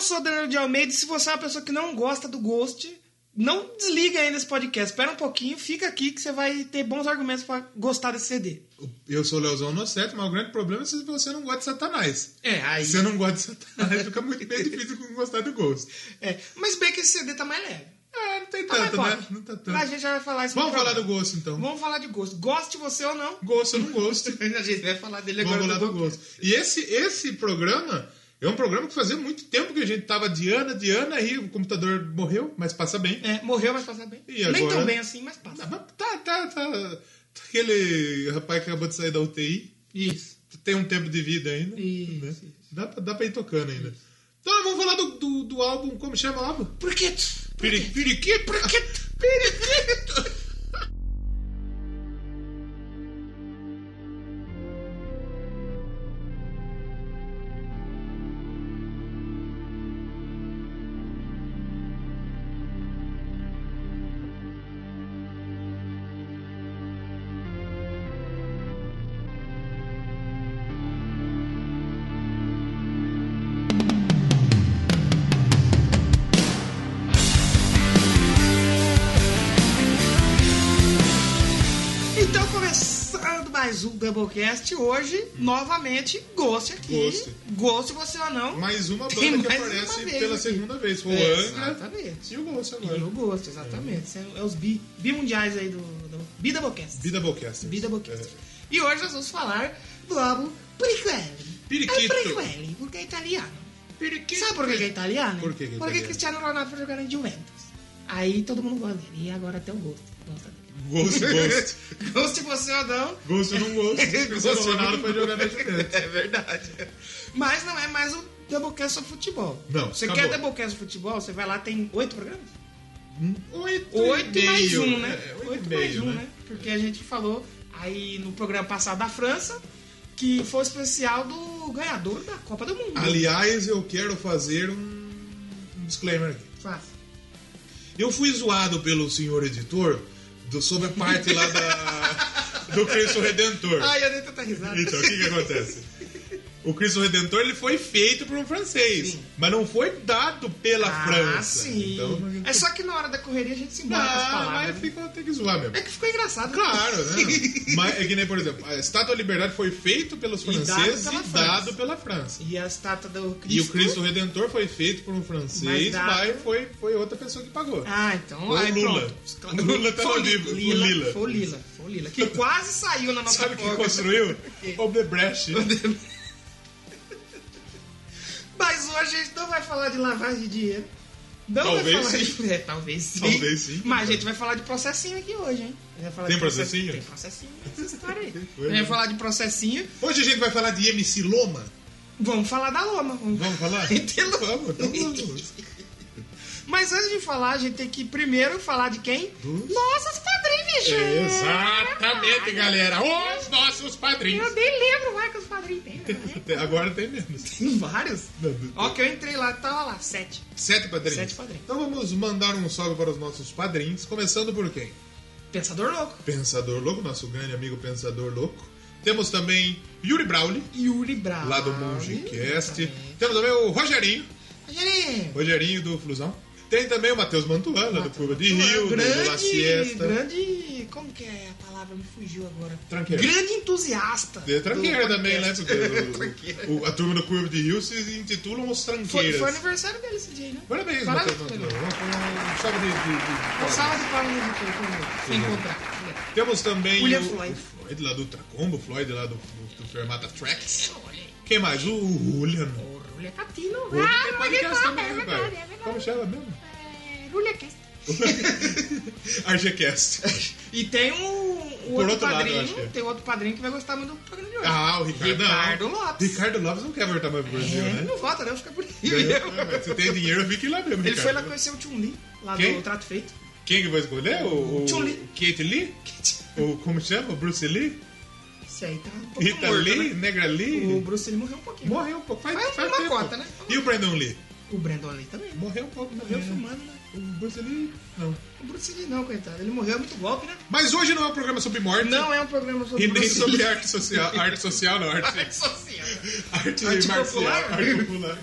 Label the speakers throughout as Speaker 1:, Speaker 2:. Speaker 1: sou Daniel de Almeida e se você é uma pessoa que não gosta do Ghost, não desliga ainda esse podcast. Espera um pouquinho, fica aqui que você vai ter bons argumentos para gostar desse CD.
Speaker 2: Eu sou o Leozão no certo, mas o grande problema é se você não gosta de Satanás.
Speaker 1: É, aí.
Speaker 2: Se você não gosta de Satanás, fica muito bem difícil com gostar do Ghost.
Speaker 1: É, mas bem que esse CD tá mais leve.
Speaker 2: É, não tem
Speaker 1: Tá mais
Speaker 2: tanto, né?
Speaker 1: pop.
Speaker 2: Não tá
Speaker 1: Mas A
Speaker 2: tanto.
Speaker 1: gente já vai falar isso. no
Speaker 2: Vamos falar
Speaker 1: um programa.
Speaker 2: do Ghost, então.
Speaker 1: Vamos falar de gosto. Goste você ou não?
Speaker 2: Ghost, eu não gosto.
Speaker 1: A gente vai falar dele agora.
Speaker 2: Vamos falar do
Speaker 1: Doug.
Speaker 2: Ghost. E esse, esse programa é um programa que fazia muito tempo que a gente tava de Ana, de Ana, aí o computador morreu, mas passa bem.
Speaker 1: É, morreu, mas passa bem.
Speaker 2: E
Speaker 1: Nem
Speaker 2: agora?
Speaker 1: tão bem assim, mas
Speaker 2: Tá,
Speaker 1: passa.
Speaker 2: mas tá, tá, tá. Aquele rapaz que acabou de sair da UTI.
Speaker 1: Isso.
Speaker 2: tem um tempo de vida ainda.
Speaker 1: Isso,
Speaker 2: né?
Speaker 1: isso.
Speaker 2: Dá, pra, dá pra ir tocando ainda. Então vamos falar do, do, do álbum, como chama o álbum?
Speaker 1: Por quê? Por quê?
Speaker 2: Piri- Periquito? Periquito!
Speaker 1: Então, começando mais um Doublecast, hoje, novamente, Ghost aqui.
Speaker 2: Ghost.
Speaker 1: Ghost, você ou não?
Speaker 2: Mais uma banda
Speaker 1: Tem
Speaker 2: que
Speaker 1: mais
Speaker 2: aparece
Speaker 1: uma vez
Speaker 2: pela
Speaker 1: aqui.
Speaker 2: segunda vez. Foi
Speaker 1: É,
Speaker 2: o Angra
Speaker 1: Exatamente.
Speaker 2: e o Ghost
Speaker 1: E
Speaker 2: agora.
Speaker 1: o Ghost, exatamente. É, é os bi, bimundiais aí do, do bi Doublecast.
Speaker 2: Vida Bocast.
Speaker 1: Bi
Speaker 2: É.
Speaker 1: Doublecast. E hoje nós vamos falar do álbum Prequel.
Speaker 2: Periquito.
Speaker 1: É Prequel, porque é italiano.
Speaker 2: Periquito.
Speaker 1: Sabe por que que é italiano?
Speaker 2: Por que que é
Speaker 1: Porque
Speaker 2: italiano?
Speaker 1: Cristiano Ronaldo foi jogar em Juventus. Aí todo mundo gosta dele. E agora até o Ghost gosta dele.
Speaker 2: Ghost, Ghost.
Speaker 1: Ghost você ou não?
Speaker 2: Ghost não Ghost. Cristiano
Speaker 1: Ghost não
Speaker 2: Ronaldo foi jogar na Juventus.
Speaker 1: É verdade. Mas não é mais o Doublecast sobre futebol.
Speaker 2: Não,
Speaker 1: Você
Speaker 2: acabou.
Speaker 1: quer Doublecast sobre futebol? Você vai lá, tem oito programas?
Speaker 2: Oito,
Speaker 1: Oito e mais
Speaker 2: meio,
Speaker 1: um, né?
Speaker 2: É,
Speaker 1: Oito,
Speaker 2: oito, e
Speaker 1: mais
Speaker 2: meio,
Speaker 1: um, né? Porque a gente falou aí no programa passado da França que foi o especial do ganhador da Copa do Mundo.
Speaker 2: Aliás, eu quero fazer um, um disclaimer aqui.
Speaker 1: Fácil.
Speaker 2: Eu fui zoado pelo senhor editor do- sobre a parte lá da, do Cristo Redentor.
Speaker 1: Ai, eu dei tanta tá risada.
Speaker 2: Então, o que, que acontece? O Cristo Redentor ele foi feito por um francês,
Speaker 1: Sim.
Speaker 2: mas não foi dado pela
Speaker 1: ah,
Speaker 2: França.
Speaker 1: sim.
Speaker 2: Então,
Speaker 1: É só que na hora da correria a gente se embora com as
Speaker 2: Ah,
Speaker 1: palavras.
Speaker 2: mas fica, tem que zoar mesmo.
Speaker 1: É que ficou engraçado. né?
Speaker 2: Claro, né? mas é que nem, por exemplo, a Estátua da Liberdade foi feito pelos
Speaker 1: E dado
Speaker 2: franceses
Speaker 1: pela
Speaker 2: e
Speaker 1: França.
Speaker 2: dado pela França.
Speaker 1: E a estátua do Cristo.
Speaker 2: E o Cristo Redentor foi feito por um francês,
Speaker 1: Mas
Speaker 2: mas,
Speaker 1: dá-
Speaker 2: foi, foi outra pessoa que pagou.
Speaker 1: Ah, então.
Speaker 2: Foi o
Speaker 1: aí,
Speaker 2: Lula.
Speaker 1: pronto.
Speaker 2: O Lula tá
Speaker 1: Foi
Speaker 2: no livro, o
Speaker 1: Lila,
Speaker 2: Lila.
Speaker 1: Foi o Lila. Foi o Lila. Que quase saiu na nossa
Speaker 2: Sabe quem
Speaker 1: boca.
Speaker 2: construiu?
Speaker 1: Quem?
Speaker 2: Odebrecht.
Speaker 1: Mas hoje a gente não vai falar de lavagem de dinheiro. Não
Speaker 2: Talvez
Speaker 1: vai falar
Speaker 2: sim.
Speaker 1: De... É, talvez sim.
Speaker 2: Talvez sim.
Speaker 1: Mas a gente vai falar de processinho aqui hoje, hein? A gente vai falar
Speaker 2: Tem
Speaker 1: de processo-
Speaker 2: processinho?
Speaker 1: Tem processinho nessa história aí. a
Speaker 2: Foi,
Speaker 1: gente vai
Speaker 2: né?
Speaker 1: falar de processinho.
Speaker 2: Hoje a gente vai falar de MC Loma.
Speaker 1: Vamos falar da loma. Vamos
Speaker 2: Vamos falar?
Speaker 1: Entendo.
Speaker 2: Vamos, então vamos.
Speaker 1: Mas antes de falar, a gente tem que primeiro falar de quem?
Speaker 2: Dos-
Speaker 1: Nossos padrinhos, gente!
Speaker 2: Exatamente, galera. Os nossos padrinhos.
Speaker 1: Eu nem lembro mais que os padrinhos têm, né?
Speaker 2: Tem- Agora tem menos.
Speaker 1: Tem vários.
Speaker 2: Não, não.
Speaker 1: Ó, que eu entrei lá, tava lá, sete.
Speaker 2: Sete padrinhos.
Speaker 1: Sete padrinhos.
Speaker 2: Então vamos mandar um salve para os nossos padrinhos. Começando por quem?
Speaker 1: Pensador Louco,
Speaker 2: Pensador Louco, nosso grande amigo Pensador Louco. Temos também Yuri Brawley,
Speaker 1: Yuri Brau.
Speaker 2: lá do Mongecast. Temos também o Rogerinho,
Speaker 1: Rogerinho.
Speaker 2: Rogerinho do Flusão. Tem também o Matheus Mantuan, lá do Curva de
Speaker 1: Uma
Speaker 2: Rio, né, do La
Speaker 1: grande,
Speaker 2: Siesta.
Speaker 1: grande... Como que é a palavra? Me fugiu agora.
Speaker 2: Tranqueira.
Speaker 1: Grande entusiasta.
Speaker 2: De tranqueira
Speaker 1: do
Speaker 2: também, né?
Speaker 1: podcast.
Speaker 2: Porque o- o- a turma do Curva de Rio se intitulam os
Speaker 1: Foi,
Speaker 2: tranqueiras.
Speaker 1: foi aniversário dele esse dia, né?
Speaker 2: Parabéns,
Speaker 1: Parabéns,
Speaker 2: Matheus Mantuan.
Speaker 1: Pedro.
Speaker 2: Um salve de- de- de-
Speaker 1: Uma salva de palmas aqui, por Sem encontrar.
Speaker 2: Temos também
Speaker 1: William
Speaker 2: o,
Speaker 1: Floyd.
Speaker 2: o Floyd lá do Tracombo, o Floyd lá do, do, do Fermata Tracks.
Speaker 1: Olha aí.
Speaker 2: Quem mais? O Julian. O
Speaker 1: O Rulha Catino.
Speaker 2: Julian
Speaker 1: Ah, não
Speaker 2: tem
Speaker 1: me
Speaker 2: podcast
Speaker 1: fala,
Speaker 2: também,
Speaker 1: é verdade, é
Speaker 2: cara. Como
Speaker 1: verdade.
Speaker 2: chama mesmo?
Speaker 1: É, Rulha Cast.
Speaker 2: Argecast.
Speaker 1: E tem um, um
Speaker 2: Por
Speaker 1: outro,
Speaker 2: outro lado, eu
Speaker 1: padrinho,
Speaker 2: acho que é.
Speaker 1: tem outro padrinho que vai gostar muito do programa de hoje.
Speaker 2: Ah, o Ricardão.
Speaker 1: Ricardo Lopes.
Speaker 2: Ricardo Lopes não quer voltar mais pro
Speaker 1: É,
Speaker 2: Brasil,
Speaker 1: ele
Speaker 2: né?
Speaker 1: não vota, não, fica por aí.
Speaker 2: É, mas Se tem dinheiro, fique lá mesmo.
Speaker 1: Ele
Speaker 2: Ricardo.
Speaker 1: foi lá conhecer o Chun Li, lá
Speaker 2: né? Quem?
Speaker 1: do Trato Feito.
Speaker 2: Quem que vai escolher? O, o
Speaker 1: Chun-Li.
Speaker 2: Kate Lee? O, como chama? O Bruce Lee?
Speaker 1: Isso aí tá um pouco
Speaker 2: Rita
Speaker 1: morto,
Speaker 2: Lee?
Speaker 1: né?
Speaker 2: Negra
Speaker 1: O
Speaker 2: Lee?
Speaker 1: Bruce ele morreu um pouquinho.
Speaker 2: Morreu um pouco. Faz,
Speaker 1: Faz
Speaker 2: faz
Speaker 1: uma
Speaker 2: tempo.
Speaker 1: cota, né?
Speaker 2: E o Brandon Lee?
Speaker 1: O Brandon Lee também.
Speaker 2: Morreu um pouco.
Speaker 1: Morreu
Speaker 2: Morreu
Speaker 1: fumando, né?
Speaker 2: O Bruce Lee? Não.
Speaker 1: O Bruce Lee não, coitado. Ele morreu é muito golpe, né?
Speaker 2: Mas hoje não é um programa sobre morte.
Speaker 1: Não é um programa sobre
Speaker 2: E nem
Speaker 1: Bruce
Speaker 2: sobre
Speaker 1: Lee. É assim,
Speaker 2: arte social. Arte social, não. Arte,
Speaker 1: Arte social.
Speaker 2: arte,
Speaker 1: Arte
Speaker 2: marcial.
Speaker 1: popular?
Speaker 2: Arte popular.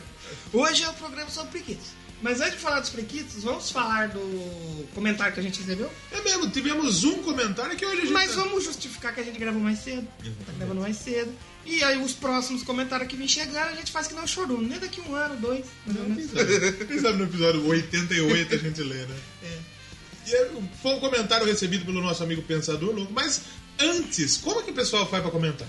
Speaker 1: Hoje é o programa sobre prequitos. Mas antes de falar dos prequitos, vamos falar do comentário que a gente recebeu?
Speaker 2: É mesmo, tivemos um comentário que hoje a gente. tá-
Speaker 1: Mas vamos justificar que a gente gravou mais cedo. Tá gravando mais cedo. E aí os próximos comentários que vêm chegando, a gente faz que não chorou. Nem daqui um ano, dois. mais ou
Speaker 2: Não, Quem
Speaker 1: menos.
Speaker 2: sabe? Quem sabe no episódio 88 a gente lê, né? E é, foi um comentário recebido pelo nosso amigo Pensador Louco. Mas antes, como é que o pessoal faz pra comentar?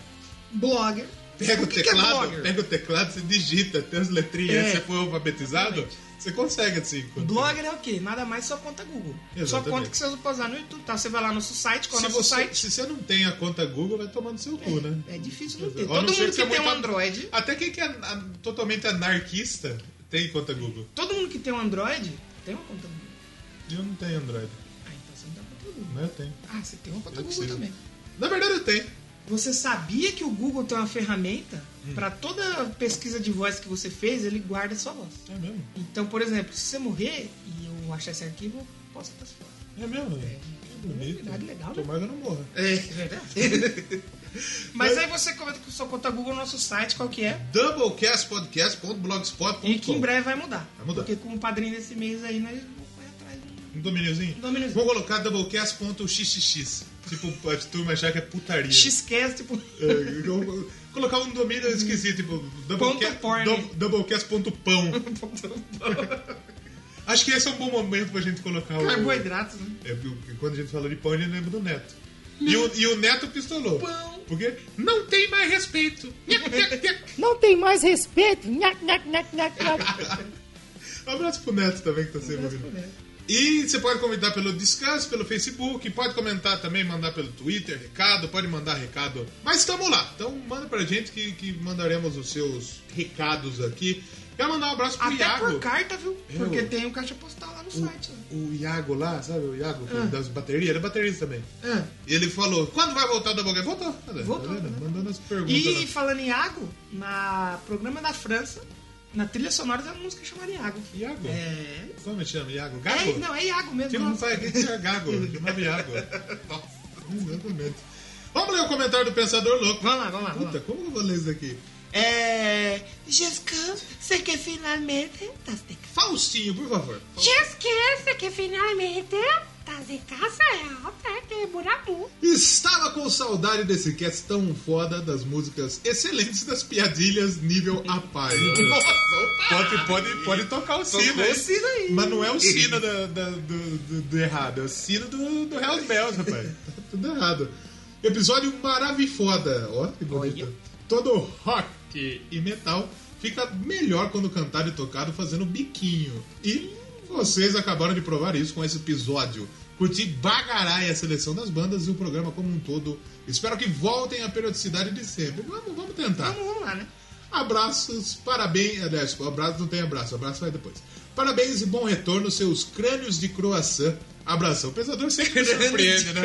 Speaker 1: Blogger.
Speaker 2: Pega o,
Speaker 1: que que é
Speaker 2: teclado,
Speaker 1: blogger?
Speaker 2: pega o teclado, você digita, tem as letrinhas,
Speaker 1: É.
Speaker 2: você foi alfabetizado,
Speaker 1: Exatamente.
Speaker 2: você consegue assim. quando-
Speaker 1: Blogger é o quê? Nada mais só conta Google. Só
Speaker 2: Exatamente.
Speaker 1: conta que você usa pra usar no YouTube, tá? Você vai lá no nosso site, qual é o
Speaker 2: Se
Speaker 1: nosso
Speaker 2: você,
Speaker 1: site?
Speaker 2: se você não tem a conta Google, vai tomar no seu cu, né?
Speaker 1: É difícil não ter.
Speaker 2: Exato. A
Speaker 1: Todo
Speaker 2: não é ser
Speaker 1: mundo
Speaker 2: que você
Speaker 1: que tem um
Speaker 2: muito-
Speaker 1: Android,
Speaker 2: Até quem que é a- totalmente anarquista tem conta Google.
Speaker 1: todo mundo que tem um Android tem uma conta Google.
Speaker 2: Eu não tenho Android,
Speaker 1: Ah, então você não tem uma conta Google.
Speaker 2: né? Eu tenho.
Speaker 1: Ah, você tem uma conta
Speaker 2: Eu
Speaker 1: Google
Speaker 2: preciso.
Speaker 1: também.
Speaker 2: Na verdade, eu tenho.
Speaker 1: Você sabia que o Google tem uma ferramenta
Speaker 2: Hum.
Speaker 1: pra toda pesquisa de voz que você fez, ele guarda a sua voz.
Speaker 2: É mesmo?
Speaker 1: Então, por exemplo, se você morrer e eu achar esse arquivo, eu posso estar fora.
Speaker 2: É mesmo? né? Que bonito.
Speaker 1: Verdade, legal, né?
Speaker 2: Tomara que eu não morra.
Speaker 1: É verdade. Mas aí você comenta que sua conta Google, nosso site, qual que é?
Speaker 2: Doublecastpodcast.blogspot.com
Speaker 1: E que em breve vai mudar.
Speaker 2: Vai mudar.
Speaker 1: Porque com o padrinho desse mês aí, nós vamos correr atrás de um
Speaker 2: Um domíniozinho?
Speaker 1: domínio.
Speaker 2: Vou colocar doublecast.xxx. Tipo, a turma achar que é putaria.
Speaker 1: Xcast, tipo...
Speaker 2: É, eu vou colocar um domínio esquisito, tipo, doublecast-
Speaker 1: porn.
Speaker 2: dou- doublecast.pão. Acho que esse é um bom momento pra gente colocar o.
Speaker 1: Carboidratos, né?
Speaker 2: É, porque quando a gente fala de pão, a gente lembra do Neto. E o, e o Neto pistolou.
Speaker 1: Pão.
Speaker 2: Porque não tem mais respeito.
Speaker 3: Não tem mais respeito. Nha, nha, nha, nha,
Speaker 2: É,
Speaker 3: nha.
Speaker 2: um abraço pro Neto também que tá sempre ouvindo. E você pode convidar pelo Descanso, pelo Facebook, pode comentar também, mandar pelo Twitter, recado, pode mandar recado. Mas estamos lá, então manda pra gente que, que mandaremos os seus recados aqui. Quero mandar um abraço pro
Speaker 1: Até
Speaker 2: Iago.
Speaker 1: por carta, viu?
Speaker 2: Eu-
Speaker 1: Porque tem o caixa postal lá no site. né?
Speaker 2: O, o Iago lá, sabe o Iago que
Speaker 1: Ah.
Speaker 2: das baterias? Ele é baterista também.
Speaker 1: Ah,
Speaker 2: E ele falou, quando vai voltar o Doublecast? Voltou. Cadê?
Speaker 1: Voltou,
Speaker 2: Tá vendo?
Speaker 1: né?
Speaker 2: Mandando as perguntas.
Speaker 1: E
Speaker 2: lá.
Speaker 1: falando em Iago, na programa da França, na trilha sonora tem uma música chamada Iago.
Speaker 2: Iago?
Speaker 1: É.
Speaker 2: Como chama? Iago? Gago?
Speaker 1: É, não, é Iago mesmo.
Speaker 2: Tipo, não
Speaker 1: nossa.
Speaker 2: sabe quem que é Gago, chamava Iago. Exatamente. um Vamos ler o comentário do Pensador Louco.
Speaker 1: Vamos lá, vamos lá. Vamos
Speaker 2: Puta,
Speaker 1: lá.
Speaker 2: como que eu vou ler isso aqui?
Speaker 1: É. Esquece que finalmente estás de casa.
Speaker 2: Faustinho, por favor.
Speaker 4: Já esqueça que finalmente tá de casa é até que burabu.
Speaker 2: Estava com saudade desse cast tão foda, das músicas excelentes, das piadilhas nível a pai. pode, pode, pode tocar o sino.
Speaker 1: Tocou o
Speaker 2: hein?
Speaker 1: sino aí.
Speaker 2: Mas não é o sino da- da- do, do- do errado, é o sino do, do Hells Bells, rapaz. Tá tudo errado. Episódio maravifoda. Ó, que bonito.
Speaker 1: Olha.
Speaker 2: Todo rock e metal fica melhor quando cantado e tocado fazendo biquinho. E vocês acabaram de provar isso com esse episódio. Curti bagarai a seleção das bandas e o programa como um todo. Espero que voltem à periodicidade de sempre. Vamos, vamos tentar.
Speaker 1: Vamos, vamos lá, né?
Speaker 2: Abraços, parabéns. Aliás, abraço não tem abraço, abraço vai depois. Parabéns e bom retorno, seus crânios de croissant. Abração. O pensador sempre surpreende, né?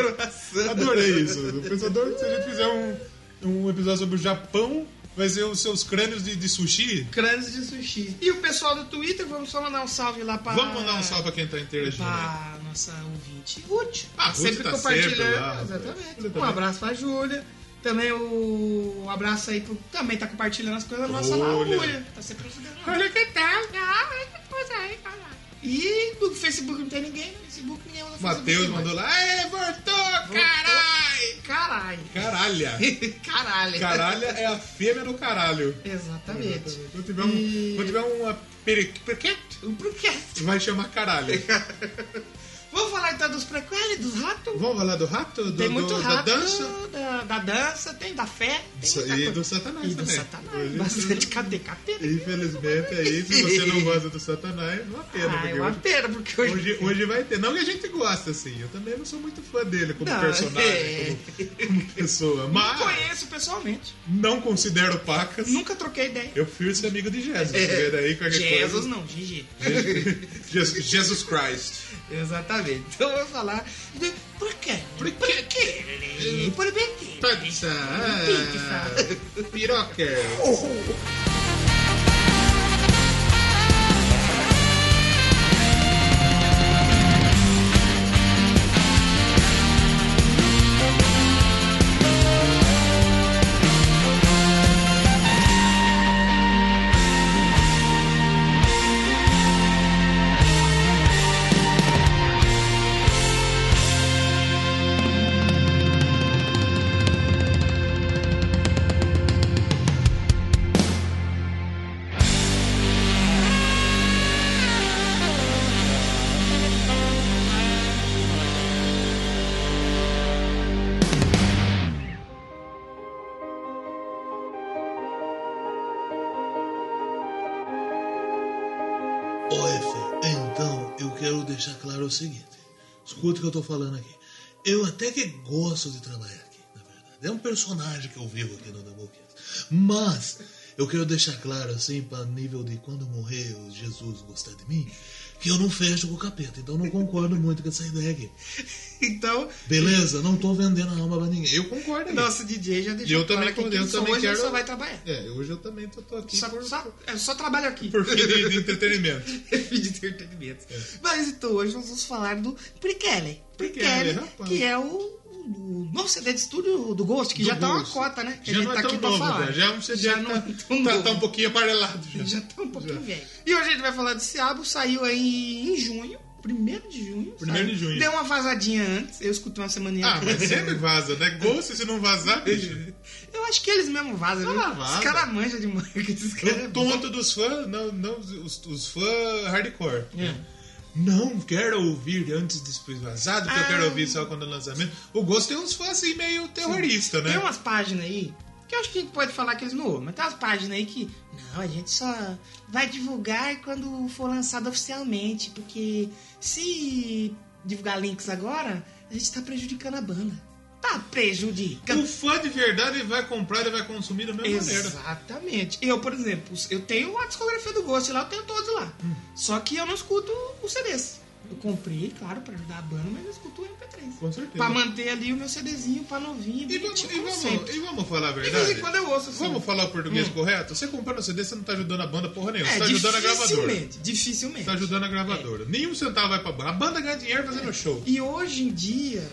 Speaker 2: Adorei isso. O pensador, se a gente fizer um, um episódio sobre o Japão, vai ser os seus crânios de, de sushi.
Speaker 1: Crânios de sushi. E o pessoal do Twitter, vamos só mandar um salve lá pra.
Speaker 2: Vamos mandar um salve pra quem tá interagindo. aí.
Speaker 1: Pra nossa ouvinte Ruth.
Speaker 2: Ah, Ruth
Speaker 1: sempre
Speaker 2: tá
Speaker 1: compartilhando.
Speaker 2: sempre lá, rapaz.
Speaker 1: exatamente.
Speaker 2: Júlia
Speaker 1: Um
Speaker 2: também.
Speaker 1: abraço pra Júlia. Também o um abraço aí pro. Também tá compartilhando as coisas nossas lá, a
Speaker 2: Olha.
Speaker 1: Júlia. Tá sempre ajudando lá.
Speaker 2: Olha que tal.
Speaker 4: Ah, mas depois aí, cara.
Speaker 1: E no Facebook não tem ninguém. No Facebook ninguém usa Facebook
Speaker 2: Matheus
Speaker 1: mais.
Speaker 2: mandou lá. Aê, voltou, carai!
Speaker 1: Caralho.
Speaker 2: Caralha!
Speaker 1: Caralho.
Speaker 2: Caralha é a fêmea do caralho.
Speaker 1: Exatamente.
Speaker 2: Quando tiver, um,
Speaker 1: E-
Speaker 2: quando tiver uma periquita,
Speaker 1: Por quê?
Speaker 2: vai chamar caralho.
Speaker 1: Vamos falar então dos prequeles, dos ratos?
Speaker 2: Vamos falar do rato? Do,
Speaker 1: Tem muito
Speaker 2: do-
Speaker 1: rato né?
Speaker 2: Da dança?
Speaker 1: Da, da dança, tem da fé, tem
Speaker 2: Isso,
Speaker 1: muita
Speaker 2: e
Speaker 1: coisa.
Speaker 2: do Satanás
Speaker 1: E do
Speaker 2: também.
Speaker 1: Satanás.
Speaker 2: Hoje-
Speaker 1: Bastante cadê? Catena.
Speaker 2: Infelizmente é isso. Se você não gosta do Satanás, é uma pena.
Speaker 1: Ah, é
Speaker 2: porque
Speaker 1: uma
Speaker 2: hoje,
Speaker 1: pena, porque hoje.
Speaker 2: hoje, é hoje vai ter. Não que a gente gosta, assim. Eu também não sou muito fã dele como
Speaker 1: Não,
Speaker 2: personagem, Ah.
Speaker 1: é.
Speaker 2: como, como pessoa.
Speaker 1: Não
Speaker 2: Mas
Speaker 1: conheço pessoalmente.
Speaker 2: não considero pacas.
Speaker 1: Nunca troquei ideia.
Speaker 2: Eu prefiro ser amigo de Jesus. porque Daí qualquer
Speaker 1: Jesus
Speaker 2: coisa.
Speaker 1: não, Gigi.
Speaker 2: Jesus, Jesus Christ.
Speaker 1: Exatamente. Então eu vou falar. do- Por quê? Por quê? Por quê?
Speaker 2: Pizza.
Speaker 1: Ah, Pizza.
Speaker 2: Piroca.
Speaker 5: Oefe, então eu quero deixar claro o seguinte. Escuta o que eu tô falando aqui. Eu até que gosto de trabalhar aqui, na verdade. É um personagem que eu vivo aqui no Doublecast. Mas eu quero deixar claro, assim, para nível de quando eu morrer o Jesus gostar de mim, que eu não fecho com o capeta. Então eu não concordo muito com essa ideia aqui.
Speaker 1: Então,
Speaker 5: Beleza? Não tô vendendo a alma pra ninguém.
Speaker 2: Eu concordo. aí.
Speaker 1: nosso DJ já deixou
Speaker 2: Eu
Speaker 1: claro
Speaker 2: também-
Speaker 1: que quem
Speaker 2: eu
Speaker 1: só
Speaker 2: também
Speaker 1: hoje
Speaker 2: quero-
Speaker 1: só vai trabalhar.
Speaker 2: É, hoje eu também tô, tô aqui
Speaker 1: Só,
Speaker 2: por,
Speaker 1: só, eu só trabalho aqui.
Speaker 2: por É. fim de, de entretenimento.
Speaker 1: Fim de entretenimento. Mas então hoje nós vamos falar do Prikele.
Speaker 2: Prikele,
Speaker 1: Prikele,
Speaker 2: rapaz.
Speaker 1: que é o, o novo CD de estúdio do Ghost, que
Speaker 2: Do
Speaker 1: já tá uma
Speaker 2: Ghost.
Speaker 1: cota, né? Que
Speaker 2: já
Speaker 1: ele
Speaker 2: não
Speaker 1: tá
Speaker 2: é tão
Speaker 1: aqui pra
Speaker 2: novo,
Speaker 1: falar.
Speaker 2: já. Já é um CD
Speaker 1: Já
Speaker 2: que
Speaker 1: não é tão
Speaker 2: tá,
Speaker 1: novo.
Speaker 2: tá um pouquinho aparelado. Já.
Speaker 1: Já tá um pouquinho
Speaker 2: Já.
Speaker 1: velho. E hoje a gente vai falar desse álbum, saiu aí em junho, 1 de junho.
Speaker 2: Primeiro
Speaker 1: saiu.
Speaker 2: de junho.
Speaker 1: Deu uma vazadinha antes, eu escutei uma semaninha
Speaker 2: Ah, mas
Speaker 1: antes.
Speaker 2: sempre vaza, né? Ghost, se não vazar,
Speaker 1: É,
Speaker 2: bicho.
Speaker 1: Eu acho que eles mesmo vazam,
Speaker 2: Ah,
Speaker 1: viu?
Speaker 2: vaza.
Speaker 1: Os caras manjam de marketing, esses caras é
Speaker 2: O
Speaker 1: bom.
Speaker 2: tonto dos fãs, não, não os, os fãs hardcore.
Speaker 1: É.
Speaker 2: Não quero ouvir antes de depois vazado, porque eu
Speaker 1: Ah.
Speaker 2: quero ouvir só quando é lançamento. O Ghost tem uns fãs assim meio terrorista, né?
Speaker 1: Tem umas páginas aí que eu acho que a gente pode falar que eles não ouvem, mas tem umas páginas aí que. Não, a gente só vai divulgar quando for lançado oficialmente, porque se divulgar links agora, a gente tá prejudicando a banda. Tá prejudicando.
Speaker 2: O fã de verdade ele vai comprar, ele vai consumir da mesma maneira.
Speaker 1: Exatamente. Eu, por exemplo, eu tenho a discografia do Ghost lá, eu tenho todos lá.
Speaker 2: Hum.
Speaker 1: Só que eu não escuto os CDs. Eu comprei, claro, pra ajudar a banda, mas eu escuto o MP3.
Speaker 2: Com certeza.
Speaker 1: Pra manter ali o meu CDzinho, pra novinho,
Speaker 2: E vamos,
Speaker 1: bonitinho,
Speaker 2: e,
Speaker 1: como
Speaker 2: vamos,
Speaker 1: sempre.
Speaker 2: e vamos falar a
Speaker 1: De vez
Speaker 2: verdade?
Speaker 1: em quando eu ouço assim.
Speaker 2: Vamos falar o português correto? Você comprando CD, você não tá ajudando a banda porra nenhuma.
Speaker 1: É,
Speaker 2: você tá ajudando a gravadora.
Speaker 1: dificilmente, dificilmente.
Speaker 2: Tá ajudando a gravadora. Nenhum centavo vai pra banda. A banda ganha dinheiro fazendo show.
Speaker 1: É. E hoje em dia,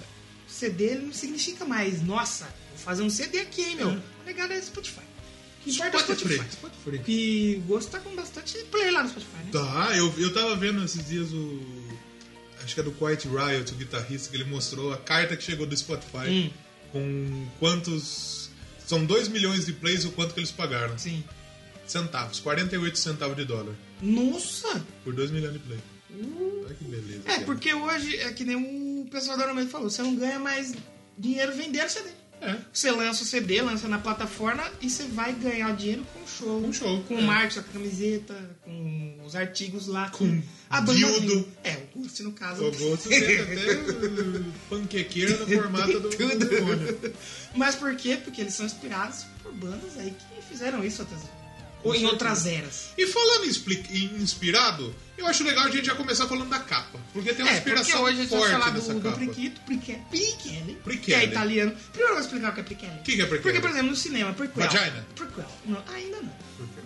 Speaker 1: o CD ele não significa mais, nossa, vou fazer um CD aqui, hein, meu.
Speaker 2: É.
Speaker 1: O legado é Spotify. O que importa é
Speaker 2: Pode
Speaker 1: Spotify.
Speaker 2: frente. Pode frente.
Speaker 1: E o gosto tá com bastante play lá no Spotify, né?
Speaker 2: Tá, eu, eu tava vendo esses dias o. Acho que é do Quiet Riot, o guitarrista, que ele mostrou a carta que chegou do Spotify
Speaker 1: Hum.
Speaker 2: com quantos. São 2 milhões de plays o quanto que eles pagaram.
Speaker 1: Sim.
Speaker 2: Centavos, 48 centavos de dólar.
Speaker 1: Nossa!
Speaker 2: Por 2 milhões de plays. Olha que beleza.
Speaker 1: É,
Speaker 2: cara.
Speaker 1: porque hoje é que nem o pessoal da Aramento falou, você não ganha mais dinheiro vendendo CD.
Speaker 2: É.
Speaker 1: Você lança o CD, lança na plataforma e você vai ganhar o dinheiro com o show.
Speaker 2: Com o show,
Speaker 1: Com
Speaker 2: é.
Speaker 1: o marketing, a camiseta, com os artigos lá.
Speaker 2: Com
Speaker 1: a banda
Speaker 2: dildo. Tá
Speaker 1: vende. É, o curso no caso.
Speaker 2: O gosto tem até uh, panquequeira no formato do, do
Speaker 1: Tudo.
Speaker 2: demônio.
Speaker 1: Mas por quê? Porque eles são inspirados por bandas aí que fizeram isso outras...
Speaker 2: Com
Speaker 1: ou em
Speaker 2: certeza.
Speaker 1: outras eras.
Speaker 2: E falando em expli- em inspirado, eu acho legal a gente já começar falando da capa. Porque tem uma
Speaker 1: É, porque
Speaker 2: inspiração
Speaker 1: hoje a gente vai
Speaker 2: forte
Speaker 1: falar
Speaker 2: nessa
Speaker 1: do, do
Speaker 2: capa.
Speaker 1: Priquito, Prique- Prichele, que
Speaker 2: Prichele.
Speaker 1: é italiano. Primeiro eu vou explicar o que é Prichele. O
Speaker 2: Que que é Prichele?
Speaker 1: Porque, por exemplo, no cinema, Prequel.
Speaker 2: Vagina?
Speaker 1: Prequel. Não, ainda não.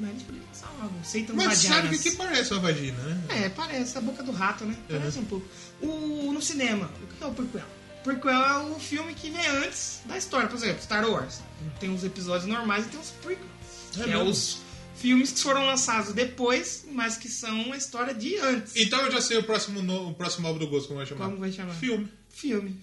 Speaker 1: Mas eles podiam lançar um álbum, Seitan
Speaker 2: Mas
Speaker 1: Vaginas.
Speaker 2: sabe o que, que parece uma vagina, né?
Speaker 1: É, parece, a boca do rato, né?
Speaker 2: Uhum.
Speaker 1: Parece um pouco. O, no cinema, o que é o prequel? Prequel é o filme que vem antes da história. Por exemplo, Star Wars. Tem os episódios normais e tem os prequels.
Speaker 2: É
Speaker 1: que é
Speaker 2: mesmo?
Speaker 1: os filmes que foram lançados depois, mas que são a história de antes.
Speaker 2: Então eu já sei o próximo, no- o próximo álbum do Gosto, como vai chamar.
Speaker 1: Como vai chamar?
Speaker 2: Filme.
Speaker 1: Filme.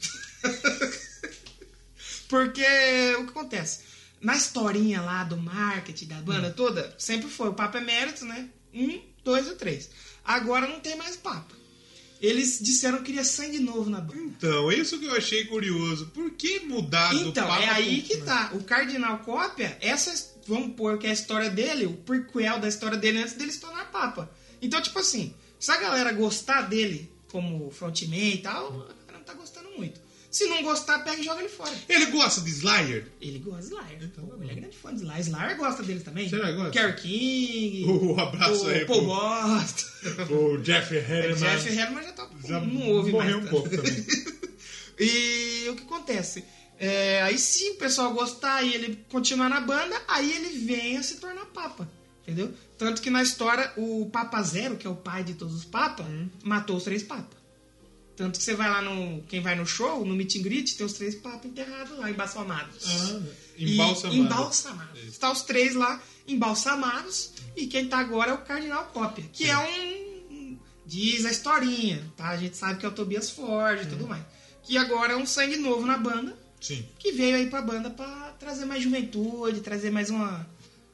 Speaker 1: Porque é, o que acontece? Na historinha lá do marketing da
Speaker 2: Hum.
Speaker 1: banda toda, sempre foi o papo é mérito, né? Um, dois ou três. Agora não tem mais papo. Eles disseram que queria sangue novo na banda.
Speaker 2: Então, isso que eu achei curioso. Por que mudar Ah, do
Speaker 1: Então,
Speaker 2: papo né?
Speaker 1: é aí
Speaker 2: pro-
Speaker 1: que tá. O Cardinal Cópia, essa, vamos pôr que é a história dele, o prequel da história dele antes dele se tornar papa. Então, tipo assim, se a galera gostar dele como frontman e tal, a galera não tá gostando muito. Se não gostar, pega e joga ele fora.
Speaker 2: Ele gosta de Slayer?
Speaker 1: Ele gosta de Slayer.
Speaker 2: Então,
Speaker 1: Pô, ele é grande fã de Slayer. Slayer gosta dele também.
Speaker 2: Será que gosta?
Speaker 1: Kerry King.
Speaker 2: Um abraço
Speaker 1: o
Speaker 2: aí
Speaker 1: Paul
Speaker 2: pro-
Speaker 1: Gosta.
Speaker 2: O Jeff
Speaker 1: O
Speaker 2: Hanneman
Speaker 1: Jeff Herman já, tá,
Speaker 2: já
Speaker 1: não ouve
Speaker 2: morreu
Speaker 1: mais.
Speaker 2: um
Speaker 1: tanto.
Speaker 2: pouco também.
Speaker 1: E o que acontece? É, aí sim o pessoal gostar e ele continuar na banda, aí ele vem a se tornar papa. Entendeu? Tanto que na história, o Papa Zero, que é o pai de todos os papas,
Speaker 2: Uhum.
Speaker 1: matou os três papas. Tanto que você vai lá no. Quem vai no show, no meet and greet, tem os três papas enterrados lá, embalsamados.
Speaker 2: Ah,
Speaker 1: E-
Speaker 2: embalsamado.
Speaker 1: Embalsamados. Tá os três lá embalsamados. E quem tá agora é o Cardinal Cópia, que é um. Diz a historinha, tá? A gente sabe que é o Tobias Ford e tudo mais. Que agora é um sangue novo na banda,
Speaker 2: Sim.
Speaker 1: que veio aí pra banda pra trazer mais juventude, trazer mais uma.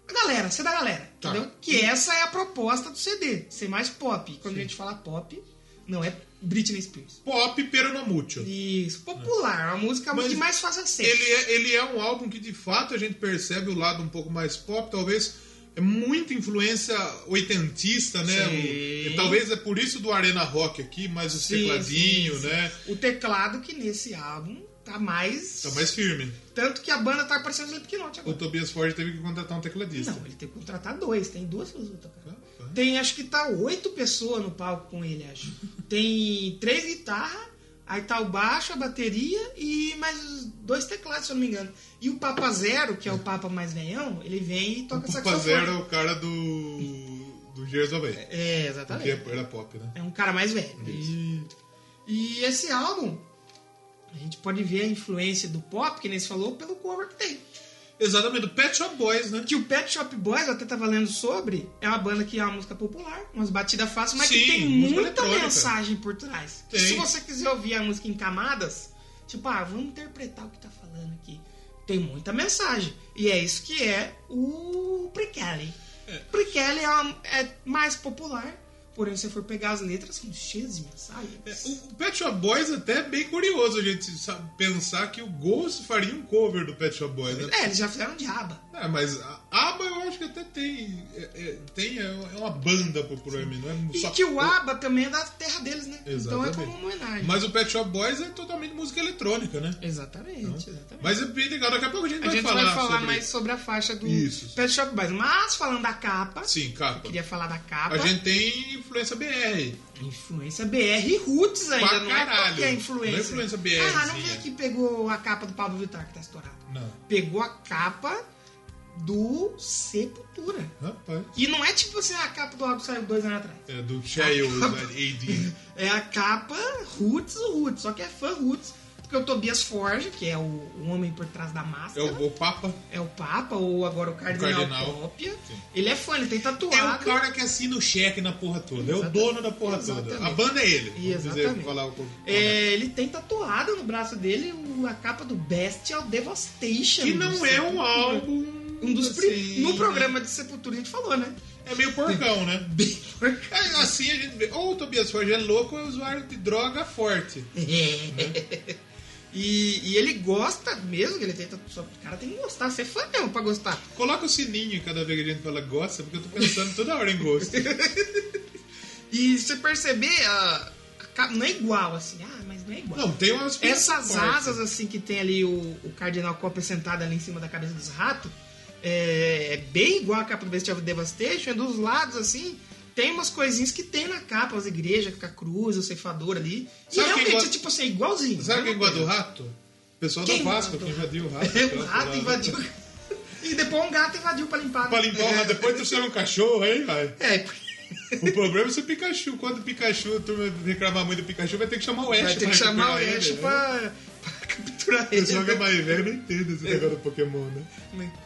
Speaker 1: A galera, ser da galera,
Speaker 2: Tá.
Speaker 1: entendeu? Que essa é a proposta do CD, ser mais pop. Quando a gente fala pop, não é Britney Spears.
Speaker 2: Pop peronomútil.
Speaker 1: Isso, popular, é uma música
Speaker 2: É. Mas é
Speaker 1: de mais fácil acesso.
Speaker 2: Ele é, ele é um álbum que de fato a gente percebe o lado um pouco mais pop, talvez é muita influência oitentista, né?
Speaker 1: Sim.
Speaker 2: O- talvez é por isso do Arena Rock aqui, mais o
Speaker 1: Sim,
Speaker 2: tecladinho,
Speaker 1: sim, sim.
Speaker 2: né?
Speaker 1: O teclado que nesse álbum tá mais.
Speaker 2: Tá mais firme.
Speaker 1: Tanto que a banda tá parecendo Slipknot
Speaker 2: O
Speaker 1: agora.
Speaker 2: Tobias Ford teve que contratar um tecladista.
Speaker 1: Não, ele tem que contratar dois, tem duas pessoas pra tocar.
Speaker 2: Ah, tá.
Speaker 1: Tem, acho que tá oito pessoas no palco com ele, acho. Tem três guitarras, aí tá o baixo, a bateria e mais dois teclados, se eu não me engano. E o Papa Zero, que é o Papa mais venhão, ele vem e toca
Speaker 2: O
Speaker 1: saxofone.
Speaker 2: Pazero é o cara do. do Gears of Way.
Speaker 1: É,
Speaker 2: Porque
Speaker 1: exatamente.
Speaker 2: era pop, né?
Speaker 1: É um cara mais velho.
Speaker 2: Isso.
Speaker 1: E, e esse álbum, a gente pode ver a influência do pop, que nem se falou, pelo cover que tem.
Speaker 2: Exatamente, do Pet Shop Boys, né?
Speaker 1: Que o Pet Shop Boys, eu até tava lendo sobre, é uma banda que é uma música popular, umas batidas fáceis, mas que
Speaker 2: Sim,
Speaker 1: tem
Speaker 2: música
Speaker 1: muita
Speaker 2: eletrônica.
Speaker 1: mensagem por trás. Que
Speaker 2: Tem.
Speaker 1: se você quiser ouvir a música em camadas, tipo, ah, vamos interpretar o que tá falando aqui. Tem muita mensagem. E é isso que é o Precali. É. é, uma- é mais popular, porém, se você for pegar as letras, são cheias de mensagens.
Speaker 2: É, O o Pet Shop Boys até é bem curioso a gente sa- pensar que o Ghost faria um cover do Pet Shop Boys, né?
Speaker 1: É, eles já fizeram de aba.
Speaker 2: É, mas a ABBA eu acho que até tem. É, é- tem é é uma banda popular mesmo, não é
Speaker 1: E
Speaker 2: só.
Speaker 1: que o aba também é da terra deles, né? Então é
Speaker 2: Exatamente.
Speaker 1: como uma homenagem.
Speaker 2: Mas o Pet Shop Boys é totalmente música eletrônica, né?
Speaker 1: Exatamente, exatamente.
Speaker 2: Mas é bem legal, daqui a pouco a gente
Speaker 1: A
Speaker 2: vai
Speaker 1: gente
Speaker 2: falar.
Speaker 1: vai falar
Speaker 2: sobre...
Speaker 1: mais sobre a faixa do
Speaker 2: Isso.
Speaker 1: Pet Shop Boys. Mas falando da capa,
Speaker 2: Sim, capa.
Speaker 1: queria falar da capa.
Speaker 2: A gente tem influência BR.
Speaker 1: Influência BR e Roots ainda,
Speaker 2: Pra
Speaker 1: não é
Speaker 2: caralho.
Speaker 1: qualquer influência.
Speaker 2: Não é influência BR
Speaker 1: Ah, não
Speaker 2: zinha.
Speaker 1: foi que pegou a capa do Pablo Vittar que tá estourado.
Speaker 2: Não.
Speaker 1: Pegou a capa do Sepultura.
Speaker 2: Rapaz.
Speaker 1: E não é tipo assim a capa do álbum que saiu dois anos atrás.
Speaker 2: É do Child AD.
Speaker 1: É a capa Roots, Roots, só que é fã Roots. Porque o Tobias Forge, que é o, o homem por trás da
Speaker 2: É
Speaker 1: máscara,
Speaker 2: o, o Papa.
Speaker 1: é o Papa, ou agora o Cardenal,
Speaker 2: Cardenal.
Speaker 1: Cópia.
Speaker 2: Sim.
Speaker 1: Ele é fã, ele tem tatuado.
Speaker 2: É o cara que assina o cheque na porra toda. É o
Speaker 1: Exatamente.
Speaker 2: dono da porra toda. A
Speaker 1: Exatamente.
Speaker 2: banda é ele. Vamos dizer,
Speaker 1: Exatamente.
Speaker 2: falar o- o-
Speaker 1: É, ele tem tatuado no braço dele o- a capa do Bestial Devastation.
Speaker 2: Que não
Speaker 1: do
Speaker 2: é um
Speaker 1: Sepultura.
Speaker 2: álbum.
Speaker 1: Um dos
Speaker 2: assim,
Speaker 1: pri- No programa de Sepultura a gente falou, né?
Speaker 2: É meio porcão, né?
Speaker 1: Bem
Speaker 2: É, assim a gente vê. Ou o Tobias Forge é louco ou é usuário de droga forte.
Speaker 1: É. E, e ele gosta mesmo, ele tem tatuado. O cara tem que gostar, ser fã mesmo pra gostar.
Speaker 2: Coloca o sininho cada vez que a gente fala gosta, porque eu tô pensando toda hora em gosto.
Speaker 1: E se você perceber, a, a capa não é igual, assim. Ah, mas não é igual.
Speaker 2: Não, tem umas
Speaker 1: Essas
Speaker 2: fortes.
Speaker 1: asas, assim, que tem ali o, o Cardinal Copper sentado ali em cima da cabeça dos ratos, é, é bem igual a capa do Bestial Devastation, e dos lados, assim, tem umas coisinhas que tem na capa, as igrejas, com a cruz, o ceifador ali. E
Speaker 2: Sabe quem
Speaker 1: realmente,
Speaker 2: gosta-
Speaker 1: é tipo assim, igualzinho.
Speaker 2: Sabe quem
Speaker 1: mesma
Speaker 2: guarda o rato? O pessoal
Speaker 1: Quem
Speaker 2: da Páscoa
Speaker 1: guarda
Speaker 2: que
Speaker 1: o
Speaker 2: invadiu o
Speaker 1: coisa.
Speaker 2: rato.
Speaker 1: O Um rato invadiu. e depois um gato invadiu pra limpar. né?
Speaker 2: Pra limpar o rato, depois trouxeram um cachorro aí, vai.
Speaker 1: É,
Speaker 2: O problema é se o Pikachu. Quando o Pikachu, a turma reclamar muito do Pikachu, vai ter que chamar o Ash
Speaker 1: vai ter
Speaker 2: pra
Speaker 1: que chamar o
Speaker 2: recuperar
Speaker 1: Ash
Speaker 2: ele, né?
Speaker 1: pra, pra capturar
Speaker 2: O pessoal que é
Speaker 1: ele.
Speaker 2: mais velho não entende
Speaker 1: É.
Speaker 2: esse negócio do Pokémon, né?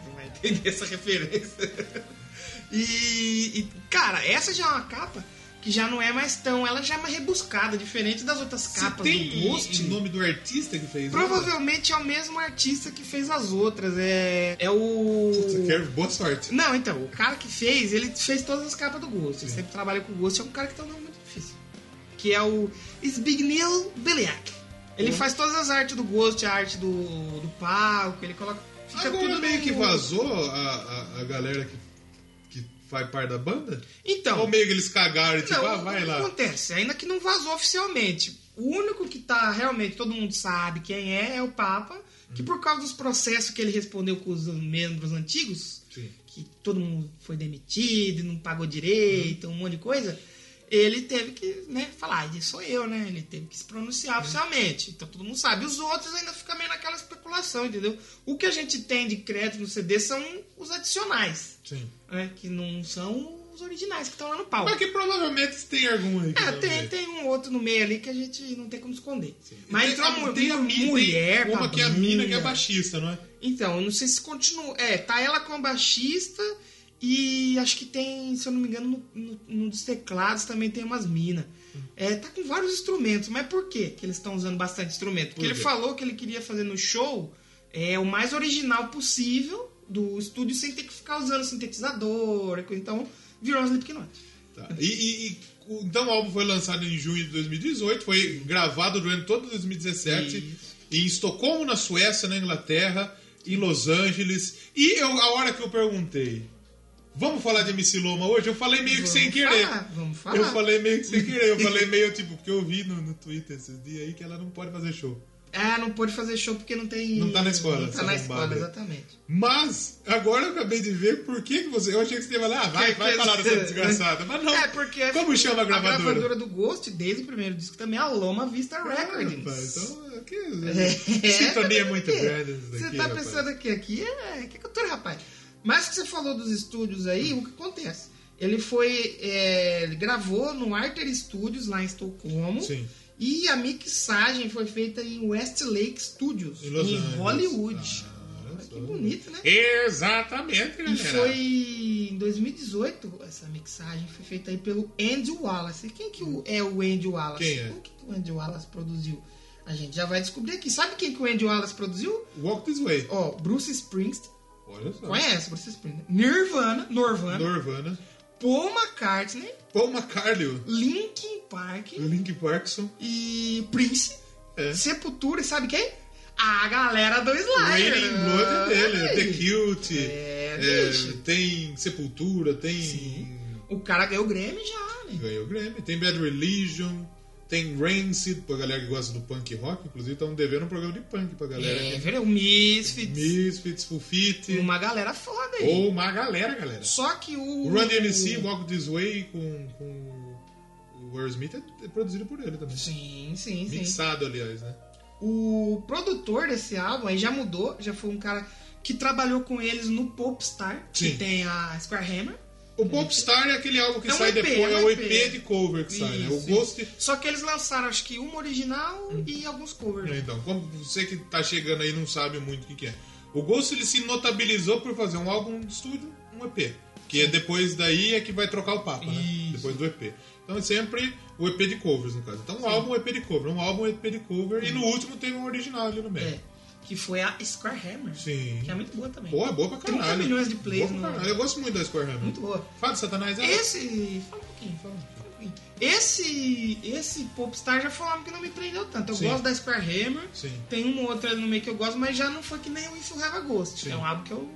Speaker 1: Não vai entender essa referência. E, e, cara, essa já é uma capa que já não é mais tão. Ela já é mais rebuscada, diferente das outras
Speaker 2: Se
Speaker 1: capas
Speaker 2: tem
Speaker 1: do Ghost.
Speaker 2: o nome do artista que fez
Speaker 1: Provavelmente é o mesmo artista que fez as outras. É, é o.
Speaker 2: Isso quer boa sorte.
Speaker 1: Não, então, o cara que fez, ele fez todas as capas do Ghost. Ele sempre trabalha com o Ghost, é um cara que tem um nome muito difícil. Que é o Zbigniew Beliak. Ele
Speaker 2: Uhum.
Speaker 1: faz todas as artes do Ghost, a arte do, do palco, ele coloca. Fica
Speaker 2: Agora
Speaker 1: tudo
Speaker 2: meio que
Speaker 1: no-
Speaker 2: vazou a, a, a galera que, que faz parte da banda?
Speaker 1: Então.
Speaker 2: Ou meio que eles cagaram, tipo,
Speaker 1: Não,
Speaker 2: ah, vai
Speaker 1: o
Speaker 2: lá.
Speaker 1: que acontece? Ainda que não vazou oficialmente. O único que tá realmente, todo mundo sabe quem é, é o Papa, que por causa dos processos que ele respondeu com os membros antigos,
Speaker 2: Sim.
Speaker 1: que todo mundo foi demitido, não pagou direito, um monte de coisa, ele teve que né, falar, "Ah, sou eu, né? Ele teve que se
Speaker 2: É.
Speaker 1: pronunciar oficialmente. Então todo mundo sabe. Os outros ainda ficam meio naquela especulação, entendeu? O que a gente tem de crédito no CD são os adicionais,
Speaker 2: Sim.
Speaker 1: né, que não são os originais que estão lá no palco.
Speaker 2: Mas que provavelmente tem algum aí. que
Speaker 1: É,
Speaker 2: não
Speaker 1: tem,
Speaker 2: vê.
Speaker 1: tem um outro no meio ali que a gente não tem como esconder.
Speaker 2: Tem
Speaker 1: Mas entrou
Speaker 2: a-
Speaker 1: uma
Speaker 2: É, tem a mina,
Speaker 1: mulher,
Speaker 2: tem uma que é a
Speaker 1: babinha.
Speaker 2: mina que é baixista, não é?
Speaker 1: Então, eu não sei se continua. É, tá ela com a baixista e acho que tem, se eu não me engano, no, no- no dos teclados também tem umas minas.
Speaker 2: Hum.
Speaker 1: É, tá com vários instrumentos, mas por quê que eles estão usando bastante instrumento? Porque
Speaker 2: Por
Speaker 1: ele
Speaker 2: quê?
Speaker 1: falou que ele queria fazer no show é, o mais original possível do estúdio sem ter que ficar usando sintetizador. e coisa. Então, virou um Slipknot.
Speaker 2: Tá. E, e- e o- então o álbum foi lançado em junho de 2018, foi gravado durante todo 2017
Speaker 1: Isso.
Speaker 2: em Estocolmo, na Suécia, na Inglaterra, em Los Angeles. E eu, a hora que eu perguntei, Vamos falar de MC Loma hoje? Eu falei meio que
Speaker 1: Vamos
Speaker 2: sem querer.
Speaker 1: falar, vamos falar.
Speaker 2: Eu falei meio que sem querer. Eu falei meio tipo, porque eu vi no, no Twitter esses dias aí que ela não pode fazer show.
Speaker 1: Ah, não pôde fazer show porque não tem.
Speaker 2: Não tá na escola,
Speaker 1: Não tá na
Speaker 2: essa bombada
Speaker 1: escola,
Speaker 2: aí.
Speaker 1: exatamente.
Speaker 2: Mas, agora eu acabei de ver por que, que você. Eu achei que você ia falar, ah, vai,
Speaker 1: Que
Speaker 2: vai
Speaker 1: coisa-
Speaker 2: falar dessa desgraçada. Mas não.
Speaker 1: É, porque.
Speaker 2: Como chama a gravadora?
Speaker 1: A gravadora do Ghost, desde o primeiro disco também, é a Loma Vista
Speaker 2: Ah,
Speaker 1: Recordings.
Speaker 2: rapaz, então, que
Speaker 1: É.
Speaker 2: sintonia muito
Speaker 1: Por quê?
Speaker 2: grande isso daqui.
Speaker 1: Você tá
Speaker 2: rapaz.
Speaker 1: pensando aqui, aqui é que cultura, rapaz. Mas o que você falou dos estúdios aí, o que acontece? Ele foi. é, ele gravou no Arter Studios lá em Estocolmo.
Speaker 2: Sim.
Speaker 1: E a mixagem foi feita em Westlake Studios,
Speaker 2: Em Los
Speaker 1: em
Speaker 2: Angeles.
Speaker 1: Hollywood.
Speaker 2: Ah, olha
Speaker 1: que
Speaker 2: só.
Speaker 1: bonito, né?
Speaker 2: Exatamente, galera.
Speaker 1: E foi em 2018 essa mixagem foi feita aí pelo Andy Wallace. E Quem que o- é o Andy Wallace?
Speaker 2: Quem é?
Speaker 1: O que que o Andy Wallace produziu? A gente já vai descobrir aqui. Sabe quem que o Andy Wallace produziu?
Speaker 2: Walk This Way.
Speaker 1: Ó, Bruce Springsteen.
Speaker 2: Olha só.
Speaker 1: Conhece né? Bruce Springsteen? Nirvana, Norvana,
Speaker 2: Norvana.
Speaker 1: Paul McCartney,
Speaker 2: Paul McCartney.
Speaker 1: Linkin Park
Speaker 2: Link Parkson.
Speaker 1: e Prince,
Speaker 2: Hum. É.
Speaker 1: Sepultura e sabe quem? A galera do Slayer.
Speaker 2: Raining Blood é dele.
Speaker 1: Ai.
Speaker 2: The Kilt.
Speaker 1: É,
Speaker 2: é,
Speaker 1: bicho.
Speaker 2: tem Sepultura, tem.
Speaker 1: O cara ganhou o Grammy já, né?
Speaker 2: Ganhou o Grammy. Tem Bad Religion. Tem Rancid, pra galera que gosta do punk rock. Inclusive, estamos devendo um programa de punk pra galera.
Speaker 1: É,
Speaker 2: aqui.
Speaker 1: velho, o Misfits.
Speaker 2: Misfits, Fulfit.
Speaker 1: Uma galera foda aí.
Speaker 2: Ou uma galera, galera.
Speaker 1: Só que o.
Speaker 2: O Run DMC, Walk This Way com, com o Aerosmith é produzido por ele também.
Speaker 1: Sim, sim, sim.
Speaker 2: Mixado, aliás, né?
Speaker 1: O produtor desse álbum aí já mudou, já foi um cara que trabalhou com eles no Popstar, que
Speaker 2: Sim.
Speaker 1: tem a Square Hammer.
Speaker 2: O Popstar é aquele álbum que
Speaker 1: É um
Speaker 2: sai
Speaker 1: EP,
Speaker 2: depois, é
Speaker 1: é um
Speaker 2: o EP,
Speaker 1: EP.
Speaker 2: de cover que sai, né? O
Speaker 1: Isso,
Speaker 2: Ghost. Hum.
Speaker 1: Só que eles lançaram, acho que uma original e alguns covers.
Speaker 2: Então, como você que tá chegando aí não sabe muito o que, que é. O Ghost ele se notabilizou por fazer um álbum de estúdio, um EP. Que é depois daí é que vai trocar o papo, né?
Speaker 1: Isso.
Speaker 2: Depois do EP. Então é sempre o EP de covers, no caso. Então um álbum, um EP de cover, um álbum, um EP de cover, e no último teve um original ali no meio.
Speaker 1: É. Que foi a Square Hammer.
Speaker 2: Sim.
Speaker 1: Que é muito boa também.
Speaker 2: Boa, boa pra
Speaker 1: 30
Speaker 2: caralho.
Speaker 1: milhões de plays
Speaker 2: Boa pra
Speaker 1: no-
Speaker 2: caralho. Eu gosto muito da Square Hammer.
Speaker 1: Muito boa.
Speaker 2: Fala de Satanás é.
Speaker 1: Esse. Fala um pouquinho, fala um pouquinho. Esse. Esse Popstar já foi um álbum que não me prendeu tanto. Eu
Speaker 2: Sim.
Speaker 1: gosto da Square Hammer.
Speaker 2: Sim.
Speaker 1: Tem uma ou outra ali no meio que eu gosto, mas já não foi que nem o If You Have a Ghost.
Speaker 2: Sim.
Speaker 1: É um álbum que eu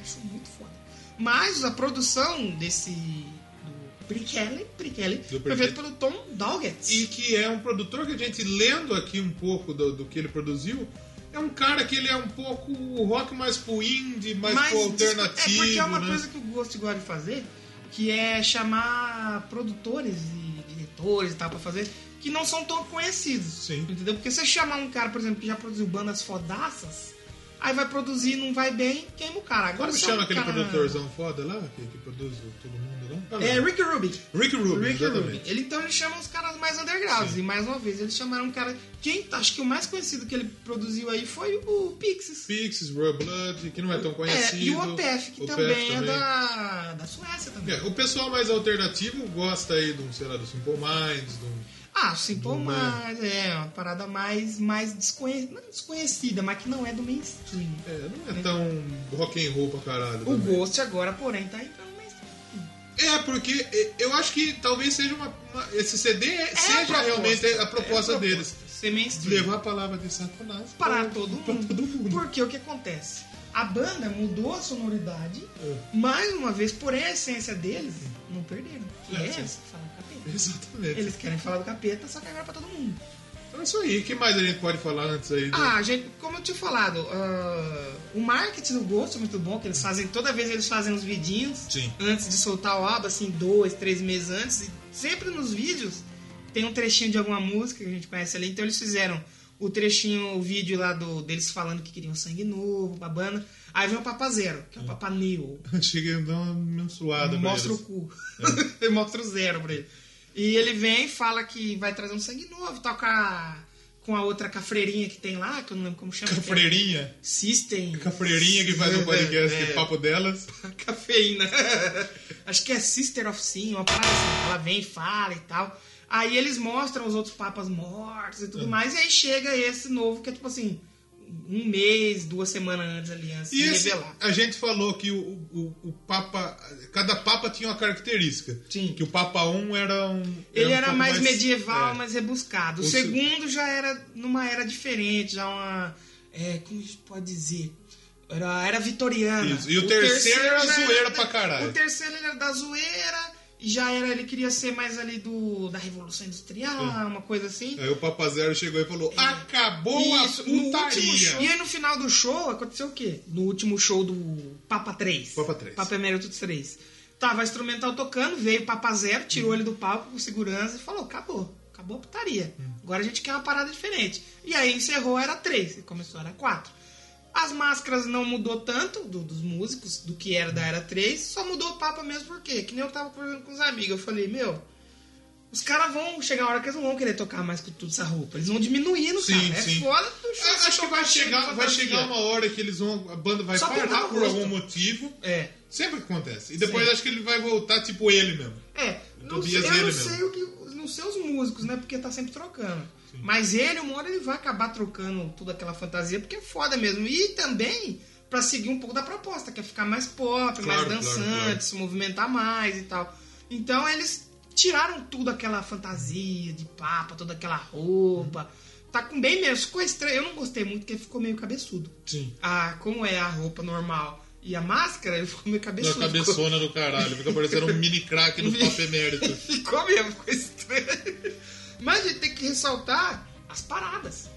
Speaker 1: acho muito foda. Mas a produção desse. do Brickell, Brickell,
Speaker 2: Do
Speaker 1: foi
Speaker 2: Brickell.
Speaker 1: feito pelo Tom Doggett.
Speaker 2: E que é um produtor que a gente lendo aqui um pouco do, do que ele produziu. É um cara que ele é um pouco o rock mais pro indie, mais pro
Speaker 1: disco-
Speaker 2: alternativo.
Speaker 1: É porque é uma
Speaker 2: né?
Speaker 1: coisa que o Ghost gosta de fazer, que é chamar produtores e diretores e tal pra fazer, que não são tão conhecidos.
Speaker 2: Sim.
Speaker 1: Entendeu? Porque você chamar um cara, por exemplo, que já produziu bandas fodaças, aí vai produzir, não vai bem, queima o cara. Agora
Speaker 2: Como
Speaker 1: se é
Speaker 2: chama
Speaker 1: um
Speaker 2: aquele
Speaker 1: cara-
Speaker 2: produtorzão foda lá, que, que produz o todo mundo lá?
Speaker 1: É Rick Rubin.
Speaker 2: Rick Rubin,
Speaker 1: Rick
Speaker 2: exatamente.
Speaker 1: Rubin. Ele, então ele chama os caras mais undergrounds. E mais uma vez, eles chamaram um cara. Quem acho que o mais conhecido que ele produziu aí foi o Pixies.
Speaker 2: Pixies, Royal Blood, que não é tão
Speaker 1: É,
Speaker 2: conhecido.
Speaker 1: e o OPEF, que
Speaker 2: O
Speaker 1: também, é
Speaker 2: Opeth
Speaker 1: da, da Suécia também.
Speaker 2: É, o pessoal mais alternativo gosta aí de um, sei lá, do Simple Minds, um- do
Speaker 1: Ah, o Simple
Speaker 2: Não é.
Speaker 1: mais é uma parada mais, mais desconhe... não é desconhecida, mas que não é do mainstream.
Speaker 2: É, não é tão rock and roll pra caralho.
Speaker 1: O
Speaker 2: também.
Speaker 1: Ghost agora, porém, tá entrando no mainstream.
Speaker 2: É, porque é, eu acho que talvez seja uma. uma- esse CD é-
Speaker 1: a
Speaker 2: seja
Speaker 1: proposta,
Speaker 2: realmente
Speaker 1: é
Speaker 2: a proposta deles.
Speaker 1: Ser mainstream.
Speaker 2: Levar a palavra de Satanás
Speaker 1: Para
Speaker 2: pra-
Speaker 1: todo mundo.
Speaker 2: pra todo mundo.
Speaker 1: Porque o que acontece? A banda mudou a sonoridade,
Speaker 2: É.
Speaker 1: mais uma vez, porém a essência deles não perderam. Que
Speaker 2: É,
Speaker 1: é
Speaker 2: sim.
Speaker 1: essa? Falar do capeta.
Speaker 2: Exatamente.
Speaker 1: Eles querem falar do capeta, só que agora é pra todo mundo.
Speaker 2: Então é isso aí. O que mais a gente pode falar antes aí? do-
Speaker 1: Ah, gente, como eu tinha falado, ah, o marketing do Ghost é muito bom, que eles fazem, toda vez eles fazem uns vidinhos
Speaker 2: Sim.
Speaker 1: antes de soltar o álbum, assim, dois, três meses antes, e sempre nos vídeos tem um trechinho de alguma música que a gente conhece ali, então eles fizeram o trechinho, o vídeo lá do, deles falando que queriam sangue novo, babana, aí vem o Papa Zero, que é o Papa Neo,
Speaker 2: Cheguei a dar uma mensuada.
Speaker 1: mostra o
Speaker 2: pra
Speaker 1: cu. Ele mostra o zero pra ele. E ele vem e fala que vai trazer um sangue novo, tal com a, com a outra cafreirinha que tem lá, que eu não lembro como chama. que é-
Speaker 2: Cafreirinha.
Speaker 1: System.
Speaker 2: Cafreirinha que faz o podcast
Speaker 1: É.
Speaker 2: de Papo Delas.
Speaker 1: Cafeína. Acho que é Sister of Sin, uma parada assim. Ela vem e fala e tal. Aí eles mostram os outros papas mortos e tudo mais. E aí chega esse novo que é tipo assim, um mês, duas semanas antes ali, antes
Speaker 2: E
Speaker 1: de
Speaker 2: esse,
Speaker 1: revelar.
Speaker 2: a gente falou que o, o, o Papa. Cada Papa tinha uma característica.
Speaker 1: Sim.
Speaker 2: Que o Papa 1 era um.
Speaker 1: Ele
Speaker 2: um
Speaker 1: era
Speaker 2: pouco
Speaker 1: mais medieval,
Speaker 2: é.
Speaker 1: mais rebuscado. O,
Speaker 2: O se-
Speaker 1: segundo já era numa era diferente, já uma. é, como a gente pode dizer? Era, era vitoriana.
Speaker 2: Isso. E o terceiro era zoeira pra caralho.
Speaker 1: O terceiro ele era da zoeira, já era, ele queria ser mais ali do da Revolução Industrial, uma coisa assim.
Speaker 2: Aí o Papa Zero chegou e falou: Acabou
Speaker 1: Isso,
Speaker 2: a
Speaker 1: no último show- e
Speaker 2: putaria!
Speaker 1: aí no final do show aconteceu o quê? No último show do Papa 3.
Speaker 2: Papa 3.
Speaker 1: Papa Emérito 3. Tava instrumental tocando, veio o Papa Zero, tirou ele do palco com segurança e falou: acabou, acabou a putaria. Agora a gente quer uma parada diferente. E aí encerrou, era 3, e começou, era 4. As máscaras não mudou tanto do- dos músicos, do que era da era 3, só mudou o Papa mesmo porque, que nem eu tava conversando com os amigos, eu falei, meu. Os caras vão chegar a hora que eles não vão querer tocar mais com tudo essa roupa. Eles vão diminuindo,
Speaker 2: Sim,
Speaker 1: cara. É
Speaker 2: sim.
Speaker 1: foda do show.
Speaker 2: Ah, Acho que vai chegar, vai chegar uma hora que eles vão. A banda vai
Speaker 1: Só pintar
Speaker 2: parar
Speaker 1: o
Speaker 2: por
Speaker 1: rosto.
Speaker 2: algum motivo.
Speaker 1: É.
Speaker 2: Sempre acontece. E depois
Speaker 1: Sim.
Speaker 2: acho que ele vai voltar, tipo ele mesmo.
Speaker 1: É. Não sei,
Speaker 2: Tobias
Speaker 1: eu não
Speaker 2: ele
Speaker 1: sei
Speaker 2: mesmo.
Speaker 1: o que. Não sei os músicos, né? Porque tá sempre trocando. Mas ele, uma hora, ele vai acabar trocando toda aquela fantasia, porque é foda mesmo. E também pra seguir um pouco da proposta, que é ficar mais pop,
Speaker 2: Claro,
Speaker 1: mais
Speaker 2: claro,
Speaker 1: dançante,
Speaker 2: claro.
Speaker 1: se movimentar mais e tal. Então eles tiraram tudo aquela fantasia de papa, toda aquela roupa.
Speaker 2: Uhum.
Speaker 1: Tá com bem menos. Ficou estranho. Eu não gostei muito, porque ficou meio cabeçudo.
Speaker 2: Sim.
Speaker 1: Ah, como é a roupa normal e a máscara, ele ficou meio
Speaker 2: Da
Speaker 1: cabeçudo.
Speaker 2: cabeçona do caralho. Fica parecendo um mini crack do Papa Emérito.
Speaker 1: Ficou mesmo, ficou estranho. Mas a gente tem que ressaltar as paradas.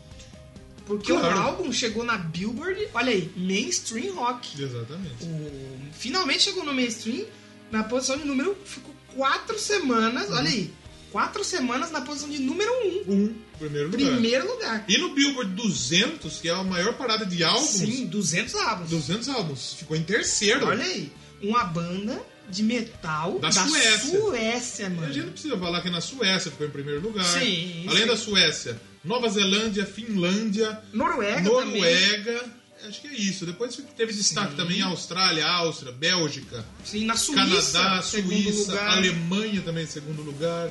Speaker 1: Porque
Speaker 2: Claro.
Speaker 1: o álbum chegou na Billboard, olha aí, mainstream rock.
Speaker 2: Exatamente.
Speaker 1: O- finalmente chegou no mainstream, na posição de número. Ficou quatro
Speaker 2: Uhum.
Speaker 1: semanas, olha aí. Quatro semanas na posição de número um.
Speaker 2: Um, primeiro lugar.
Speaker 1: Primeiro lugar.
Speaker 2: E no Billboard 200, que é a maior parada de álbuns,
Speaker 1: Sim, 200 álbuns.
Speaker 2: 200 álbuns, ficou em terceiro.
Speaker 1: Olha aí. Uma banda de metal
Speaker 2: Da
Speaker 1: da,
Speaker 2: Suécia.
Speaker 1: Suécia. mano.
Speaker 2: A gente não precisa falar que na Suécia ficou em primeiro lugar.
Speaker 1: Sim,
Speaker 2: Além
Speaker 1: sim.
Speaker 2: da Suécia, Nova Zelândia, Finlândia,
Speaker 1: Noruega, também.
Speaker 2: Noruega. Acho que é isso. Depois teve destaque
Speaker 1: Sim.
Speaker 2: também Austrália, Áustria, Bélgica,
Speaker 1: Sim, na Suíça.
Speaker 2: Canadá,
Speaker 1: segundo
Speaker 2: Suíça,
Speaker 1: lugar.
Speaker 2: Alemanha também em segundo lugar.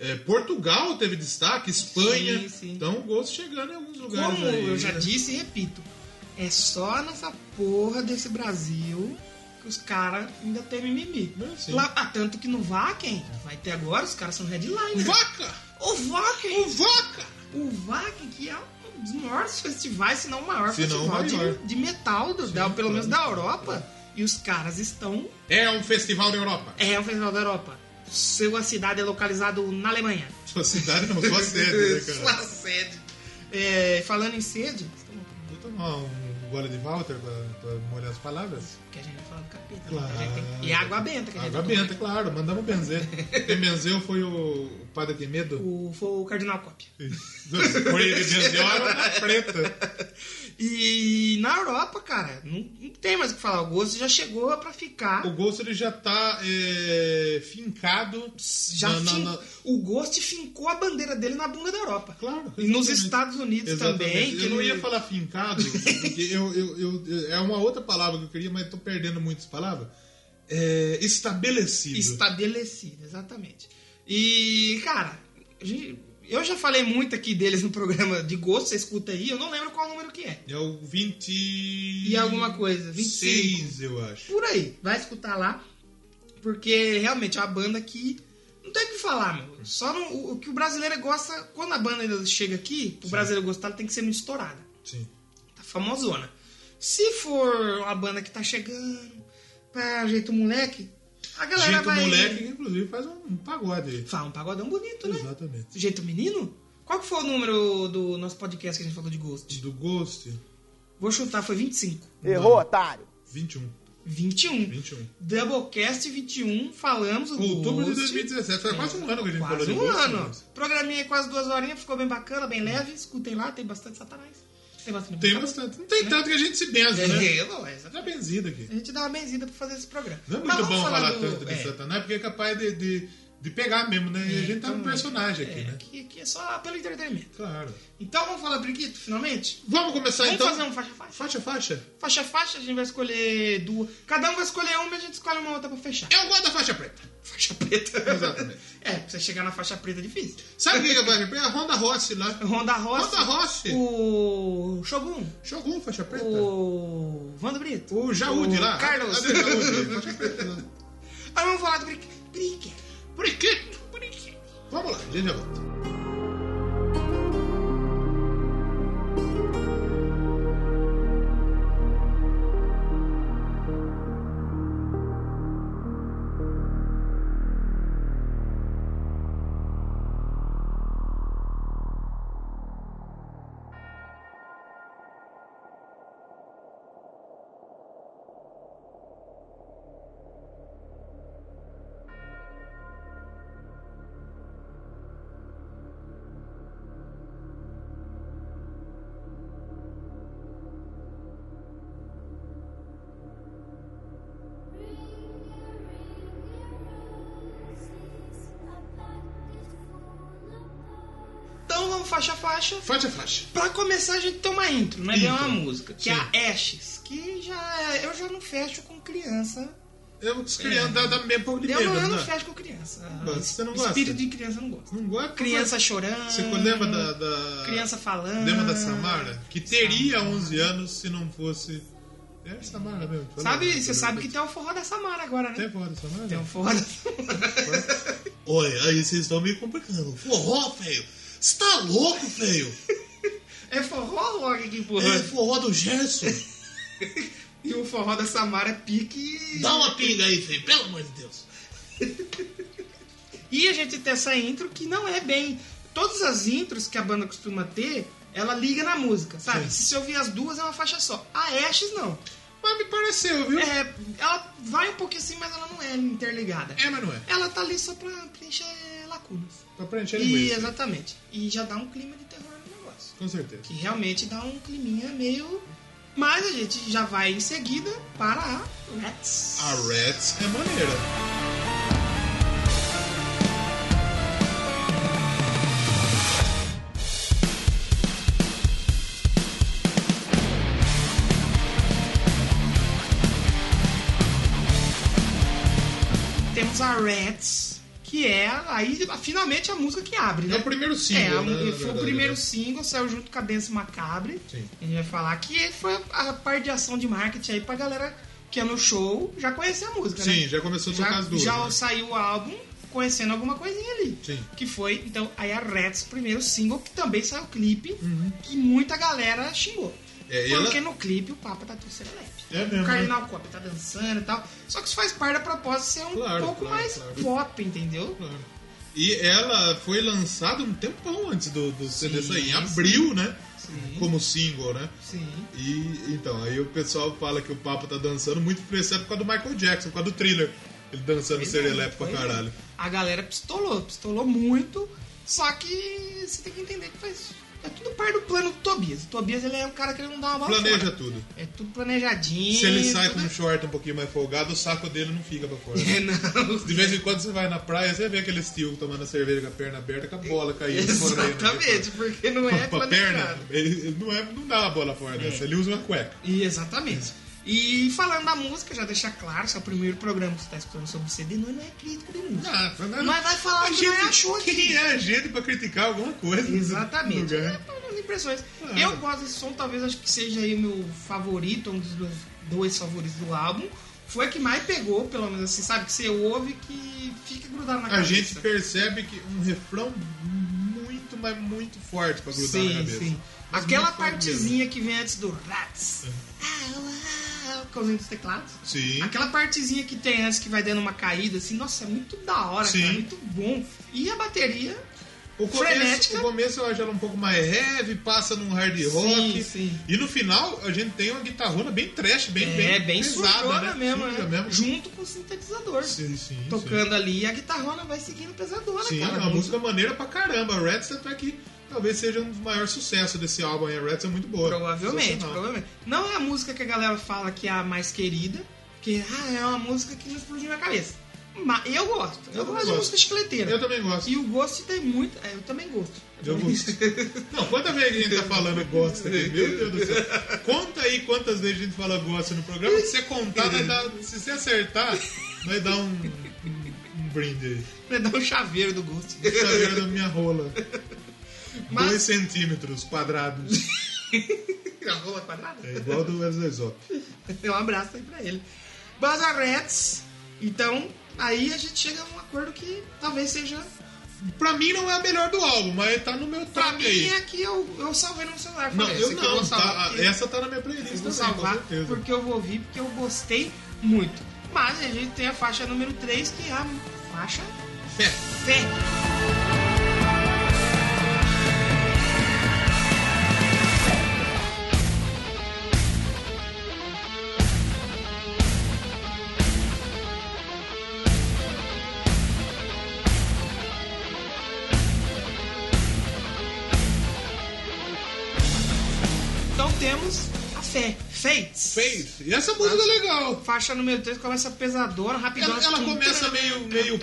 Speaker 2: É, Portugal teve destaque, Espanha.
Speaker 1: Sim, sim.
Speaker 2: Então o Ghost chegando em alguns lugares.
Speaker 1: Como
Speaker 2: aí,
Speaker 1: eu já
Speaker 2: né?
Speaker 1: disse e repito, é só nessa porra desse Brasil que os caras ainda tem mimimi.
Speaker 2: É, sim.
Speaker 1: Lá, ah, tanto que no Vaken, vai ter agora, os caras são headliners.
Speaker 2: Vaca!
Speaker 1: O Vaken!
Speaker 2: Vaca!
Speaker 1: O Vaken, que é um dos maiores festivais, se não o maior
Speaker 2: Se não o
Speaker 1: festival de-
Speaker 2: maior.
Speaker 1: De, metal, do, da- pelo menos da Europa. E os caras estão...
Speaker 2: É um festival da Europa.
Speaker 1: É um festival da Europa. Sua cidade é localizada na Alemanha.
Speaker 2: Sua cidade não, sua sede, né, cara?
Speaker 1: Sua sede. É, falando em sede, estamos
Speaker 2: Vou tomar um gole de Walter pra, pra molhar as palavras.
Speaker 1: Porque a gente vai falar do capeta.
Speaker 2: Claro.
Speaker 1: né? A gente tem- E água benta, que a gente
Speaker 2: Água
Speaker 1: vai tomar.
Speaker 2: benta, claro, mandamos benzer. Quem benzeu foi o, o padre de medo.
Speaker 1: O, foi o Cardinal Copia.
Speaker 2: Foi ele benzeu a água preta.
Speaker 1: E na Europa, cara, não, não tem mais o que falar. O gosto já chegou pra ficar.
Speaker 2: O gosto ele já tá é, fincado.
Speaker 1: já
Speaker 2: na- na-
Speaker 1: fin-
Speaker 2: na-
Speaker 1: O Ghost fincou a bandeira dele na bunda da Europa.
Speaker 2: Claro.
Speaker 1: E nos
Speaker 2: exatamente.
Speaker 1: Estados Unidos também.
Speaker 2: Eu não
Speaker 1: ele-
Speaker 2: ia falar fincado, porque eu, eu- eu- eu- é uma outra palavra que eu queria, mas tô perdendo muitas palavras. É, estabelecido.
Speaker 1: Estabelecido, exatamente. E, cara, a gente- eu já falei muito aqui deles no programa de gosto, você escuta aí, eu não lembro qual número que é.
Speaker 2: É o 20.
Speaker 1: E alguma coisa, 25.
Speaker 2: 6, eu acho.
Speaker 1: por aí. Vai escutar lá. Porque realmente é uma banda que. Não tem o que falar, meu. Só não- o, o que o brasileiro gosta. Quando a banda ainda chega aqui, pro brasileiro gostar, ela tem que ser muito estourada.
Speaker 2: Sim.
Speaker 1: Tá famosona. Se for uma banda que tá chegando, pra jeito moleque, a galera
Speaker 2: Jeito
Speaker 1: vai.
Speaker 2: moleque, que inclusive faz um pagode aí.
Speaker 1: Fala um pagodão bonito, né?
Speaker 2: Exatamente.
Speaker 1: Jeito menino? Qual que foi o número do nosso podcast que a gente falou de Ghost?
Speaker 2: Do Ghost,
Speaker 1: Vou chutar, foi 25.
Speaker 6: Errou, otário.
Speaker 2: 21.
Speaker 1: 21.
Speaker 2: 21.
Speaker 1: Doublecast 21, falamos o
Speaker 2: Outubro de
Speaker 1: Ghost.
Speaker 2: 2017. Foi quase um ano que a gente falou
Speaker 1: Quase
Speaker 2: de
Speaker 1: um
Speaker 2: Ghost.
Speaker 1: ano.
Speaker 2: mas-
Speaker 1: Programinha aí quase duas horinhas, ficou bem bacana, bem leve. Escutem lá, tem bastante satanás. Tem bastante
Speaker 2: Tem
Speaker 1: música.
Speaker 2: bastante. Não tem tanto que a gente se benze, né?
Speaker 1: É, não, é exatamente.
Speaker 2: Já benzido aqui.
Speaker 1: A gente dá uma benzida pra fazer esse programa.
Speaker 2: Não é
Speaker 1: Mas
Speaker 2: muito
Speaker 1: vamos
Speaker 2: bom falar
Speaker 1: do-
Speaker 2: tanto de
Speaker 1: é,
Speaker 2: Satanás, porque é capaz de, de, de pegar mesmo, né? E a gente tá num personagem aqui,
Speaker 1: é,
Speaker 2: né?
Speaker 1: que, que é só pelo entretenimento.
Speaker 2: Claro.
Speaker 1: Então vamos falar, Briquito, finalmente?
Speaker 2: Vamos começar
Speaker 1: vamos
Speaker 2: então.
Speaker 1: fazer um faixa-faixa?
Speaker 2: Faixa, faixa.
Speaker 1: Faixa-faixa, a gente vai escolher duas. Cada um vai escolher uma e a gente escolhe uma outra pra fechar.
Speaker 2: Eu gosto da faixa preta.
Speaker 1: Faixa preta.
Speaker 2: Exatamente.
Speaker 1: É, pra você chegar na faixa preta é difícil.
Speaker 2: Sabe o que que é a faixa preta? A Honda Rossi lá.
Speaker 1: Ronda Rossi.
Speaker 2: Honda Rossi.
Speaker 1: O Shogun.
Speaker 2: Shogun, faixa preta.
Speaker 1: O Vando Brito.
Speaker 2: O Jaúde
Speaker 1: o
Speaker 2: lá.
Speaker 1: Carlos.
Speaker 2: Cadê o Jaúde? Faixa preta né? lá.
Speaker 1: Aí Ah, vamos falar do Brick. Brick.
Speaker 2: Briquito, briquito. Vamos lá, a gente já volta.
Speaker 1: Então vamos faixa a faixa.
Speaker 2: Faixa, faixa.
Speaker 1: Pra começar, a gente tem uma intro, né? Tem
Speaker 2: Intro.
Speaker 1: uma música, que é
Speaker 2: Sim.
Speaker 1: a Ashes, que já é, eu já não fecho com criança.
Speaker 2: Eu as crianças dá, dá meio pouco de
Speaker 1: Eu,
Speaker 2: medo,
Speaker 1: não, eu não
Speaker 2: né?
Speaker 1: fecho com criança.
Speaker 2: Você não gosta?
Speaker 1: Espírito de criança eu não gosto.
Speaker 2: Não gosta?
Speaker 1: Criança chorando.
Speaker 2: Você lembra da, da-
Speaker 1: Criança falando.
Speaker 2: Lembra da Samara? Que teria 11 anos se não fosse. É Samara mesmo. que falou.
Speaker 1: Sabe, você sabe que tem o forró da Samara agora,
Speaker 2: Tem
Speaker 1: né?
Speaker 2: fora Samara?
Speaker 1: Tem o forró da Samara.
Speaker 5: Olha, aí vocês estão me complicando. Forró, feio. Você tá louco, feio?
Speaker 1: É forró ou rock que empurra?
Speaker 5: É forró do Gerson.
Speaker 1: E
Speaker 2: um
Speaker 1: o forró da Samara pique.
Speaker 5: Dá uma pinga aí, feio, pelo amor de Deus.
Speaker 1: E a gente tem essa intro que não é bem. Todas as intros que a banda costuma ter, ela liga na música, sabe? Se você ouvir as duas, é uma faixa só. A Ashes não.
Speaker 2: Mas me pareceu, viu? É,
Speaker 1: É, ela vai um pouquinho assim, mas ela não é interligada.
Speaker 2: mas não é.
Speaker 1: Ela tá ali só pra preencher lacunas.
Speaker 2: Pra preencher
Speaker 1: E,
Speaker 2: linguiça.
Speaker 1: exatamente. E já dá um clima de terror no negócio.
Speaker 2: Com certeza.
Speaker 1: Que realmente dá um climinha meio. Mas a gente já vai em seguida para a Rats.
Speaker 2: A Rats é maneira.
Speaker 1: Temos a Rats, que é aí finalmente a música que abre, né?
Speaker 2: É o primeiro
Speaker 1: É,
Speaker 2: single.
Speaker 1: um-
Speaker 2: né, na
Speaker 1: foi
Speaker 2: verdade,
Speaker 1: o primeiro
Speaker 2: né?
Speaker 1: single, saiu junto com a Dance Macabre.
Speaker 2: Sim.
Speaker 1: A gente vai falar que foi a parte de ação de marketing aí pra galera que é no show já conhecer a música, né?
Speaker 2: Sim, já começou a tocar
Speaker 1: já,
Speaker 2: as duas.
Speaker 1: já
Speaker 2: né?
Speaker 1: saiu o álbum conhecendo alguma coisinha ali.
Speaker 2: Sim.
Speaker 1: Que foi, então, aí a Rats, primeiro single, que também saiu o clipe, que muita galera xingou.
Speaker 2: Uhum. É, e
Speaker 1: Porque
Speaker 2: ela-
Speaker 1: no clipe o Papa tá torcendo leve.
Speaker 2: É mesmo,
Speaker 1: O Cardinal Cop tá dançando e tal. Só que isso faz parte da proposta de ser um
Speaker 2: Claro,
Speaker 1: pouco
Speaker 2: claro,
Speaker 1: mais
Speaker 2: claro.
Speaker 1: pop, entendeu?
Speaker 2: Claro. E ela foi lançada um tempão antes do, do CD
Speaker 1: Sim,
Speaker 2: sair,
Speaker 1: sim.
Speaker 2: em abril, né?
Speaker 1: Sim.
Speaker 2: Como single, né?
Speaker 1: Sim.
Speaker 2: E então, aí o pessoal fala que o Papa tá dançando muito por isso é por causa do Michael Jackson, por causa do thriller. Ele dançando
Speaker 1: Pois
Speaker 2: serelepe pra
Speaker 1: pois
Speaker 2: caralho.
Speaker 1: A galera pistolou, pistolou muito, só que você tem que entender que faz. É tudo parte do plano do Tobias. O Tobias ele é um cara que ele não dá uma bola
Speaker 2: Planeja
Speaker 1: fora.
Speaker 2: tudo.
Speaker 1: É tudo planejadinho.
Speaker 2: Se ele sai com
Speaker 1: tudo...
Speaker 2: um short um pouquinho mais folgado, o saco dele não fica pra fora.
Speaker 1: É, não.
Speaker 2: De vez em quando você vai na praia, você vê aquele tio tomando cerveja com a perna aberta, com a bola caindo. fora dele.
Speaker 1: Exatamente, porque não é
Speaker 2: né? Com a perna,
Speaker 1: planejado.
Speaker 2: ele ele não, é, não dá a bola fora dessa, ele usa uma cueca.
Speaker 1: E exatamente. E falando da música, já deixar claro, esse é o primeiro programa que você está escutando sobre CD, não, não é crítico de música.
Speaker 2: Ah,
Speaker 1: Mas vai falar
Speaker 2: a
Speaker 1: o que não é
Speaker 2: gente-
Speaker 1: achou aqui.
Speaker 2: Quem é a gente pra criticar alguma coisa? nesse
Speaker 1: Exatamente. É,
Speaker 2: lugar?
Speaker 1: pelas impressões.
Speaker 2: Claro.
Speaker 1: Eu gosto desse som, talvez acho que seja aí o meu favorito, um dos meus dois favoritos do álbum. Foi a que mais pegou, pelo menos assim, sabe? Que você ouve que fica grudado na
Speaker 2: A
Speaker 1: cabeça.
Speaker 2: gente percebe que um refrão muito, mas muito forte pra grudar na
Speaker 1: Sim,
Speaker 2: cabeça.
Speaker 1: sim.
Speaker 2: Mas
Speaker 1: Aquela
Speaker 2: muito forte
Speaker 1: partezinha que vem antes do Rats. Ah, ah, ah, com os teclados.
Speaker 2: mesmo. É. Sim.
Speaker 1: Aquela partezinha que tem antes que vai dando uma caída, assim, nossa, é muito da hora,
Speaker 2: Sim.
Speaker 1: cara, é muito bom. E a bateria,
Speaker 2: O começo,
Speaker 1: frenética.
Speaker 2: o começo eu acho ela um pouco mais heavy, passa num hard rock.
Speaker 1: sim.
Speaker 2: E no final a gente tem uma guitarrona bem trash, bem,
Speaker 1: é bem
Speaker 2: pesada,
Speaker 1: surdona
Speaker 2: né?
Speaker 1: mesmo,
Speaker 2: Suja
Speaker 1: né?
Speaker 2: mesmo.
Speaker 1: Junto com o sintetizador.
Speaker 2: Sim, sim, sim.
Speaker 1: tocando ali e a guitarrona vai seguindo pesadona,
Speaker 2: Sim, é
Speaker 1: cara.
Speaker 2: uma música maneira pra caramba. A Rats até que talvez seja um dos maiores sucessos desse álbum aí. A Rats é muito boa.
Speaker 1: Provavelmente,
Speaker 2: Sensacional.
Speaker 1: provavelmente. Não é a música que a galera fala que é a mais querida, porque ah, é uma música que não explodiu minha cabeça. Mas eu gosto. Eu,
Speaker 2: Eu
Speaker 1: gosto de
Speaker 2: gosto.
Speaker 1: música chicleteira.
Speaker 2: Eu também gosto.
Speaker 1: E o gosto tem muito. é, eu também gosto.
Speaker 2: Eu gosto. Não, quanta vez a gente tá falando gosta aqui? Meu Deus do céu. Conta aí quantas vezes a gente fala gosta no programa. Se você contar, vai dar, se você acertar, vai dar um, um, um brinde aí.
Speaker 1: Vai dar um chaveiro do gosto.
Speaker 2: Tá vendo a minha rola?
Speaker 1: Mas-
Speaker 2: Dois centímetros quadrados.
Speaker 1: a rola quadrada.
Speaker 2: É igual do Wesley Zop.
Speaker 1: Um abraço aí pra ele. Bazarets. Então, aí a gente chega a um acordo que talvez seja.
Speaker 2: Pra mim não é a melhor do álbum, mas tá no meu
Speaker 1: Pra
Speaker 2: top
Speaker 1: mim
Speaker 2: aí.
Speaker 1: é a que eu, eu salvei no celular.
Speaker 2: Não,
Speaker 1: falei,
Speaker 2: eu
Speaker 1: essa aqui
Speaker 2: não.
Speaker 1: vou salvar
Speaker 2: tá-
Speaker 1: porque-
Speaker 2: essa tá na minha playlist.
Speaker 1: Eu vou
Speaker 2: também, com
Speaker 1: salvar
Speaker 2: certeza.
Speaker 1: porque eu vou ouvir, porque eu gostei muito. Mas a gente tem a faixa número 3, que é a faixa
Speaker 2: Fé.
Speaker 1: Fé. Então temos a fé. Fates.
Speaker 2: Faith. E essa música é legal.
Speaker 1: Faixa número 3 começa pesadona, assim, rapidona.
Speaker 2: Ela- ela começa meio- meio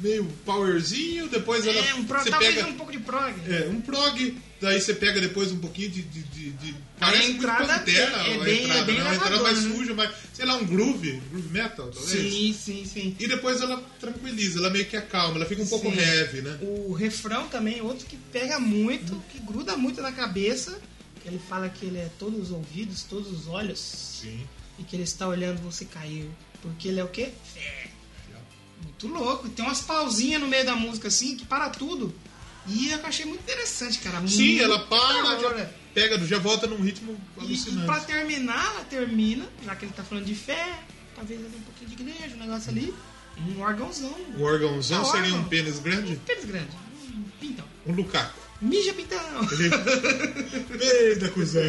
Speaker 2: meio powerzinho, depois ela.
Speaker 1: né? É, um prog,
Speaker 2: você
Speaker 1: talvez
Speaker 2: pega,
Speaker 1: um pouco de prog.
Speaker 2: É, um prog, daí você pega depois um pouquinho de. de, de, de parece muito
Speaker 1: entrada
Speaker 2: Pantera,
Speaker 1: é
Speaker 2: a
Speaker 1: bem- é
Speaker 2: entrada,
Speaker 1: bem
Speaker 2: né? Uma entrada
Speaker 1: elevador,
Speaker 2: mais
Speaker 1: né?
Speaker 2: suja, mais. Sei lá, um groove, groove metal, talvez.
Speaker 1: Sim, sim, sim.
Speaker 2: E depois ela tranquiliza, ela meio que acalma, ela fica um pouco
Speaker 1: Sim.
Speaker 2: heavy, né?
Speaker 1: O refrão também é outro que pega muito, que gruda muito na cabeça. que Ele fala que ele é todos os ouvidos, todos os olhos.
Speaker 2: Sim.
Speaker 1: E que ele está olhando você cair. Porque ele é o quê? Fé. Muito louco. E tem umas pausinhas no meio da música assim que para tudo. E eu achei muito interessante, cara.
Speaker 2: Sim,
Speaker 1: Muito
Speaker 2: ela
Speaker 1: da
Speaker 2: para, já
Speaker 1: hora.
Speaker 2: pega, já volta num ritmo
Speaker 1: E, e
Speaker 2: alucinante.
Speaker 1: pra terminar, ela termina, já que ele tá falando de fé, talvez ali um pouquinho de igreja, um negócio ali, um órgãozão.
Speaker 2: Um órgãozão
Speaker 1: Ah,
Speaker 2: seria
Speaker 1: órgão.
Speaker 2: um pênis grande?
Speaker 1: Pênis grande. um Pintão.
Speaker 2: Um Lukaku.
Speaker 1: Mija pintão.
Speaker 2: Eita, coisa.